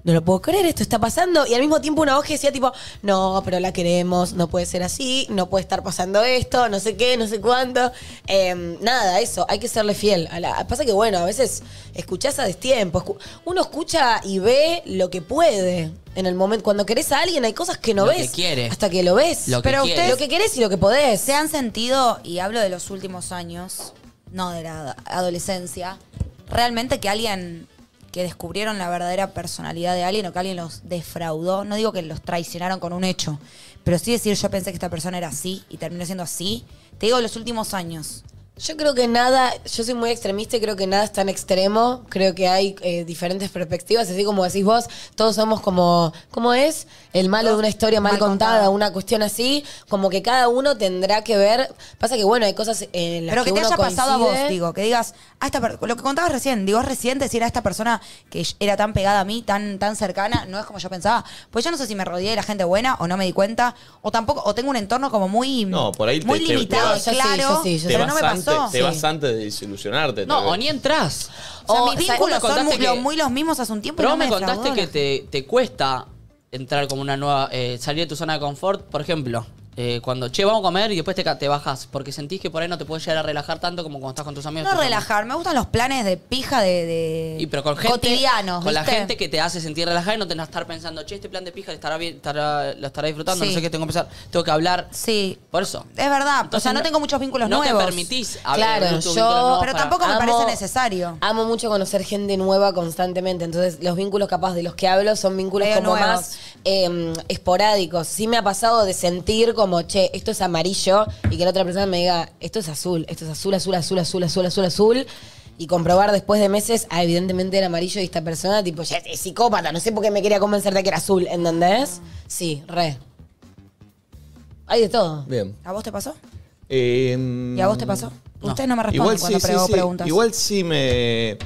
Speaker 2: no lo puedo creer, esto está pasando. Y al mismo tiempo una voz que decía tipo, no, pero la queremos, no puede ser así, no puede estar pasando esto, no sé qué, no sé cuánto. Em, nada, eso, hay que serle fiel. A la, pasa que bueno, a veces escuchás a destiempo. escu- uno escucha y ve lo que puede. En el momento, cuando querés a alguien, hay cosas que no
Speaker 4: Lo que
Speaker 2: ves.
Speaker 4: quiere.
Speaker 2: Hasta que lo ves.
Speaker 4: Lo que Pero quiere. ustedes-
Speaker 2: Lo que querés y lo que podés.
Speaker 3: ¿Se han sentido, y hablo de los últimos años, no de la ad- adolescencia, realmente que alguien que descubrieron la verdadera personalidad de alguien o que alguien los defraudó? No digo que los traicionaron con un hecho, pero sí decir yo pensé que esta persona era así y terminó siendo así. Te digo de los últimos años.
Speaker 2: Yo creo que nada, yo soy muy extremista y creo que nada es tan extremo. Creo que hay eh, diferentes perspectivas, así como decís vos, todos somos como, ¿cómo es? El malo de una historia mal, contada, una cuestión así, como que cada uno tendrá que ver. Pasa que bueno, hay cosas en las
Speaker 3: Pero que, te
Speaker 2: uno
Speaker 3: haya pasado a
Speaker 2: coincide.
Speaker 3: vos, digo, que digas, "Ah, esta per- lo que contabas recién, digo, es reciente decir a esta persona que ll- era tan pegada a mí, tan, tan cercana, no es como yo pensaba. Pues yo no sé si me rodeé de la gente buena o no me di cuenta, o tampoco, o tengo un entorno como muy,
Speaker 1: No, por ahí te-
Speaker 3: muy
Speaker 1: te- te
Speaker 3: limitado,
Speaker 1: vas-
Speaker 3: y claro,
Speaker 1: te
Speaker 3: pero
Speaker 1: vas
Speaker 3: no me pasó.
Speaker 1: Antes, te vas antes de desilusionarte.
Speaker 4: No,
Speaker 1: tal vez.
Speaker 4: o ni entras.
Speaker 3: O sea,
Speaker 2: o-
Speaker 3: mis
Speaker 2: o sea,
Speaker 3: vínculos
Speaker 4: vos me
Speaker 3: son muy,
Speaker 4: contaste
Speaker 3: lo-
Speaker 4: que-
Speaker 3: muy los mismos hace un tiempo y
Speaker 4: Pero
Speaker 3: no
Speaker 4: vos
Speaker 3: me
Speaker 4: me contaste
Speaker 3: defraudó.
Speaker 4: que te, te cuesta entrar como una nueva. eh, salir de tu zona de confort, por ejemplo. Eh, cuando, che, vamos a comer y después te, ca- te bajas, porque sentís que por ahí no te puedes llegar a relajar tanto como cuando estás con tus amigos.
Speaker 3: No
Speaker 4: tus amigas.
Speaker 3: relajar, me gustan los planes de pija de, de
Speaker 4: Y pero con gente,
Speaker 3: cotidianos,
Speaker 4: con la
Speaker 3: ¿viste?
Speaker 4: gente que te hace sentir relajada y no tenés que estar pensando, che, este plan de pija estará bien, estará, lo estará disfrutando,
Speaker 3: Sí.
Speaker 4: no sé qué tengo que pensar, tengo que hablar.
Speaker 3: Sí.
Speaker 4: Por eso.
Speaker 3: Es verdad, o
Speaker 4: Entonces
Speaker 3: sea, no,
Speaker 4: no-
Speaker 3: tengo muchos vínculos
Speaker 4: no te
Speaker 3: nuevos.
Speaker 4: permitís hablar
Speaker 2: Claro,
Speaker 4: tus vínculos
Speaker 2: yo.
Speaker 4: nuevos para-
Speaker 2: amo-
Speaker 3: necesario.
Speaker 2: Amo mucho conocer gente nueva constantemente. Entonces, los vínculos capaz de los que hablo son vínculos
Speaker 3: Medio
Speaker 2: como
Speaker 3: nuevos.
Speaker 2: más eh, esporádicos. Sí me ha pasado de sentir como, che, esto es amarillo y que la otra persona me diga, esto es azul, esto es azul, azul, azul, azul, azul, azul, azul. Y comprobar después de meses, ah, evidentemente era amarillo y esta persona, tipo, ya es psicópata, no sé por qué me quería convencer de que era azul, ¿entendés? Sí, re. Hay de todo.
Speaker 1: Bien.
Speaker 3: ¿A vos te pasó?
Speaker 1: Eh,
Speaker 3: ¿Y a vos te pasó?
Speaker 4: Mm,
Speaker 1: no.
Speaker 3: Ustedes no me responden
Speaker 1: Igual
Speaker 3: cuando
Speaker 1: sí, sí,
Speaker 3: prego
Speaker 1: sí.
Speaker 3: preguntas.
Speaker 1: Igual sí me.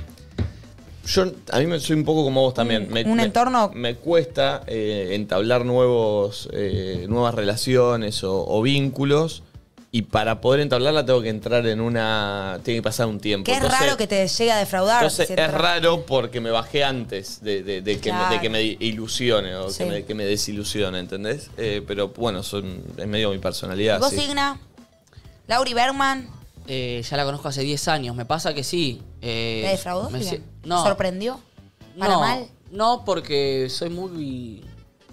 Speaker 1: Yo, a mí me soy un poco como vos también. Me-
Speaker 3: Mm, un
Speaker 1: me-
Speaker 3: entorno-
Speaker 1: Me, cuesta eh, entablar nuevos, eh, nuevas relaciones o, o vínculos. Y para poder entablarla tengo que entrar en una. Tiene que pasar un tiempo.
Speaker 3: Que es
Speaker 1: Entonces-
Speaker 3: raro que te llegue a defraudar.
Speaker 1: Entonces
Speaker 3: si
Speaker 1: es
Speaker 3: entras-
Speaker 1: raro porque me bajé antes de, de- de que, me, de que me ilusione o
Speaker 3: Sí.
Speaker 1: que, me, que me desilusione, ¿entendés? Eh, pero bueno, son, es medio mi personalidad.
Speaker 3: ¿Y vos,
Speaker 1: sí.
Speaker 3: Signa? Lauri Bergman,
Speaker 4: Eh, ya la conozco hace 10 años, me pasa que sí. eh,
Speaker 3: ¿te defraudó?
Speaker 4: me
Speaker 3: Mira,
Speaker 4: si-
Speaker 3: ¿Te
Speaker 4: No,
Speaker 3: ¿Sorprendió? ¿Para
Speaker 4: no,
Speaker 3: mal?
Speaker 4: No, porque soy muy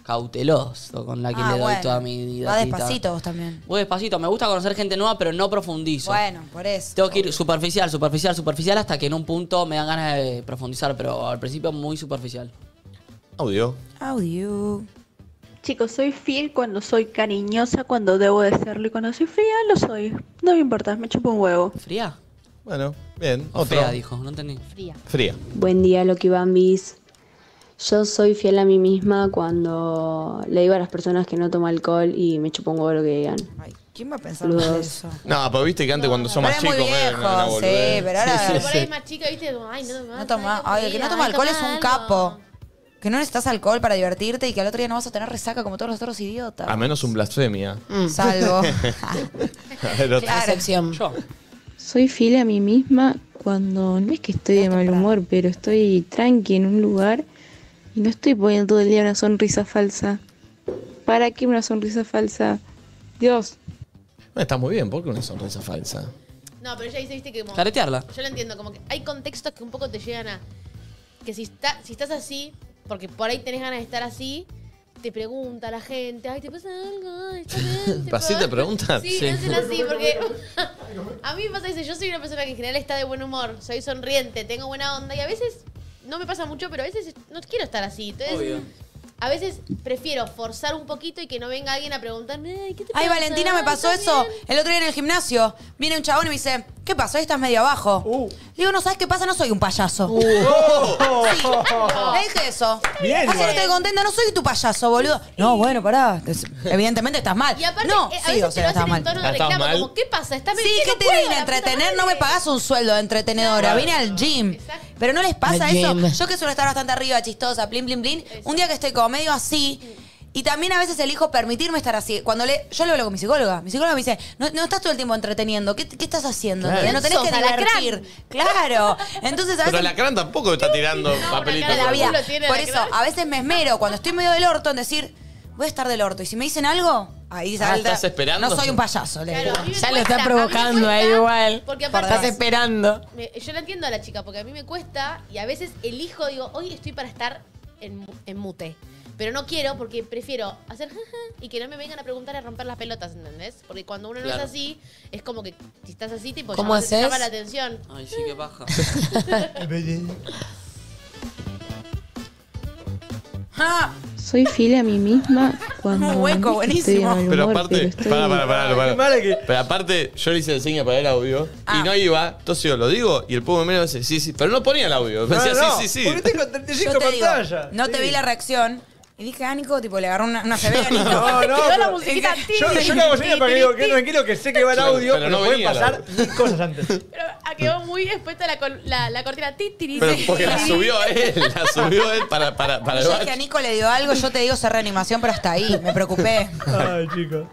Speaker 4: cauteloso con la que
Speaker 3: Ah,
Speaker 4: le doy
Speaker 3: bueno.
Speaker 4: toda mi
Speaker 3: Va
Speaker 4: datita.
Speaker 3: despacito vos también.
Speaker 4: Voy despacito, me gusta conocer gente nueva, pero no profundizo.
Speaker 3: Bueno, por eso.
Speaker 4: Tengo que ir superficial, superficial, superficial, hasta que en un punto me dan ganas de profundizar, pero al principio muy superficial.
Speaker 1: Audio.
Speaker 3: Audio.
Speaker 17: Chicos, soy fiel cuando soy cariñosa, cuando debo de serlo y cuando soy fría lo soy. No me importa, me chupo un huevo.
Speaker 4: ¿Fría?
Speaker 1: Bueno, bien.
Speaker 4: O
Speaker 1: otro.
Speaker 4: fea, dijo, no entendí.
Speaker 5: Fría.
Speaker 1: Fría.
Speaker 17: Buen día, Loki Bambis. Yo soy fiel a mí misma cuando le digo a las personas que no tomo alcohol y me chupo un huevo lo que digan.
Speaker 3: ¿Quién va a pensar más de
Speaker 17: Saludos.
Speaker 3: eso?
Speaker 1: No, pero viste que antes cuando son
Speaker 3: Pero
Speaker 1: más
Speaker 3: es muy
Speaker 1: chicos, me
Speaker 3: viejo, sí, pero ahora-
Speaker 5: Pero por ahí es más chica, viste, como, ay, no,
Speaker 3: No toma, ay, el que no toma
Speaker 5: ay,
Speaker 3: alcohol es
Speaker 5: toma
Speaker 3: un
Speaker 5: algo.
Speaker 3: capo. Que no necesitas alcohol para divertirte y que al otro día no vas a tener resaca como todos los otros idiotas.
Speaker 1: A menos un blasfemia. (laughs)
Speaker 3: Salvo. (laughs)
Speaker 1: A ver, otro.
Speaker 2: Excepción.
Speaker 9: Soy fiel a mí misma cuando no es que estoy de mal humor, pero estoy tranqui en un lugar y no estoy poniendo todo el día una sonrisa falsa. ¿Para qué una sonrisa falsa? Dios.
Speaker 1: Bueno, está muy bien, porque una sonrisa falsa.
Speaker 5: No, pero ella dice, viste, que como...
Speaker 1: Caretearla.
Speaker 5: Yo lo entiendo, como que hay contextos que un poco te llegan a... Que si, está, si estás así, porque por ahí tenés ganas de estar así, te pregunta la gente, ay, ¿te pasa algo? Ay, ¿Estás
Speaker 1: (laughs)
Speaker 5: bien?
Speaker 1: ¿Así te preguntan?
Speaker 5: (laughs) Sí, no hacen así porque (laughs) a mí me pasa eso. Yo soy una persona que en general está de buen humor, soy sonriente, tengo buena onda y a veces no me pasa mucho, pero a veces no quiero estar así. Entonces, a veces prefiero forzar un poquito y que no venga alguien a preguntarme, ay, ¿qué te
Speaker 3: Ay,
Speaker 5: pasa?
Speaker 3: Valentina, me pasó
Speaker 5: ¿Estás
Speaker 3: eso.
Speaker 5: bien?".
Speaker 3: El otro día en el gimnasio. Viene un chabón y me dice, ¿qué pasó? Ahí estás medio abajo.
Speaker 7: Uh.
Speaker 3: Le digo, ¿no sabes qué pasa? No soy un payaso. (laughs) Sí,
Speaker 5: Oh.
Speaker 3: le dije eso.
Speaker 7: Bien,
Speaker 3: Así no
Speaker 7: igual.
Speaker 3: estoy contenta, no soy tu payaso, boludo. No, bueno, pará. Es- Evidentemente estás mal.
Speaker 5: Y aparte,
Speaker 3: no,
Speaker 5: eh, a
Speaker 3: sí,
Speaker 5: veces
Speaker 3: o sea,
Speaker 5: te lo
Speaker 3: estás
Speaker 5: hacen
Speaker 3: mal.
Speaker 5: en tono de
Speaker 1: ¿Estás
Speaker 5: reclamo,
Speaker 1: mal?
Speaker 5: como, ¿qué pasa? Está
Speaker 3: Sí, ¿qué te vine a entretener? No me pagás un sueldo de entretenedora. Vine al gym. Pero no les pasa
Speaker 2: Al
Speaker 3: eso.
Speaker 2: gym.
Speaker 3: Yo que suelo estar bastante arriba, chistosa, plin, plin, plin. Un día que estoy como medio así. Y también a veces elijo permitirme estar así. Cuando le, yo lo hablo con mi psicóloga. Mi psicóloga me dice, no, no estás todo el tiempo entreteniendo. ¿Qué, qué estás haciendo?
Speaker 1: Claro.
Speaker 3: No tenés que
Speaker 5: Sos alacrán.
Speaker 3: divertir. Claro. Entonces a
Speaker 1: Pero
Speaker 3: veces
Speaker 1: la crán tampoco está tirando papelitos.
Speaker 3: la vida.
Speaker 5: culo tiene
Speaker 3: Por
Speaker 5: la
Speaker 3: eso,
Speaker 5: cara.
Speaker 3: a veces me esmero cuando estoy medio del orto en decir, voy a estar del orto. Y si me dicen algo, ahí
Speaker 1: Ah,
Speaker 3: salta.
Speaker 1: ¿estás esperando?
Speaker 3: No soy un payaso, le
Speaker 5: Claro,
Speaker 3: digo.
Speaker 5: a mí me
Speaker 2: Ya lo está
Speaker 5: cuesta, a mí
Speaker 2: provocando
Speaker 5: me
Speaker 2: ahí
Speaker 5: cuesta,
Speaker 2: igual.
Speaker 5: Porque aparte,
Speaker 2: Estás esperando.
Speaker 5: Me- eh, yo la entiendo a la chica porque a mí me cuesta y a veces elijo, digo, hoy estoy para estar en, mu- en mute. Pero no quiero porque prefiero hacer (laughs) jaja y que no me vengan a preguntar a romper las pelotas, ¿entendés? Porque cuando uno no
Speaker 4: Claro.
Speaker 5: es así, es como que si estás así, tipo,
Speaker 2: ¿Cómo
Speaker 5: llamás-
Speaker 2: haces?
Speaker 5: llama la atención.
Speaker 4: Ay, sí, qué baja.
Speaker 3: Ah,
Speaker 9: Soy fiel a mí misma cuando
Speaker 3: Un (laughs) hueco,
Speaker 9: no es que estoy de
Speaker 3: buenísimo.
Speaker 9: mal humor,
Speaker 1: Pero aparte,
Speaker 9: estoy-
Speaker 1: para, para, para, Pero aparte, yo le hice el seña para el audio
Speaker 2: Ah.
Speaker 1: y no iba. Entonces yo lo digo y el pueblo me mira y dice, sí, sí. Pero no ponía el audio. Me decía, sí, sí, sí.
Speaker 3: Yo te digo, no te vi la reacción. Y dije, ah, Nico, tipo, le agarró una,
Speaker 12: (laughs)
Speaker 3: una severa a Nico.
Speaker 12: No, no,
Speaker 3: Quedó la
Speaker 12: pero-
Speaker 3: musiquita.
Speaker 12: Yo, yo le hago señas para que digo, que tranquilo, que sé que va el
Speaker 1: Claro,
Speaker 12: audio,
Speaker 1: pero
Speaker 12: pero,
Speaker 1: no
Speaker 12: pueden
Speaker 1: venía el
Speaker 12: pasar mil cosas antes.
Speaker 5: Pero ah, quedó muy expuesta la, col- la, la cortina. Ti, ti, ti,
Speaker 1: Pero
Speaker 5: ti,
Speaker 1: porque la
Speaker 5: ti.
Speaker 1: subió él, la subió él para, para, para el
Speaker 3: Yo dije, a
Speaker 1: bache.
Speaker 3: Nico le dio algo, yo te digo, se reanimación, pero hasta ahí. Me preocupé.
Speaker 12: Ay, chicos.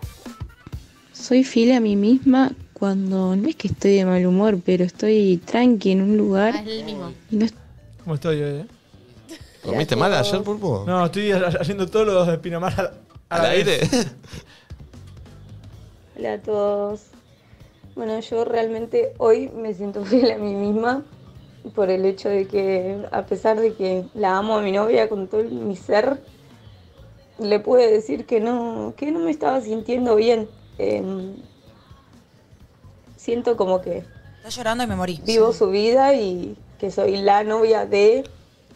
Speaker 9: Soy fiel a mí misma cuando no es que estoy de mal humor, pero estoy tranqui en un lugar
Speaker 5: Ah, es el mismo.
Speaker 9: y no
Speaker 12: ¿Cómo estoy hoy, eh?
Speaker 1: ¿Comiste mal ayer, Pulpo?
Speaker 12: (laughs) No, estoy ha- haciendo todos los de Pinamar al, al
Speaker 1: ¿Al aire?
Speaker 12: vez.
Speaker 18: Hola a todos. Bueno, yo realmente hoy me siento (laughs) fiel a mí misma por el hecho de que, a pesar de que la amo a mi novia con todo mi ser, le pude decir que no, que no me estaba sintiendo bien. Em, siento como que
Speaker 3: Está llorando y me morí.
Speaker 18: vivo su vida y que soy la novia de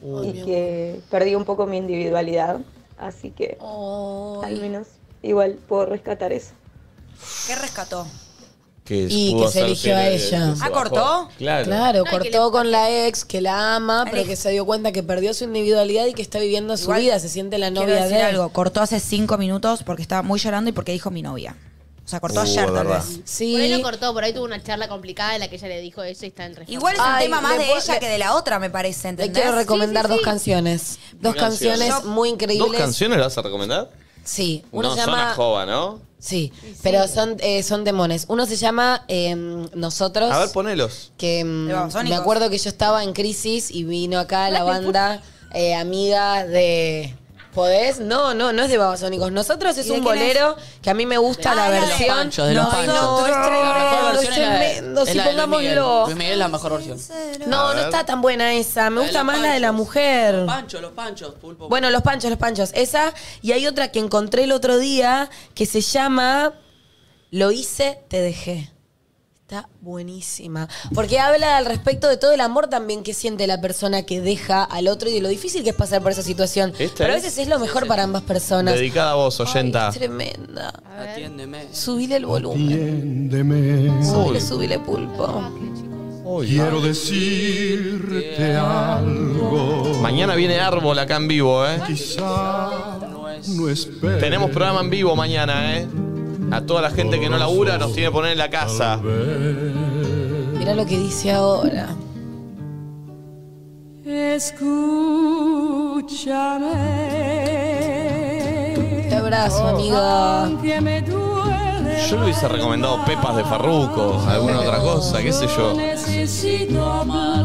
Speaker 3: Uy.
Speaker 18: y que perdí un poco mi individualidad. Así que al menos igual puedo rescatar eso.
Speaker 3: ¿Qué rescató?
Speaker 1: Que
Speaker 2: Y
Speaker 1: pudo
Speaker 2: que se
Speaker 1: hacer
Speaker 2: eligió a
Speaker 1: le-
Speaker 2: ella.
Speaker 1: se
Speaker 2: Ah,
Speaker 1: bajó.
Speaker 2: ¿cortó?
Speaker 1: Claro.
Speaker 2: Claro, cortó con la ex que la ama, pero que se dio cuenta que perdió su individualidad y que está viviendo su
Speaker 3: Igual,
Speaker 2: vida, se siente la
Speaker 3: Quiero
Speaker 2: novia
Speaker 3: decir
Speaker 2: de él.
Speaker 3: algo. Cortó hace cinco minutos porque estaba muy llorando y porque dijo mi novia. O sea, cortó
Speaker 1: Uh,
Speaker 3: ayer
Speaker 1: es
Speaker 3: tal
Speaker 1: verdad.
Speaker 3: vez.
Speaker 2: Sí.
Speaker 5: Por ahí lo cortó, por ahí tuvo una charla complicada en la que ella le dijo eso y está en Ah, reforma.
Speaker 3: Igual es un
Speaker 2: Ay,
Speaker 3: tema más
Speaker 2: le
Speaker 3: de
Speaker 2: puedo-
Speaker 3: ella
Speaker 2: le-
Speaker 3: que de la otra, me parece, ¿entendés?
Speaker 2: Le quiero recomendar
Speaker 3: Sí, sí,
Speaker 2: dos
Speaker 3: sí.
Speaker 2: canciones. Dos
Speaker 1: Gracias.
Speaker 2: canciones
Speaker 1: Yo-
Speaker 2: muy increíbles.
Speaker 1: ¿Dos canciones las vas a recomendar?
Speaker 2: Sí, uno
Speaker 1: no,
Speaker 2: se llama...
Speaker 1: Zona Jova, ¿no?
Speaker 2: Sí, pero son, eh, son demones. Uno se llama eh, Nosotros.
Speaker 1: A ver, ponelos.
Speaker 2: que mm,
Speaker 1: De
Speaker 2: me
Speaker 1: Babasónicos.
Speaker 2: acuerdo que yo estaba en crisis y vino acá la banda eh, amiga de ¿Podés? No, no, no es de Babasónicos. Nosotros es
Speaker 3: ¿Y de
Speaker 2: un
Speaker 3: quién
Speaker 2: bolero que a mí me gusta la
Speaker 4: de (laughs) los
Speaker 2: versión.
Speaker 4: Panchos, de los
Speaker 2: no,
Speaker 4: Panchos.
Speaker 2: no, es
Speaker 4: La mejor
Speaker 2: tremendo, es
Speaker 4: versión es la de-
Speaker 2: tremendo.
Speaker 4: es
Speaker 2: Sí,
Speaker 4: la de Luis Miguel.
Speaker 2: pongámoslo.
Speaker 4: Luis Miguel es la mejor versión.
Speaker 2: No,
Speaker 4: A
Speaker 2: no
Speaker 4: ver.
Speaker 2: está tan buena esa. Me
Speaker 4: La de
Speaker 2: gusta
Speaker 4: los
Speaker 2: más la de la mujer.
Speaker 4: Pancho, los panchos, pulpo.
Speaker 2: Bueno, los panchos, los panchos. Esa. Y hay otra que encontré el otro día que se llama Lo hice, te dejé. Está buenísima. Porque habla al respecto de todo el amor también que siente la persona que deja al otro y de lo difícil que es pasar por esa situación.
Speaker 1: Esta
Speaker 2: Pero a
Speaker 1: Este es-
Speaker 2: veces es lo mejor para ambas personas.
Speaker 1: Dedicada a vos, oyenta.
Speaker 2: Es tremenda.
Speaker 4: Atiéndeme.
Speaker 2: Subile el volumen.
Speaker 19: Entiéndeme.
Speaker 2: Subile, subile pulpo.
Speaker 19: Quiero decirte algo.
Speaker 1: Mañana viene Árbol acá en vivo, ¿eh?
Speaker 19: Quizá no esperes.
Speaker 1: Tenemos programa en vivo mañana, ¿eh? A toda la gente que no labura nos tiene que poner en la casa.
Speaker 2: Mira lo que dice ahora.
Speaker 20: Escúchame.
Speaker 2: Te
Speaker 20: Oh.
Speaker 2: abrazo, amiga.
Speaker 20: Que me duele.
Speaker 1: Yo le hubiese recomendado pepas de farruco, alguna otra cosa, qué sé yo.
Speaker 20: Necesito hablarte.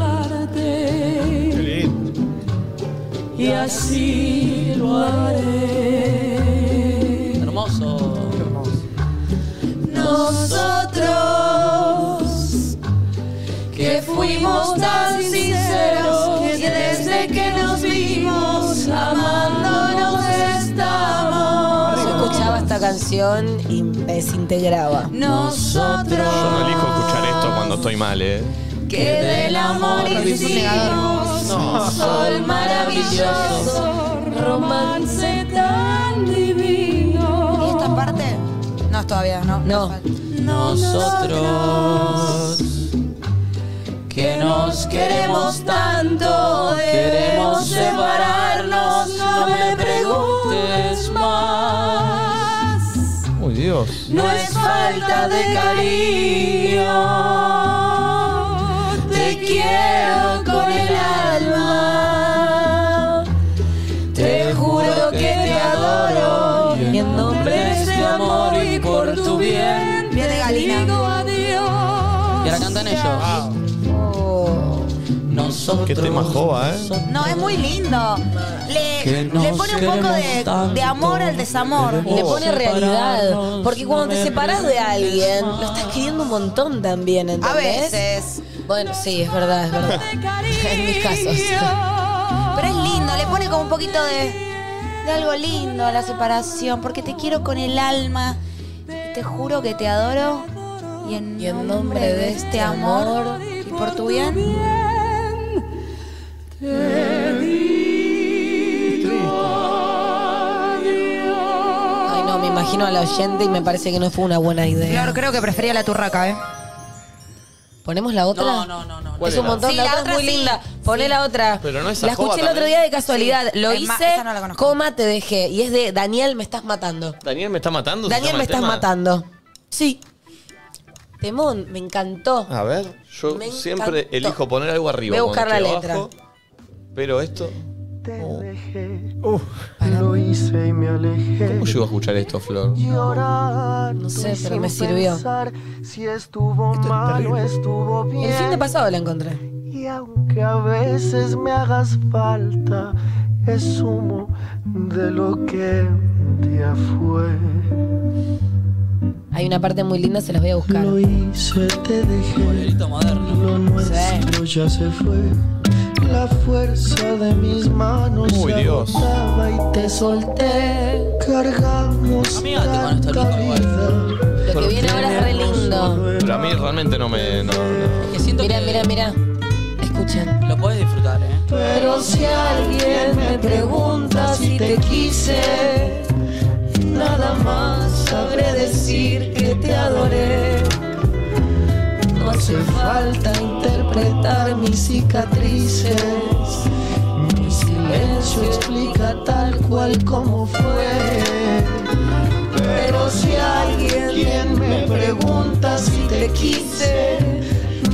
Speaker 20: Y así lo haré.
Speaker 4: Hermoso.
Speaker 20: Nosotros que fuimos tan sinceros que desde que nos vimos amándonos estamos.
Speaker 2: Yo escuchaba esta canción y me desintegraba.
Speaker 1: Yo
Speaker 20: Nosotros
Speaker 1: no elijo escuchar esto cuando estoy mal, ¿eh?
Speaker 20: que del amor
Speaker 2: Es un
Speaker 20: hicimos
Speaker 1: No.
Speaker 20: un sol maravilloso, romance tan divino.
Speaker 3: ¿Y esta parte? No, todavía no. No.
Speaker 4: Nosotros que nos
Speaker 20: Queremos tanto,
Speaker 4: Queremos
Speaker 20: queremos separarnos, no me preguntes más.
Speaker 1: Uy, Dios.
Speaker 20: No es falta de cariño, te quiero con el alma. Te juro que te adoro, y en nombre de este amor y por tu bien,
Speaker 3: Bien de Galina.
Speaker 20: digo adiós.
Speaker 4: Y ahora cantan ellos. Nosotros.
Speaker 1: Qué tema jova, ¿eh?
Speaker 3: No, es muy lindo. Le,
Speaker 1: Que nos
Speaker 3: le pone un poco de,
Speaker 4: queremos
Speaker 3: de amor al desamor.
Speaker 2: Y le pone realidad. Porque cuando te separas de alguien, lo estás queriendo un montón también, ¿entendés?
Speaker 3: A veces.
Speaker 2: Bueno, sí, es verdad, es verdad. (laughs) en mis casos.
Speaker 3: Pero es lindo, le pone como un poquito de, de algo lindo a la separación, porque te quiero con el alma. y te juro que te adoro. Y en, nombre de este amor, y por tu bien,
Speaker 2: Ay, no, me imagino a la oyente y me parece que no fue una buena idea.
Speaker 3: Flor, creo que prefería la turraca, ¿eh?
Speaker 2: ¿Ponemos la otra?
Speaker 4: No, no, no, no.
Speaker 1: ¿Cuál
Speaker 2: es un
Speaker 1: era?
Speaker 2: montón,
Speaker 3: Sí,
Speaker 2: la,
Speaker 3: la
Speaker 2: otra,
Speaker 3: otra
Speaker 2: es muy
Speaker 3: sí.
Speaker 2: linda. Poné la otra.
Speaker 1: Pero no es
Speaker 2: La
Speaker 1: Ajoba
Speaker 2: escuché el otro
Speaker 1: también.
Speaker 2: día de casualidad.
Speaker 3: Sí,
Speaker 2: lo
Speaker 3: es más,
Speaker 2: hice,
Speaker 3: esa no la conozco.
Speaker 2: coma, te dejé. Y es de Daniel, me estás matando.
Speaker 1: Daniel me está matando. ¿se
Speaker 2: Daniel,
Speaker 1: llama
Speaker 2: me
Speaker 1: el
Speaker 2: estás
Speaker 1: tema?
Speaker 2: matando. Sí. Temón, me encantó.
Speaker 1: A ver, yo
Speaker 2: Me
Speaker 1: siempre
Speaker 2: encantó.
Speaker 1: elijo poner algo arriba.
Speaker 2: Voy a buscar la
Speaker 1: cuando
Speaker 2: letra.
Speaker 1: estoy abajo, pero esto.
Speaker 19: Lo hice y me alejé.
Speaker 1: ¿Cómo llego a escuchar esto, Flor?
Speaker 19: Llorar.
Speaker 2: No sé,
Speaker 19: te
Speaker 2: pero me
Speaker 19: hicimos
Speaker 2: sirvió.
Speaker 19: pensar Si estuvo mal o estuvo bien.
Speaker 2: El fin de pasado la encontré.
Speaker 19: Y aunque a veces me hagas falta, es humo de lo que un día fue.
Speaker 2: Hay una parte muy linda, se las voy a buscar.
Speaker 9: Lo hice, te dejé. Lo nuestro ya se fue. La fuerza de mis manos
Speaker 1: Uy,
Speaker 9: se
Speaker 1: Dios.
Speaker 9: agotaba y te solté. Cargamos tanta vida.
Speaker 2: Lo que viene ahora es re lindo.
Speaker 1: Pero a mí realmente no me. no- no.
Speaker 2: Mira, mira, mira. Escuchen.
Speaker 4: Lo podés disfrutar, ¿eh?
Speaker 9: Pero si alguien me pregunta si te quise, nada más sabré decir que te adoré. No hace falta interpretar mis cicatrices. Mi silencio explica tal cual como fue. Pero si alguien me pregunta si te quise,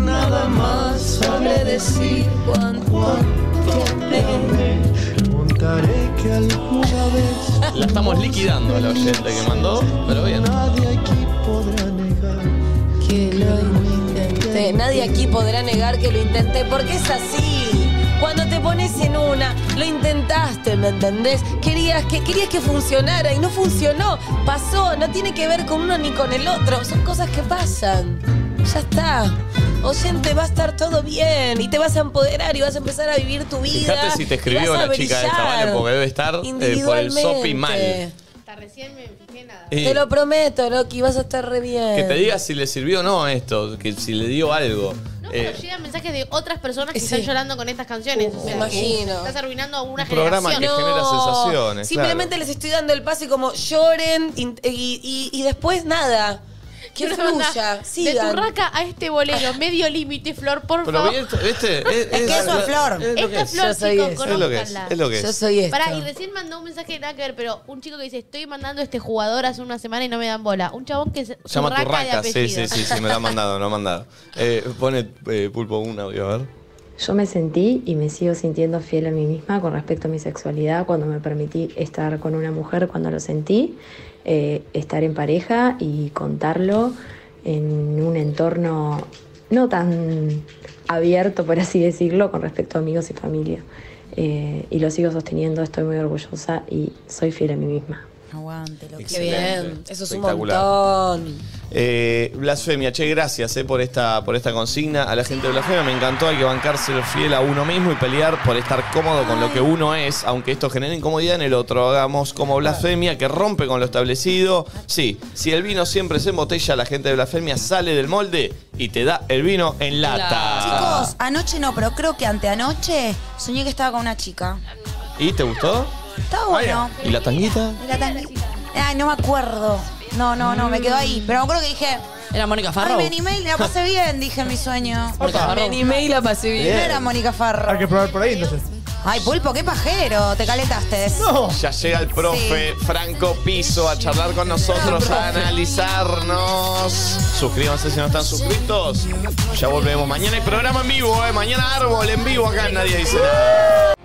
Speaker 9: nada más sabré decir cuánto te amé. Contaré que alguna vez
Speaker 1: La estamos liquidando a la oyente que mandó, pero bien.
Speaker 9: nadie aquí podrá negar
Speaker 2: que lo intenté. Este, Nadie aquí podrá negar que lo intenté, porque es así. Cuando te pones en una, lo intentaste, ¿me entendés? Querías que, querías que funcionara y no funcionó. Pasó, no tiene que ver con uno ni con el otro. Son cosas que pasan. Ya está. Oyente, va a estar todo bien y te vas a empoderar y vas a empezar a vivir tu vida.
Speaker 1: Fíjate si te escribió la chica esta, ¿vale? Porque debe estar eh, por el sopi mal.
Speaker 5: Hasta recién me fijé nada.
Speaker 1: Eh,
Speaker 2: Te lo prometo, Loki, vas a estar re bien.
Speaker 1: que te diga si le sirvió o no esto, que si le dio algo. Eh,
Speaker 5: Pero llegan mensajes de otras personas que están llorando con estas canciones. o sea,
Speaker 2: me imagino.
Speaker 5: Estás arruinando a una
Speaker 1: Un programa
Speaker 5: generación.
Speaker 1: que
Speaker 5: (laughs)
Speaker 1: genera sensaciones,
Speaker 2: Simplemente les estoy dando el pase como lloren y, y- y después nada. Que
Speaker 5: Una banda
Speaker 2: fluya,
Speaker 5: De
Speaker 2: sigan. Ah.
Speaker 5: turraca a este bolero, medio límite, Flor, por
Speaker 1: Pero
Speaker 5: favor.
Speaker 1: bien, ¿viste? Es,
Speaker 5: que eso es
Speaker 1: lo-
Speaker 5: flor.
Speaker 1: es lo que
Speaker 5: Esta
Speaker 1: es.
Speaker 5: flor,
Speaker 1: Yo soy
Speaker 5: chicos,
Speaker 1: eso. Es lo que es.
Speaker 5: conózcanla.
Speaker 1: Es lo que es.
Speaker 5: Pará, y recién mandó un mensaje que nada que ver, pero un chico que dice, estoy mandando a este jugador hace una semana y no me dan bola. Un chabón que se
Speaker 1: Se llama
Speaker 5: Turraca de
Speaker 1: Turraca, sí, sí,
Speaker 5: apellido.
Speaker 1: sí, sí, me lo ha mandado, me lo ha mandado. Eh, pone eh, pulpo una, voy a ver.
Speaker 13: Yo me sentí y me sigo sintiendo fiel a mí misma con respecto a mi sexualidad cuando me permití estar con una mujer, cuando lo sentí, eh, estar en pareja y contarlo en un entorno no tan abierto, por así decirlo, con respecto a amigos y familia. Eh, y lo sigo sosteniendo, estoy muy orgullosa y soy fiel a mí misma.
Speaker 3: Aguante, lo
Speaker 2: Qué bien, eso es un
Speaker 1: Espectacular.
Speaker 2: montón.
Speaker 1: Eh, blasfemia, che, gracias eh, por, esta, por esta consigna. A la gente de Blasfemia me encantó, hay que bancarse fiel a uno mismo y pelear por estar cómodo con lo que uno es, aunque esto genere incomodidad en el otro. Hagamos como Blasfemia, que rompe con lo establecido. Sí, si el vino siempre se embotella, la gente de Blasfemia sale del molde y te da el vino en lata.
Speaker 3: Chicos, anoche no, pero creo que anteanoche soñé que estaba con una chica.
Speaker 1: ¿Y te gustó?
Speaker 3: Estaba bueno.
Speaker 1: ¿Y la tanguita?
Speaker 3: Y la tan- Ay, no me acuerdo. No, no, no, me quedó ahí. Pero me acuerdo que dije.
Speaker 4: Era Mónica
Speaker 3: Ay,
Speaker 4: Farro.
Speaker 3: me animé y la pasé bien, dije en mi sueño.
Speaker 21: Opa. Me animé
Speaker 2: y la pasé
Speaker 21: bien.
Speaker 3: No era Mónica Farro.
Speaker 21: Hay que probar por ahí entonces.
Speaker 3: Ay, pulpo, qué pajero. Te calentaste.
Speaker 21: No.
Speaker 1: Ya llega el profe Franco Piso a charlar con nosotros, a analizarnos. Suscríbanse si no están suscritos. Ya volvemos. Mañana hay programa en vivo, ¿eh? Mañana árbol en vivo acá en Nadie Dice Nada.